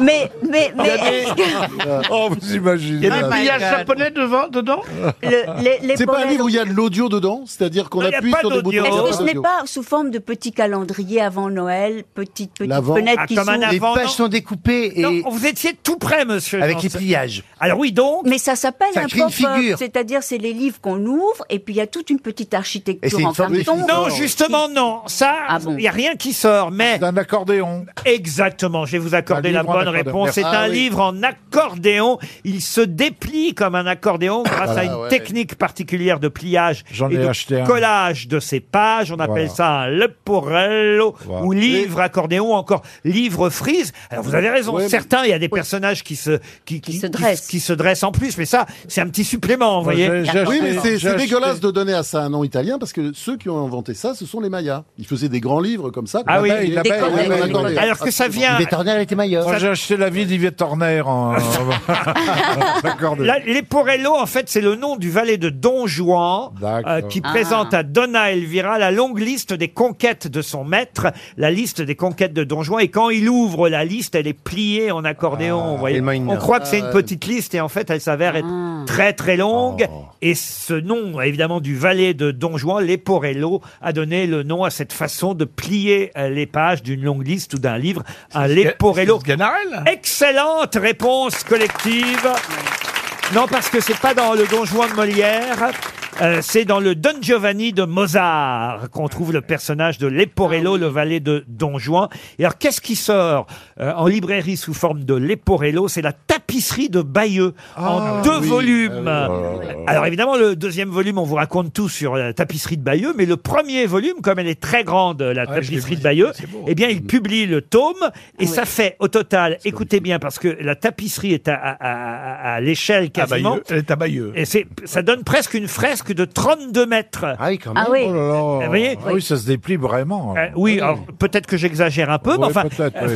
Mais, mais,
Il y a
mais.
des- Oh, vous imaginez.
Il y a des
Oh my
pillages
God.
japonais
devant, dedans
Le- les- les
C'est pas un
Porello-
livre où il y a de l'audio dedans C'est-à-dire qu'on
Non, il y a
appuie
pas
sur des boutons. Il
d'audio.
y a
Est-ce que
pas
ce n'est
d'audio.
pas sous forme de petit calendrier avant Noël, petite petite
L'avant.
fenêtre
Ah,
qui
comme un
s'ouvre
Les avant, pages non sont
découpées
Non, vous étiez tout près, monsieur.
Avec
Jean.
les
pliages.
Alors oui, donc.
Mais ça s'appelle
Ça
un
crée une
pop-up,
figure.
c'est-à-dire c'est les livres qu'on oure et puis il y a toute une petite architecture en carton.
Non, justement, non. Ça, il
Ah
n'y a rien qui sort, mais... D'un accordéon. Exactement, je vais vous accorder
Un
la
livre en
bonne
accordéon.
réponse. C'est
Ah
un
oui.
livre en accordéon. Il se déplie comme un accordéon grâce
Ah, Voilà,
à une
ouais.
technique particulière de pliage
J'en
et
ai
de
acheté un.
collage de ses pages. On appelle
Voilà.
ça un leporello
Voilà.
ou livre accordéon, encore livre frise. Alors, vous avez raison,
Ouais, mais-
certains, il y a des personnages qui se, qui, qui- qui- qui se dressent en plus, mais ça, c'est un petit supplément, vous
Moi,
voyez.
j'ai- j'ai
Oui, mais c'est- c'est dégueulasse
de
de donner à ça un nom italien parce que ceux qui ont inventé ça, ce sont les Mayas. Ils faisaient des grands livres comme ça.
Ah oui, la Des belle, corbeilles, la belle, des corbeilles.
Alors que ça vient.
était maillot. Moi, j'ai acheté la vie hein. d'Yvette Torner en. Accordé.
Là, les Porello, en fait, c'est le nom du valet de Don Juan euh, qui
Ah.
présente à Donna Elvira la longue liste des conquêtes de son maître, la liste des conquêtes de Don Juan. Et quand il ouvre la liste, elle est pliée en accordéon. vous voyez.
Elmaïna.
On croit que c'est une
Ah,
petite liste et en fait, elle s'avère être très très longue. Et ce nom, évidemment, du valet de Don Juan, les Porello, a donné le nom à cette façon de plier euh, les pages d'une longue liste ou d'un livre. Un Leporello. Excellente réponse collective. Non, parce que c'est pas dans le Don Juan de Molière. euh, c'est dans le Don Giovanni de Mozart qu'on trouve le personnage de Leporello, le valet de Don Juan. Et alors, qu'est-ce qui sort euh, en librairie sous forme de Leporello C'est la tapisserie de Bayeux en deux
oui.
Euh,
volumes.
Ah oui.
Bah, Alors évidemment, le deuxième volume, on vous raconte tout sur la tapisserie de Bayeux, mais le premier volume, comme elle est très grande, la tapisserie de Bayeux, eh bien,
Mm.
il publie le tome et ça fait au total, écoutez bien, parce que la tapisserie est à, à- à- à- à l'échelle
bah,
quasiment.
Bayeux, elle Ah, bah, est euh, à Bayeux.
Et c'est, ça donne presque une fresque de 32 mètres. Ah oui, quand
même. Ah oui. Oh là
Vous voyez
Ah oui, ça se déplie vraiment. Ah
Euh, oui, alors, peut-être que j'exagère un peu,
Ouais,
mais enfin. euh,
peut-être, oui.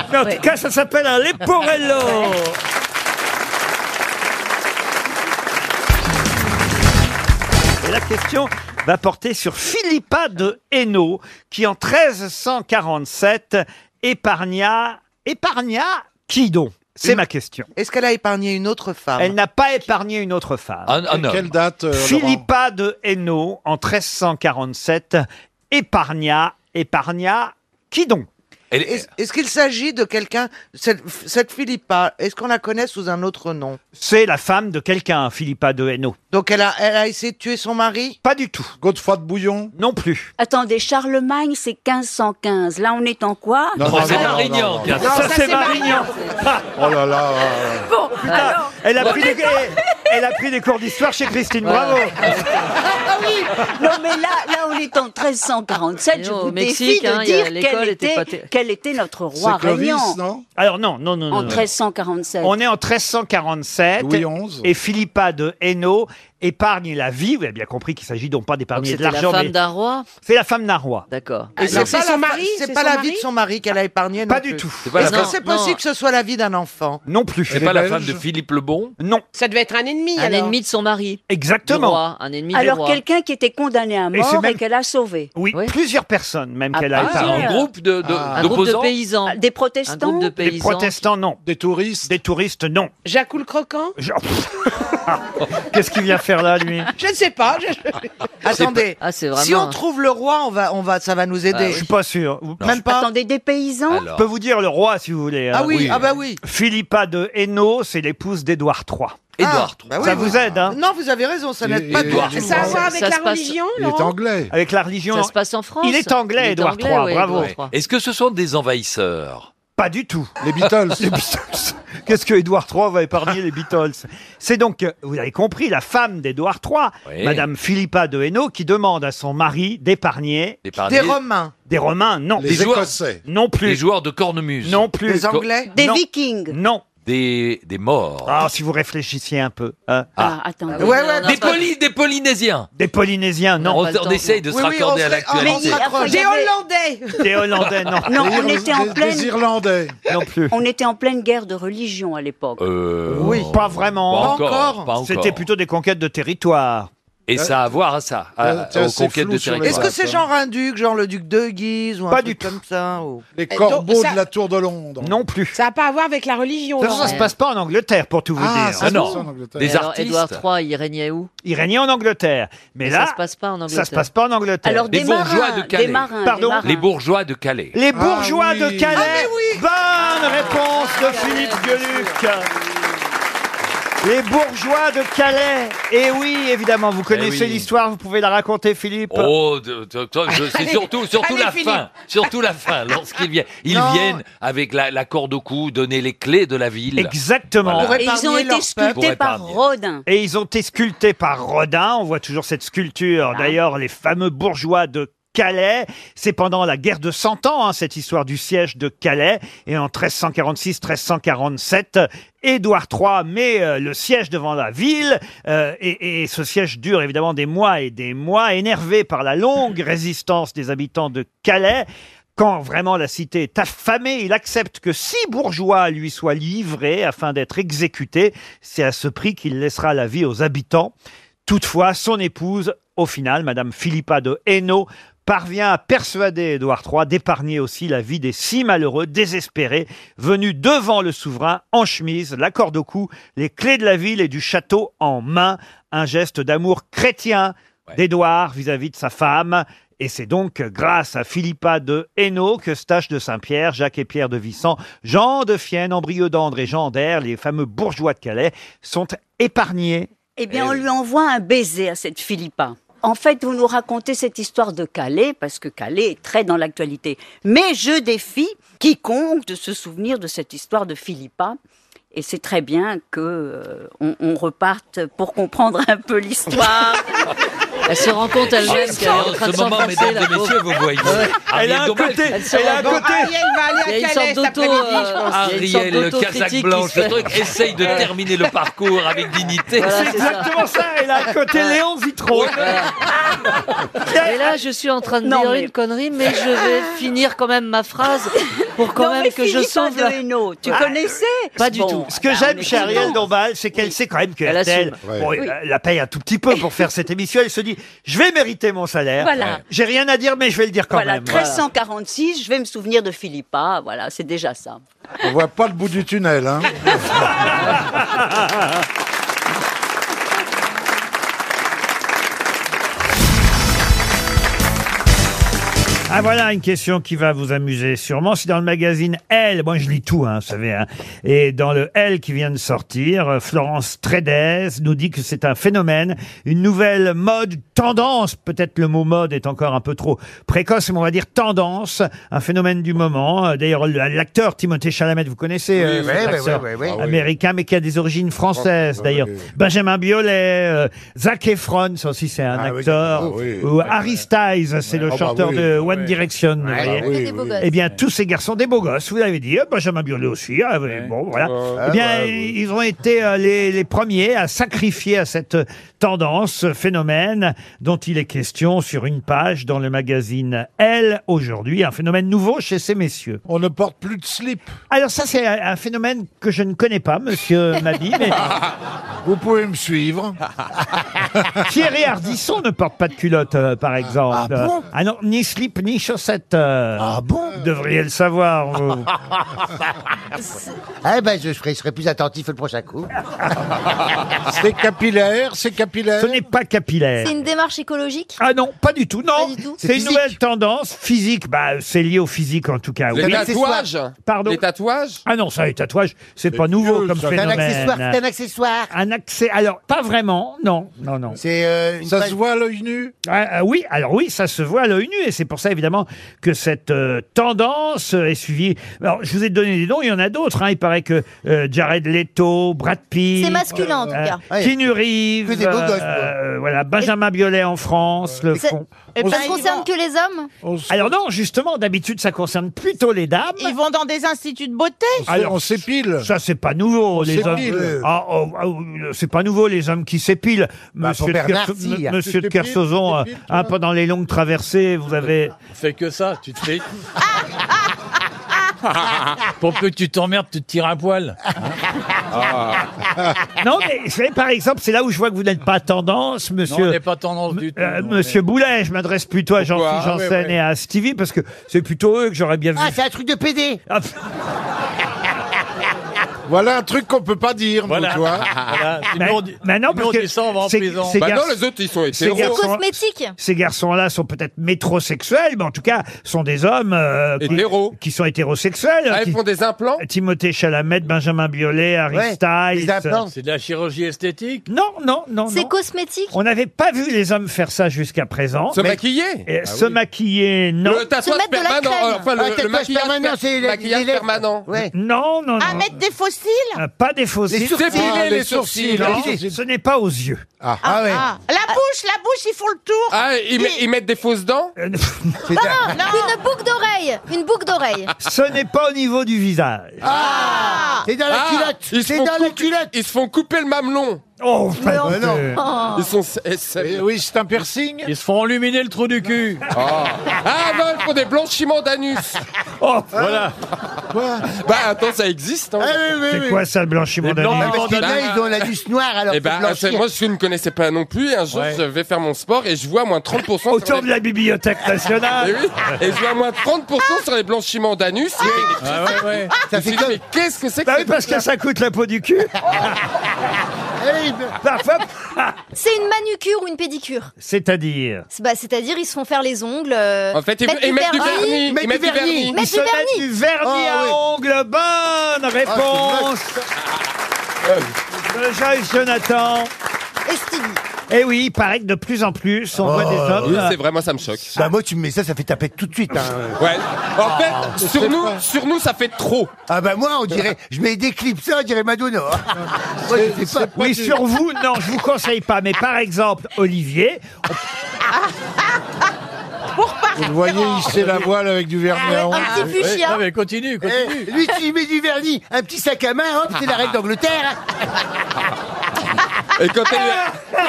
Mais en tout cas, ça s'appelle un Leporello. Et la question va porter sur Philippa de Hainaut, qui en 1347 épargna. Épargna qui donc C'est ma question.
Est-ce qu'elle a épargné une autre femme
Elle n'a pas épargné une autre femme.
Un- un homme. Quelle date, euh,
Philippa de Hainaut, en 1347, épargna, épargna, qui donc
Est-ce est-ce qu'il s'agit de quelqu'un, cette, cette Philippa, est-ce qu'on la connaît sous un autre nom
C'est la femme de quelqu'un, Philippa de Hainaut.
Donc elle a, elle a essayé de tuer son mari
Pas du tout.
Godefroy
de Bouillon Non plus.
Attendez, Charlemagne, c'est 1515. Là, on est en quoi
Non,
Ah,
non, C'est Ah, non, Marignan, non, non, tiens. non, ça, c'est Marignan.
Oh
Marignan.
là là.
Bon, alors-
elle, a pris des, elle a pris des cours d'histoire chez Christine Bravo.
Ah oui Non, mais là, là, on est en 1347. Je
au
vous défie
Mexique, hein,
de
il y a-
dire
l'école
quel
était
était,
pas ter-
quel était notre roi
C'est Clovis,
régnant.
non Alors non, non, non, non.
En
non.
1347.
On est en 1347
Louis XI.
et Philippa de Hainaut épargne la vie. Vous avez bien compris qu'il s'agit donc pas d'épargner
Donc,
de
c'était la
l'argent.
femme
mais-
d'un roi
C'est la femme d'un roi.
D'accord.
Ah,
Et c'est pas la- C'est
c'est
pas
son
la
mari
vie de son mari qu'elle a épargnée
Pas du tout. C'est pas la
Est-ce que
femme-
c'est
non.
possible que ce soit la vie d'un enfant
Non plus.
C'est pas la femme de
Philippe le Bon Non.
Ça devait être un ennemi. Un
alors.
ennemi de son mari.
Exactement.
Du roi, un ennemi du
Alors,
roi.
quelqu'un qui était condamné à
Et
mort
c'est
et,
même-
qu'elle a sauvé.
Oui, plusieurs personnes même
Ah,
qu'elle
bah,
a
plusieurs.
épargné.
Un groupe
de- de- Ah. un groupe de d'opposants paysans.
Ah, Des protestants
Des protestants, non. Des touristes Des touristes, non.
Jacques le Croquant
Je- Qu'est-ce qu'il vient faire là, lui
Je ne sais pas. Attendez,
Ah, c'est
si
vraiment-
on trouve le roi, on va, on va, ça va nous aider.
Ah, Je suis pas sûr.
Même pas.
Attendez, des paysans
Je peux vous dire le roi si vous voulez. hein.
Ah oui, Oui. ah bah oui.
Philippa de Hainaut, c'est l'épouse d'Édouard III.
Édouard
III.
bah oui,
ça
oui.
vous aide, hein
Non, vous avez raison, ça n'aide pas du
Édouard
tout.
Ça a à voir avec Ça la se passe- religion,
Il est Laurent anglais.
Avec la religion.
Ça se passe en France.
Il est
Il
anglais,
est
Édouard
anglais,
III.
ouais,
bravo.
Édouard III.
Est-ce que ce sont des envahisseurs
Pas du tout. Les Beatles. Qu'est-ce que Édouard III va épargner les Beatles C'est donc, euh, vous avez compris, la femme d'Édouard III,
Oui.
Madame Philippa de Hainaut, qui demande à son mari d'épargner
D'épargner- Des Romains.
Des Romains, non.
Les Des Écossais.
Non plus.
Les joueurs de cornemuse
Non plus.
Des Anglais
Des
Non.
vikings
Non.
Des, des morts
Ah, si vous réfléchissiez un peu. hein.
Ah, attendez.
Ah oui, Ouais, non, ouais, non, des pas- Poly- des Polynésiens
Des Polynésiens, non.
On- on essaye de se Ah, raccorder à l'actualité.
Des
Hollandais
Des Hollandais, non.
Non,
Des
on
Irlandais-
était en
des
pleine...
Irlandais. Non plus.
On était en pleine guerre de religion à l'époque.
Oui, pas vraiment.
Euh, Pas encore, pas encore.
C'était plutôt des conquêtes de territoire.
Et ça a à voir à ça, à-
Euh, tiens,
aux
c'est
conquêtes
flou
de
sur les
territoire.
Est-ce que c'est genre un duc, genre le duc de Guise ou un
Pas
truc comme ça ou-
Les
Eh,
corbeaux
donc, ça-
de la Tour de Londres
Non plus.
Ça n'a pas à voir avec la religion.
De toute façon, ça se passe pas en Angleterre, pour tout vous
Ah,
dire.
ça se Ah non. passe en Angleterre. Des
Et alors,
artistes.
Édouard III, il régnait où
Il régnait en Angleterre. Mais,
Mais
là,
ça se passe pas en
ça
Angleterre.
se passe pas en Angleterre.
Alors,
Les bourgeois de Calais.
Pardon
Les bourgeois de Calais.
Les bourgeois de Calais.
Ah,
Bonne réponse de Philippe Gueluc. Les bourgeois de Calais. Et oui, évidemment, vous connaissez
Eh oui.
l'histoire, vous pouvez la raconter, Philippe.
Oh, de- de- de- je- c'est
Allez,
surtout, surtout
allez,
la
Philippe.
fin, surtout la fin. Lorsqu'ils viennent, ils
Non.
viennent avec la, la corde au cou, donner les clés de la ville.
Exactement.
Voilà.
Et ils ont été sculptés
Pour
par
épargner.
Rodin.
Et ils ont été sculptés par Rodin. On voit toujours cette sculpture. D'ailleurs, les fameux bourgeois de Calais. C'est pendant la guerre de Cent Ans, hein, cette histoire du siège de Calais. Et en 1346-1347, Édouard III met euh, le siège devant la ville. Euh, et, et ce siège dure évidemment des mois et des mois, énervé par la longue résistance des habitants de Calais. Quand vraiment la cité est affamée, il accepte que six bourgeois lui soient livrés afin d'être exécutés. C'est à ce prix qu'il laissera la vie aux habitants. Toutefois, son épouse, au final, Madame Philippa de Hainaut, parvient à persuader Édouard III d'épargner aussi la vie des six malheureux désespérés venus devant le souverain en chemise, la corde au cou, les clés de la ville et du château en main. Un geste d'amour chrétien d'Édouard vis-à-vis de sa femme. Et c'est donc grâce à Philippa de Hainaut que Stache de Saint-Pierre, Jacques et Pierre de Vissant, Jean de Fienne, Embryodandre et Jean d'Air, les fameux bourgeois de Calais, sont épargnés.
Eh bien, on lui envoie un baiser à cette Philippa. En fait, vous nous racontez cette histoire de Calais, parce que Calais est très dans l'actualité. Mais je défie quiconque de se souvenir de cette histoire de Philippa. Et c'est très bien que euh, on, on reparte pour comprendre un peu l'histoire.
Elle se rend compte elle-même
Ah,
qu'elle est en
ce
train de
moment,
s'enfoncer,
mesdames
la
et messieurs,
pauvre.
vous voyez.
Elle a un
Ariel Dombal-
côté,
Elle se
elle a un
rend compte-
côté.
Ah,
Il y a une sorte d'auto. euh, il y a une sorte
Ariel,
d'autocritique
Casac
qui se
Blanche, le
fait.
truc, essaye de
Ouais.
terminer le parcours avec dignité.
Voilà, c'est
exactement ça. Elle a un côté
Ouais.
Léon Vitro.
Et là, je suis en train de
Non,
dire
mais-
une connerie, mais je vais finir quand même ma phrase pour quand
Non, mais
même que je
Philippa
sauve.
de
la-
Hainaut, tu
Ah,
connaissais
euh,
Pas du
Bon,
eh ben,
tout.
Ce que j'aime chez Ariel Dombal, c'est qu'elle sait quand même que
Elle
RTL,
assume.
bon,
Ouais.
elle la paye un tout petit peu pour faire cette émission. Elle se dit, je vais mériter mon salaire.
Voilà. Ouais.
J'ai rien à dire, mais je vais le dire quand
Voilà,
même.
1346, je vais me souvenir de Philippa, voilà, c'est déjà ça.
On voit pas le bout du tunnel. Hein.
Ah voilà une question qui va vous amuser sûrement. C'est dans le magazine Elle. Moi je lis tout, hein, vous savez. hein. Et dans le Elle qui vient de sortir, euh, Florence Trédez nous dit que c'est un phénomène, une nouvelle mode, tendance. Peut-être le mot mode est encore un peu trop précoce, mais on va dire tendance, un phénomène du moment. Euh, D'ailleurs le- l'acteur Timothée Chalamet, vous connaissez, euh,
Oui, oui,
cet
oui,
acteur
oui, oui, oui. Ah oui.
américain, mais qui a des origines françaises
Français,
d'ailleurs.
oui, oui.
Benjamin Biolay, euh, Zac Efron, ça aussi c'est un
Ah oui,
acteur.
ah oui.
Ou Harry Styles, c'est le
Ah bah
chanteur
oui,
de
oui.
One Direction. vous
Ah
voyez.
oui, Et des oui. beaux gosses.
Eh bien, tous ces garçons, des beaux gosses, vous l'avez dit, euh, Benjamin Biolay aussi, ah, oui, bon, voilà.
Euh,
eh bien,
ouais,
ils ont été euh, les, les premiers à sacrifier à cette tendance, ce phénomène dont il est question sur une page dans le magazine Elle aujourd'hui, un phénomène nouveau chez ces messieurs.
On ne porte plus de slip.
Alors ça, c'est un un phénomène que je ne connais pas, monsieur Mabi, mais...
Vous pouvez me suivre.
Thierry Ardisson ne porte pas de culotte, euh, par exemple.
Ah bon
Ah non, ni slip, ni chaussettes. Ah bon Vous devriez le savoir. vous.
Ah
Ah ben, je serai, je serai plus attentif le prochain coup.
C'est capillaire, c'est capillaire.
Ce n'est pas capillaire.
C'est une démarche écologique
Ah non, pas du tout, non.
du tout. C'est
C'est une
physique.
nouvelle tendance physique. Bah, c'est lié au physique en tout cas.
Les
oui.
tatouages
Pardon.
Les tatouages
Ah non, ça, les tatouages, c'est pas nouveau comme
C'est
phénomène.
un accessoire, c'est un accessoire.
Un accès. Alors, pas vraiment, non, non, non.
C'est
euh,
ça se voit à l'œil nu Oui, alors oui, ça se voit à l'œil nu, et c'est pour ça évidemment que cette euh, tendance euh, est suivie. Alors, je vous ai donné des noms, il y en a d'autres. hein. Il paraît que euh, Jared Leto, Brad Pitt, euh,
C'est masculin, en tout cas. Ouais.
Keanu Reeves,
Ah, Que des beaux gosses,
euh, voilà, Benjamin Biolay en France, le
Ça-
fond. Oh.
ça ne concerne que les hommes
Alors non, justement, d'habitude, ça concerne plutôt les dames.
Ils vont dans des instituts de beauté.
Alors, s'épile. Ça, c'est pas nouveau, les hommes.
s'épile.
Ah, oh, ah, oh, c'est pas nouveau, les hommes qui s'épilent.
Bah, pour
de
Bernard,
Kerso-
si,
M-
hein.
Monsieur de
Tu t'épiles,
Kersauzon,
tu
euh,
t'épiles,
hein, pendant les longues traversées, vous avez...
Fais que ça, tu te fais. Pour peu que tu t'emmerdes, tu te tires un poil.
Ah.
Ah.
non, mais vous savez, par exemple, c'est là où je vois que vous n'êtes pas tendance, monsieur...
Non, on n'est pas tendance du tout.
Euh, Monsieur Boulet, je m'adresse plutôt à
Pourquoi
Jean-Philippe
Ah, ouais,
Janssen
ouais.
et à Stevie parce que c'est plutôt eux que j'aurais bien vu.
Ah, c'est un truc de PD.
Ah,
Voilà un truc qu'on peut pas dire, nous,
Voilà.
tu vois.
Voilà.
Mais-
Sinon, on dit-
maintenant,
sinon,
parce
on
que
dit ça, on va en
ces-
prison.
ces
Bah non,
garçons-
les autres, ils sont
ces
hétéros.
garçons-
C'est cosmétique.
Ces garçons-là sont peut-être métrosexuels, mais en tout cas, sont des hommes euh, qui, qui sont hétérosexuels. ils font
Ah, des implants
Timothée Chalamet, Benjamin Biolay, Harry
Ouais,
Styles.
C'est de la chirurgie esthétique
Non, non, non.
C'est cosmétique
On n'avait pas vu les hommes faire ça jusqu'à présent.
Se
Mais-
maquiller
Eh,
Ah
Se
oui.
maquiller, non.
Le tatouage Se mettre de la permanent, crème. euh, enfin,
Ah,
le-
le tatouage maquillage permanent, per- c'est les- maquillage les lèvres. permanent. Ouais.
Non, non, non.
À Ah, mettre des fossiles
Euh, Pas des fausses
Les sourcils. Dépiler les sourcils.
Non,
Les
ce n'est pas aux yeux. Ah,
Ah, La bouche, la bouche, ils font le tour.
Ah, ils, met- ils mettent des fausses dents
Euh,
Non, non, une boucle d'oreille Une boucle d'oreille
Ce n'est pas au niveau du visage.
Ah C'est dans la culotte.
Ah, ils se
C'est
font
dans la Ah ben
couper- Ils se font couper le mamelon
Oh,
Mais pas enfin. de-
Ils sont... eh, ça-
Oui, c'est un piercing.
Ils se font enluminer le trou du cul.
Ah non, ils font des blanchiments d'anus
Oh,
voilà Bah attends, ça existe hein.
C'est quoi ça, le blanchiment
Les
d'anus
blancs,
Parce qu'il y en a, ils ont l'anus noir, alors
Eh
faut
ben,
blanchir.
c'est- moi je ne connaissais pas non plus. et Un jour, je vais faire mon sport et je vois moins 30% sur
Autour
les-
de la Bibliothèque
Et,
nationale.
oui, et je vois moins 30% sur les blanchiments d'anus. Mais-
ouais, ouais.
Ah,
Ah.
Je me suis dit, mais qu'est-ce que c'est que
Bah oui,
cette
parce que
chose-là
ça coûte la peau du cul.
C'est une manucure ou une pédicure.
C'est-à-dire
C'est- bah, C'est-à-dire, ils se font faire les ongles. euh,
En fait, ils-
mettre
ils mettent du vernis, ils mettent du vernis. Oh, Ah, Ils
Mettre
se mettent
du
du vernis à ongles. Bonne réponse de Joyce Jonathan. Eh oui, il paraît que de plus en plus, on voit des
Oh.
hommes.
Ah. C'est vrai, moi ça me choque.
Bah moi tu me mets ça, ça fait taper tout de suite. hein.
Ouais. En fait,
Ah,
sur
c'est
nous,
pas-
sur nous, ça fait trop.
Ah bah moi on dirait, je mets des clips ça, on dirait Madonna. Moi, je sais pas.
Oui, sur vous, non, je vous conseille pas. Mais par exemple, Olivier,
Vous le voyez hisser la voile avec du vernis
Ah,
Ah,
à ongles.
fuchsia.
Non, mais continue, continue.
hein. Eh, lui tu mets du vernis, un petit sac à main, hop, c'est la reine d'Angleterre.
Et quand elle-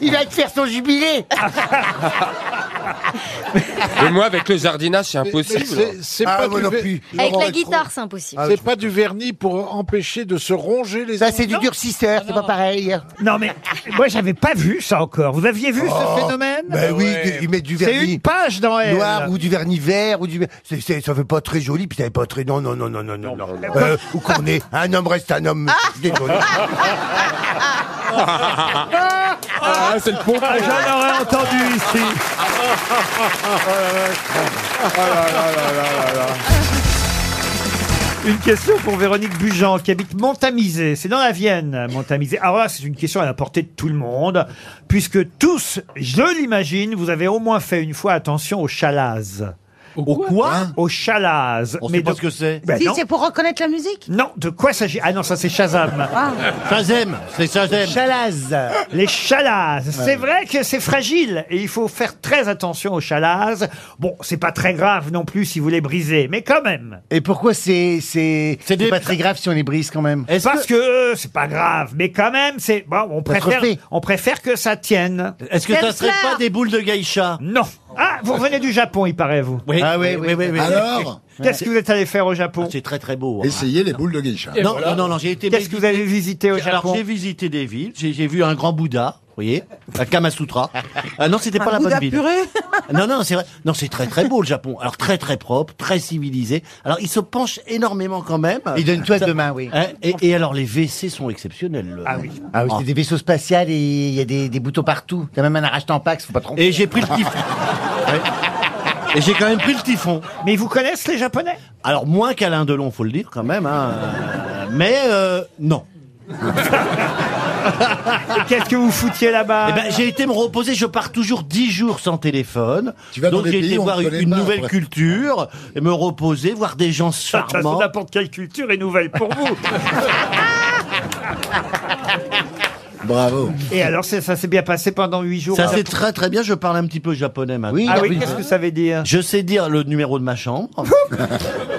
Il va te faire son jubilé.
Et moi, avec le jardinage, c'est impossible.
Mais c'est- c'est Ah, pas moi du non ver- plus.
Avec
Laurent
la
Ruquier.
guitare, c'est impossible.
Ah,
C'est pas du vernis pour empêcher de se ronger les
Ça c'est du durcisseur, c'est pas pareil.
Non mais moi j'avais pas vu ça encore. Vous aviez vu
Oh,
ce phénomène
bah
Ben oui, du- ils mettent du vernis.
C'est une page dans elle.
Noir ou du vernis vert ou du. c'est- c'est- ça fait pas très joli, puis ça fait pas très. Non, non, non, non, non, non. non. Euh, ou qu'on est un homme reste un homme. je suis désolé.
Ah, c'est le pompe.
J'en aurais entendu ici. Une question pour Véronique Bujan qui habite Montamisé. C'est dans la Vienne, Montamisé. Alors là, c'est une question à la portée de tout le monde, puisque tous, je l'imagine, vous avez au moins fait une fois attention aux chalazes. Au quoi, Aux chalazes. On
sait pas ce que c'est.
Ben
si,
non.
c'est pour reconnaître la musique.
Non, de quoi s'agit Ah non, ça c'est Shazam.
Ah.
Shazam, c'est Shazam. Chalaz. Les chalazes. C'est vrai que c'est fragile et il faut faire très attention aux chalazes. Bon, c'est pas très grave non plus si vous les brisez, mais quand même.
Et pourquoi c'est c'est c'est pas très grave si on les brise quand même
Parce que, euh, c'est pas grave, mais quand même, c'est bon, on
Pas
préfère,
trophée.
on préfère que ça tienne.
Est-ce que ça serait pas
des boules de geisha Non. Ah, vous revenez du Japon, il paraît vous.
Oui. Ah oui, oui, oui, oui.
Alors, qu'est-ce que vous êtes allé faire au Japon
Ah, C'est très très beau. hein.
Essayez
les boules de geisha.
Et
Non,
voilà.
non, non, j'ai été.
Qu'est-ce que vous avez visité au
Alors
Japon
j'ai visité des villes. J'ai j'ai vu un grand Bouddha. Vous voyez, à Kamasutra. Ah non, c'était
Un
pas la
Bouddha
bonne ville.
purée.
Non, non, c'est vrai. Non, c'est très très beau le Japon. Alors très très propre, très civilisé. Alors il se penche énormément quand même. Il donne toi toit de de main, main, oui. Et, et alors les WC sont exceptionnels. Ah oui. Ah oui, Ah. c'est des vaisseaux spatiaux et il y a des, des boutons partout. Il y a même un arrache-tampax, faut pas tromper. Et j'ai pris le typhon. Et j'ai quand même pris le typhon.
Mais ils vous connaissent les Japonais
Alors moins qu'Alain Delon, faut le dire quand même. hein. Mais euh, non.
Qu'est-ce que vous foutiez là-bas
eh ben, J'ai été me reposer, je pars toujours 10 jours sans téléphone.
Tu vas dans
Donc
des
j'ai été
pays où on
voir
te
une,
connaît
une
pas,
nouvelle
après.
culture, et me reposer, voir des gens
De toute façon,
charmants.
n'importe quelle culture est nouvelle pour vous.
Bravo.
Et alors, c'est- ça s'est bien passé pendant huit jours.
Ça
Alors-
c'est très très bien, je parle un petit peu japonais maintenant.
ah oui, qu'est-ce que ça veut dire
Je sais dire le numéro de ma chambre.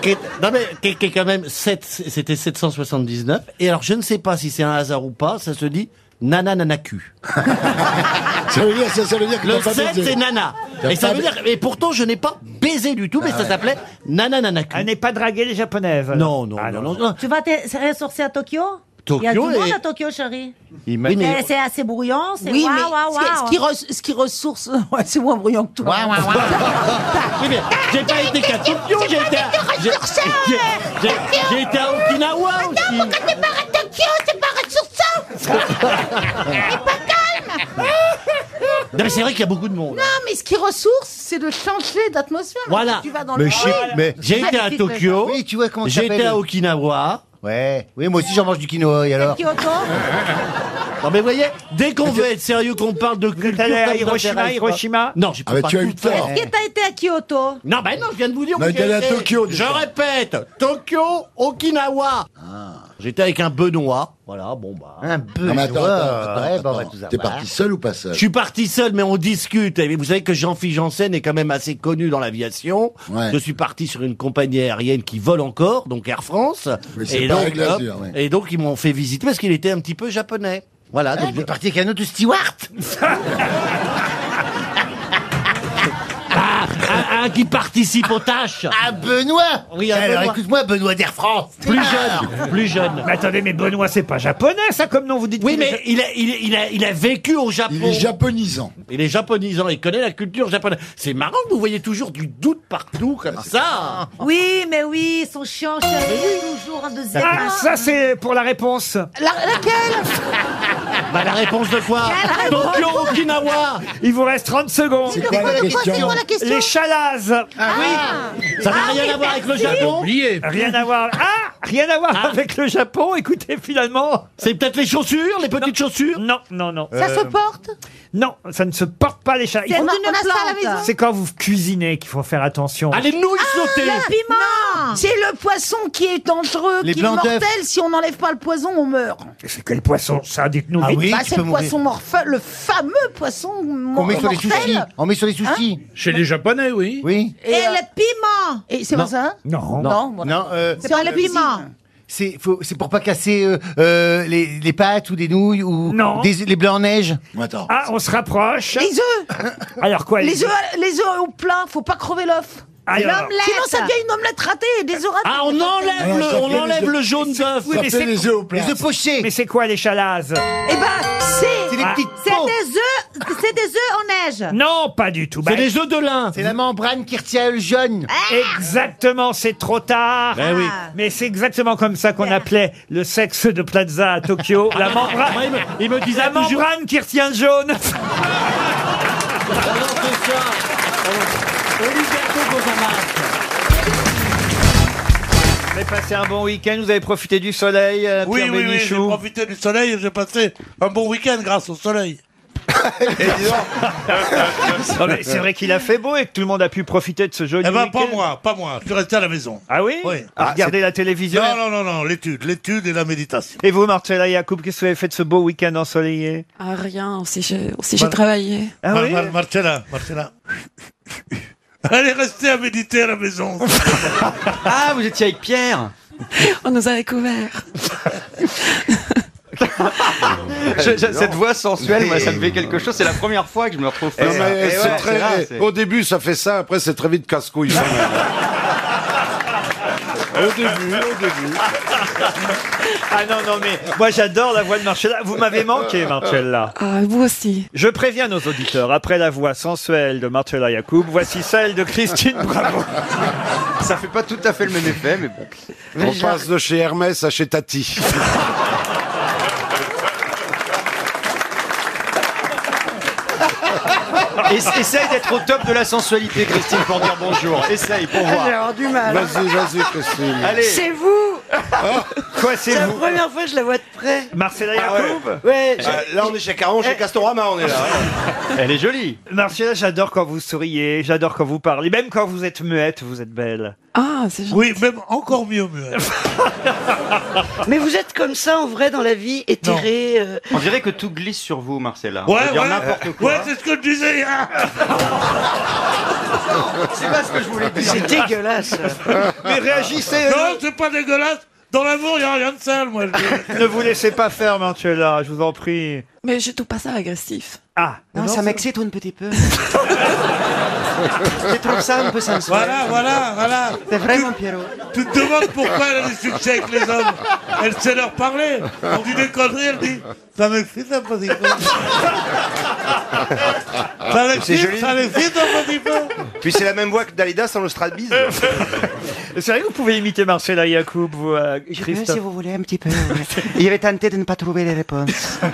qui est- non mais qui est- qui est quand même 7 c'était 779 et alors je ne sais pas si c'est un hasard ou pas, ça se dit nanananaku. ça veut dire ça, veut dire que le t'as pas 7 baisé. c'est nana. T'as Et ça pas veut ba- dire et pourtant je n'ai pas baisé du tout mais Ah ça ouais. s'appelait nanananaku.
Elle n'est pas draguée les japonaises.
Non non non, non, non.
Tu vas te ressourcer à Tokyo
Tokyo
Il y a du monde
est-
à Tokyo, chérie.
Oui, mais-
Eh, C'est assez bruyant, c'est
Oui,
waouh,
mais
waouh,
ce qui-
waouh.
ce qui re- ce qui ressource, Ouais, c'est moins bruyant que toi.
Oui, mais j'ai pas été qu'à Tokyo, j'ai été à... j'ai- j'ai-
hein.
j'ai- J'ai été à Okinawa aussi.
T'es pas à Tokyo, t'es pas sur ça Hein
Non mais c'est vrai qu'il y a beaucoup de monde.
Non, mais ce qui ressource, c'est de changer d'atmosphère.
Voilà.
Tu vas dans
Mais
le Ah,
j'ai- mais- J'ai été à Tokyo.
Oui, tu vois comment ça
J'ai été
s'appelle.
à Okinawa.
Ouais. Oui, moi aussi j'en mange du quinoa et alors.
Non mais vous voyez, dès qu'on veut être sérieux, qu'on parle de culture,
allé à
ça nous
Hiroshima,
intéresse pas.
Hiroshima
Non, j'ai
Ah, mais
pas
tu as eu
tout fait.
tort.
Est-ce que t'as été à Kyoto
Non, ben non, je viens de vous dire.
Non,
où
il est allé
j'ai
à
été.
Tokyo,
Je
déjà.
répète, Tokyo, Okinawa. J'étais avec un Benoît. Voilà, bon bah. Un Benoît, mais attends, attends, attends, ouais, bah, on va attends. tous avoir. T'es parti seul
ou pas seul
Je suis parti seul, mais on discute. Et Vous savez que Jean-Philippe Janssen est quand même assez connu dans l'aviation.
Ouais.
Je suis parti sur une compagnie aérienne qui vole encore, donc Air France.
Mais c'est pas avec l'Azur, ouais.
et donc, ils m'ont fait visiter parce qu'il était un petit peu japonais. Voilà. donc je suis parti Ah, avec un autre steward. Ah, un, Quelqu'un qui participe
euh,
aux tâches.
Ah, Benoît
Oui, un
Alors
Benoît.
écoute-moi, Benoît d'Air France.
Plus
Ah.
jeune, plus jeune.
Mais attendez, mais Benoît, c'est pas japonais, ça, comme nom, vous dites.
Oui, mais il a, il, il a, il a vécu au Japon.
Il est
japonisant. Il est japonisant, il connaît la culture japonaise. C'est marrant que vous voyez toujours du doute partout
Ah,
comme ça.
Oui, mais oui, ils sont chiants, chérie, il y a toujours un deuxième.
Ah, ça, c'est pour la réponse.
laquelle
Bah, la réponse de quoi
Quelle réponse
Tokyo, Okinawa
Il vous reste 30 secondes.
C'est quoi la C'est quoi, question c'est quoi la question
Les chalazes.
Ah oui.
Ça n'a Ah rien oui, à voir avec le merci. Japon Oublié.
Rien à voir. Ah Rien à voir avec le Japon, écoutez, finalement.
C'est peut-être les chaussures, les petites chaussures
Non, non, non.
Ça se porte
Non, ça ne se porte pas les chalazes.
Euh, C'est On a- une on a ça à la plante. maison
C'est quand vous cuisinez qu'il faut faire attention.
Allez, nous,
Ah, le piment C'est le poisson qui est dangereux,
Les
qui est
blancs d'œufs.
mortel. Si on n'enlève pas le poison, on meurt.
Ah, C'est quel poisson ça
Ah
Dites-nous
Bah,
vite.
c'est le poisson morphel, le fameux poisson mor-
On met sur les
mortel.
sushis. On met sur les sushis. Chez les Japonais, oui. Oui.
Et, le piment Et c'est pas ça hein Non,
Non.
Non.
voilà.
euh,
C'est pas le piment.
C'est faut- c'est pour pas casser euh, euh, les, les pâtes ou des nouilles ou
Non.
des- les blancs en neige.
Attends. Ah, on se rapproche.
Les œufs
Alors quoi
Les œufs, les œufs au plat, faut pas crever l'œuf.
Alors.
Sinon, ça devient une omelette ratée, des œufs ratés.
Ah, on enlève le, on enlève le jaune d'œuf.
Oui, mais c'est-
Les œufs
pochés. Mais c'est quoi les chalazes
Eh ben, c'est
C'est des petites
c'est
peaux.
des œufs, c'est des œufs en neige.
Non, pas du tout. Bah,
C'est les
œufs de lin.
C'est la membrane qui retient le jaune.
Ah. Exactement, c'est trop tard. Ah. Mais c'est exactement comme ça qu'on appelait le sexe de Plaza à Tokyo. La membrane.
Moi, il me- il me disait
la
toujours-
membrane qui retient le jaune. Vous avez passé un bon week-end, vous avez profité du soleil, euh,
Oui,
Pierre
oui, oui, j'ai
Bénichou.
profité du soleil et j'ai passé un bon week-end grâce au soleil.
Non, mais c'est vrai qu'il a fait beau et que tout le monde a pu profiter de ce joli
Eh ben,
week-end.
pas moi, pas moi. Je suis resté à la maison.
Ah oui
Oui.
À regarder la télévision
Non, non, non, non, l'étude, l'étude et la méditation.
Et vous, Marcella Yacoub, qu'est-ce que vous avez fait de ce beau week-end ensoleillé
Ah, rien, on s'est j'ai
Mar-
travaillé.
Bah, Ah oui
Marcella, Marcella. Elle est restée à méditer à la maison.
Ah, vous étiez avec Pierre On nous avait couverts.
Je- je- cette voix sensuelle, moi, ça me fait quelque chose. C'est la première fois que je me retrouve
Non,
face à-
mais
Eh
c'est
ouais,
très-
c'est rare, c'est-
Au début, ça fait ça, après, c'est très vite casse-couille. hein.
Au début, au début. ah non, non, mais moi j'adore la voix de Marcella. Vous m'avez manqué, Marcella.
Ah, vous aussi.
Je préviens nos auditeurs, après la voix sensuelle de Marcella Yacoub, voici celle de Christine Bravo.
Ça fait pas tout à fait le même effet, mais bon.
On passe de chez Hermès à chez Tati.
Es- essaye d'être au top de la sensualité, Christine, pour dire bonjour. Essaye pour voir.
du mal. hein.
Vas-y, vas-y, Christine.
Allez. Hein
C'est vous
Quoi, c'est
la
vous
première fois que je la vois de près.
Marcella Yacoub
Ouais,
Ah Euh,
Euh,
là, on est chez Caron, chez Castorama, on est là. hein. Elle est jolie.
Marcella, j'adore quand vous souriez, j'adore quand vous parlez. Même quand vous êtes muette, vous êtes belle.
Ah, c'est gentil.
Oui, même encore mieux, mieux.
Mais vous êtes comme ça en vrai dans la vie, éthéré. euh,
On dirait que tout glisse sur vous, Marcella.
Ouais,
on peut dire
ouais.
n'importe quoi.
Ouais, c'est ce que je disais. hein.
c'est pas ce que je voulais dire.
C'est dégueulasse.
Mais réagissez.
Non, c'est pas dégueulasse. Dans l'amour, il n'y a rien de sale, moi. je-
Ne vous laissez pas faire, Marcella, je vous en prie.
Mais je trouve pas ça agressif.
Ah,
Non, ça m'excite un petit peu. je trouve ça un peu sensuel.
Voilà, voilà, voilà.
C'est vraiment Pierrot.
Tu te demandes pourquoi elle a du succès avec les hommes. Elle sait leur parler. On dit des conneries, elle dit Ça m'excite un petit peu. Ça m'excite, ça m'excite un petit peu.
Ah, Puis c'est la même voix que Dalida sans le Stradbise.
C'est vrai que vous pouvez imiter Marcella Yacoub, vous, euh, Christophe
Ah, si vous voulez un petit peu. Il avait tenté de ne pas trouver les réponses.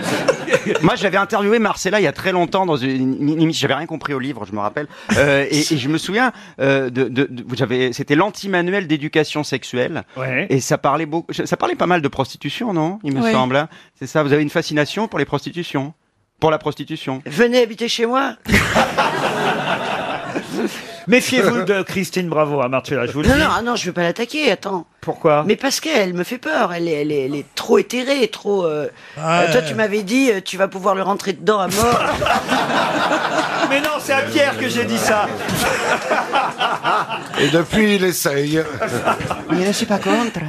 Moi, j'avais interviewé Marcella il y a très longtemps dans une une émission. J'avais rien compris au livre, je me rappelle. Euh, et, et je me souviens, euh, de, de- de- vous avez- c'était l'anti-manuel d'éducation sexuelle.
Ouais.
Et ça parlait beaucoup, ça parlait pas mal de prostitution, non Il me
Ouais.
semble. hein C'est ça. Vous avez une fascination pour les prostitutions, pour la prostitution.
Venez habiter chez moi.
Méfiez-vous de Christine Bravo à Marcella, je vous le
Non,
dis.
non, ah non, je veux pas l'attaquer, attends.
Pourquoi
Mais parce qu'elle me fait peur, elle est, elle est, elle est trop éthérée, trop... euh,
Ah,
euh, toi,
ouais.
tu m'avais dit, euh, tu vas pouvoir le rentrer dedans à mort.
Mais non, c'est à Pierre que j'ai dit ça.
Et depuis, il essaye.
Mais je suis pas contre.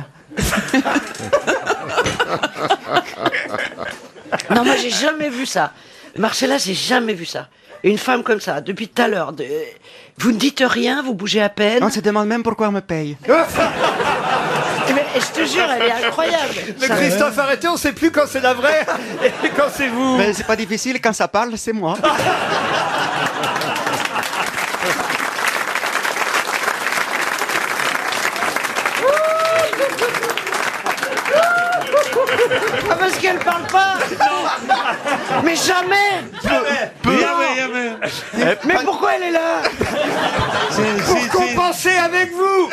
non, moi, j'ai jamais vu ça. Marcella, j'ai jamais vu ça.
Une femme comme ça, depuis tout à l'heure, de- vous ne dites rien, vous bougez à peine.
On se demande même pourquoi on me paye.
Mais je te jure, elle est incroyable.
Mais
Ça-
Christophe, arrêtez, on sait plus quand c'est la vraie et quand c'est vous.
Mais c'est pas difficile, quand ça parle, c'est moi.
Ah, parce qu'elle parle pas Mais jamais
Jamais. Jamais,
jamais. Mais pourquoi elle est là
Pour compenser avec vous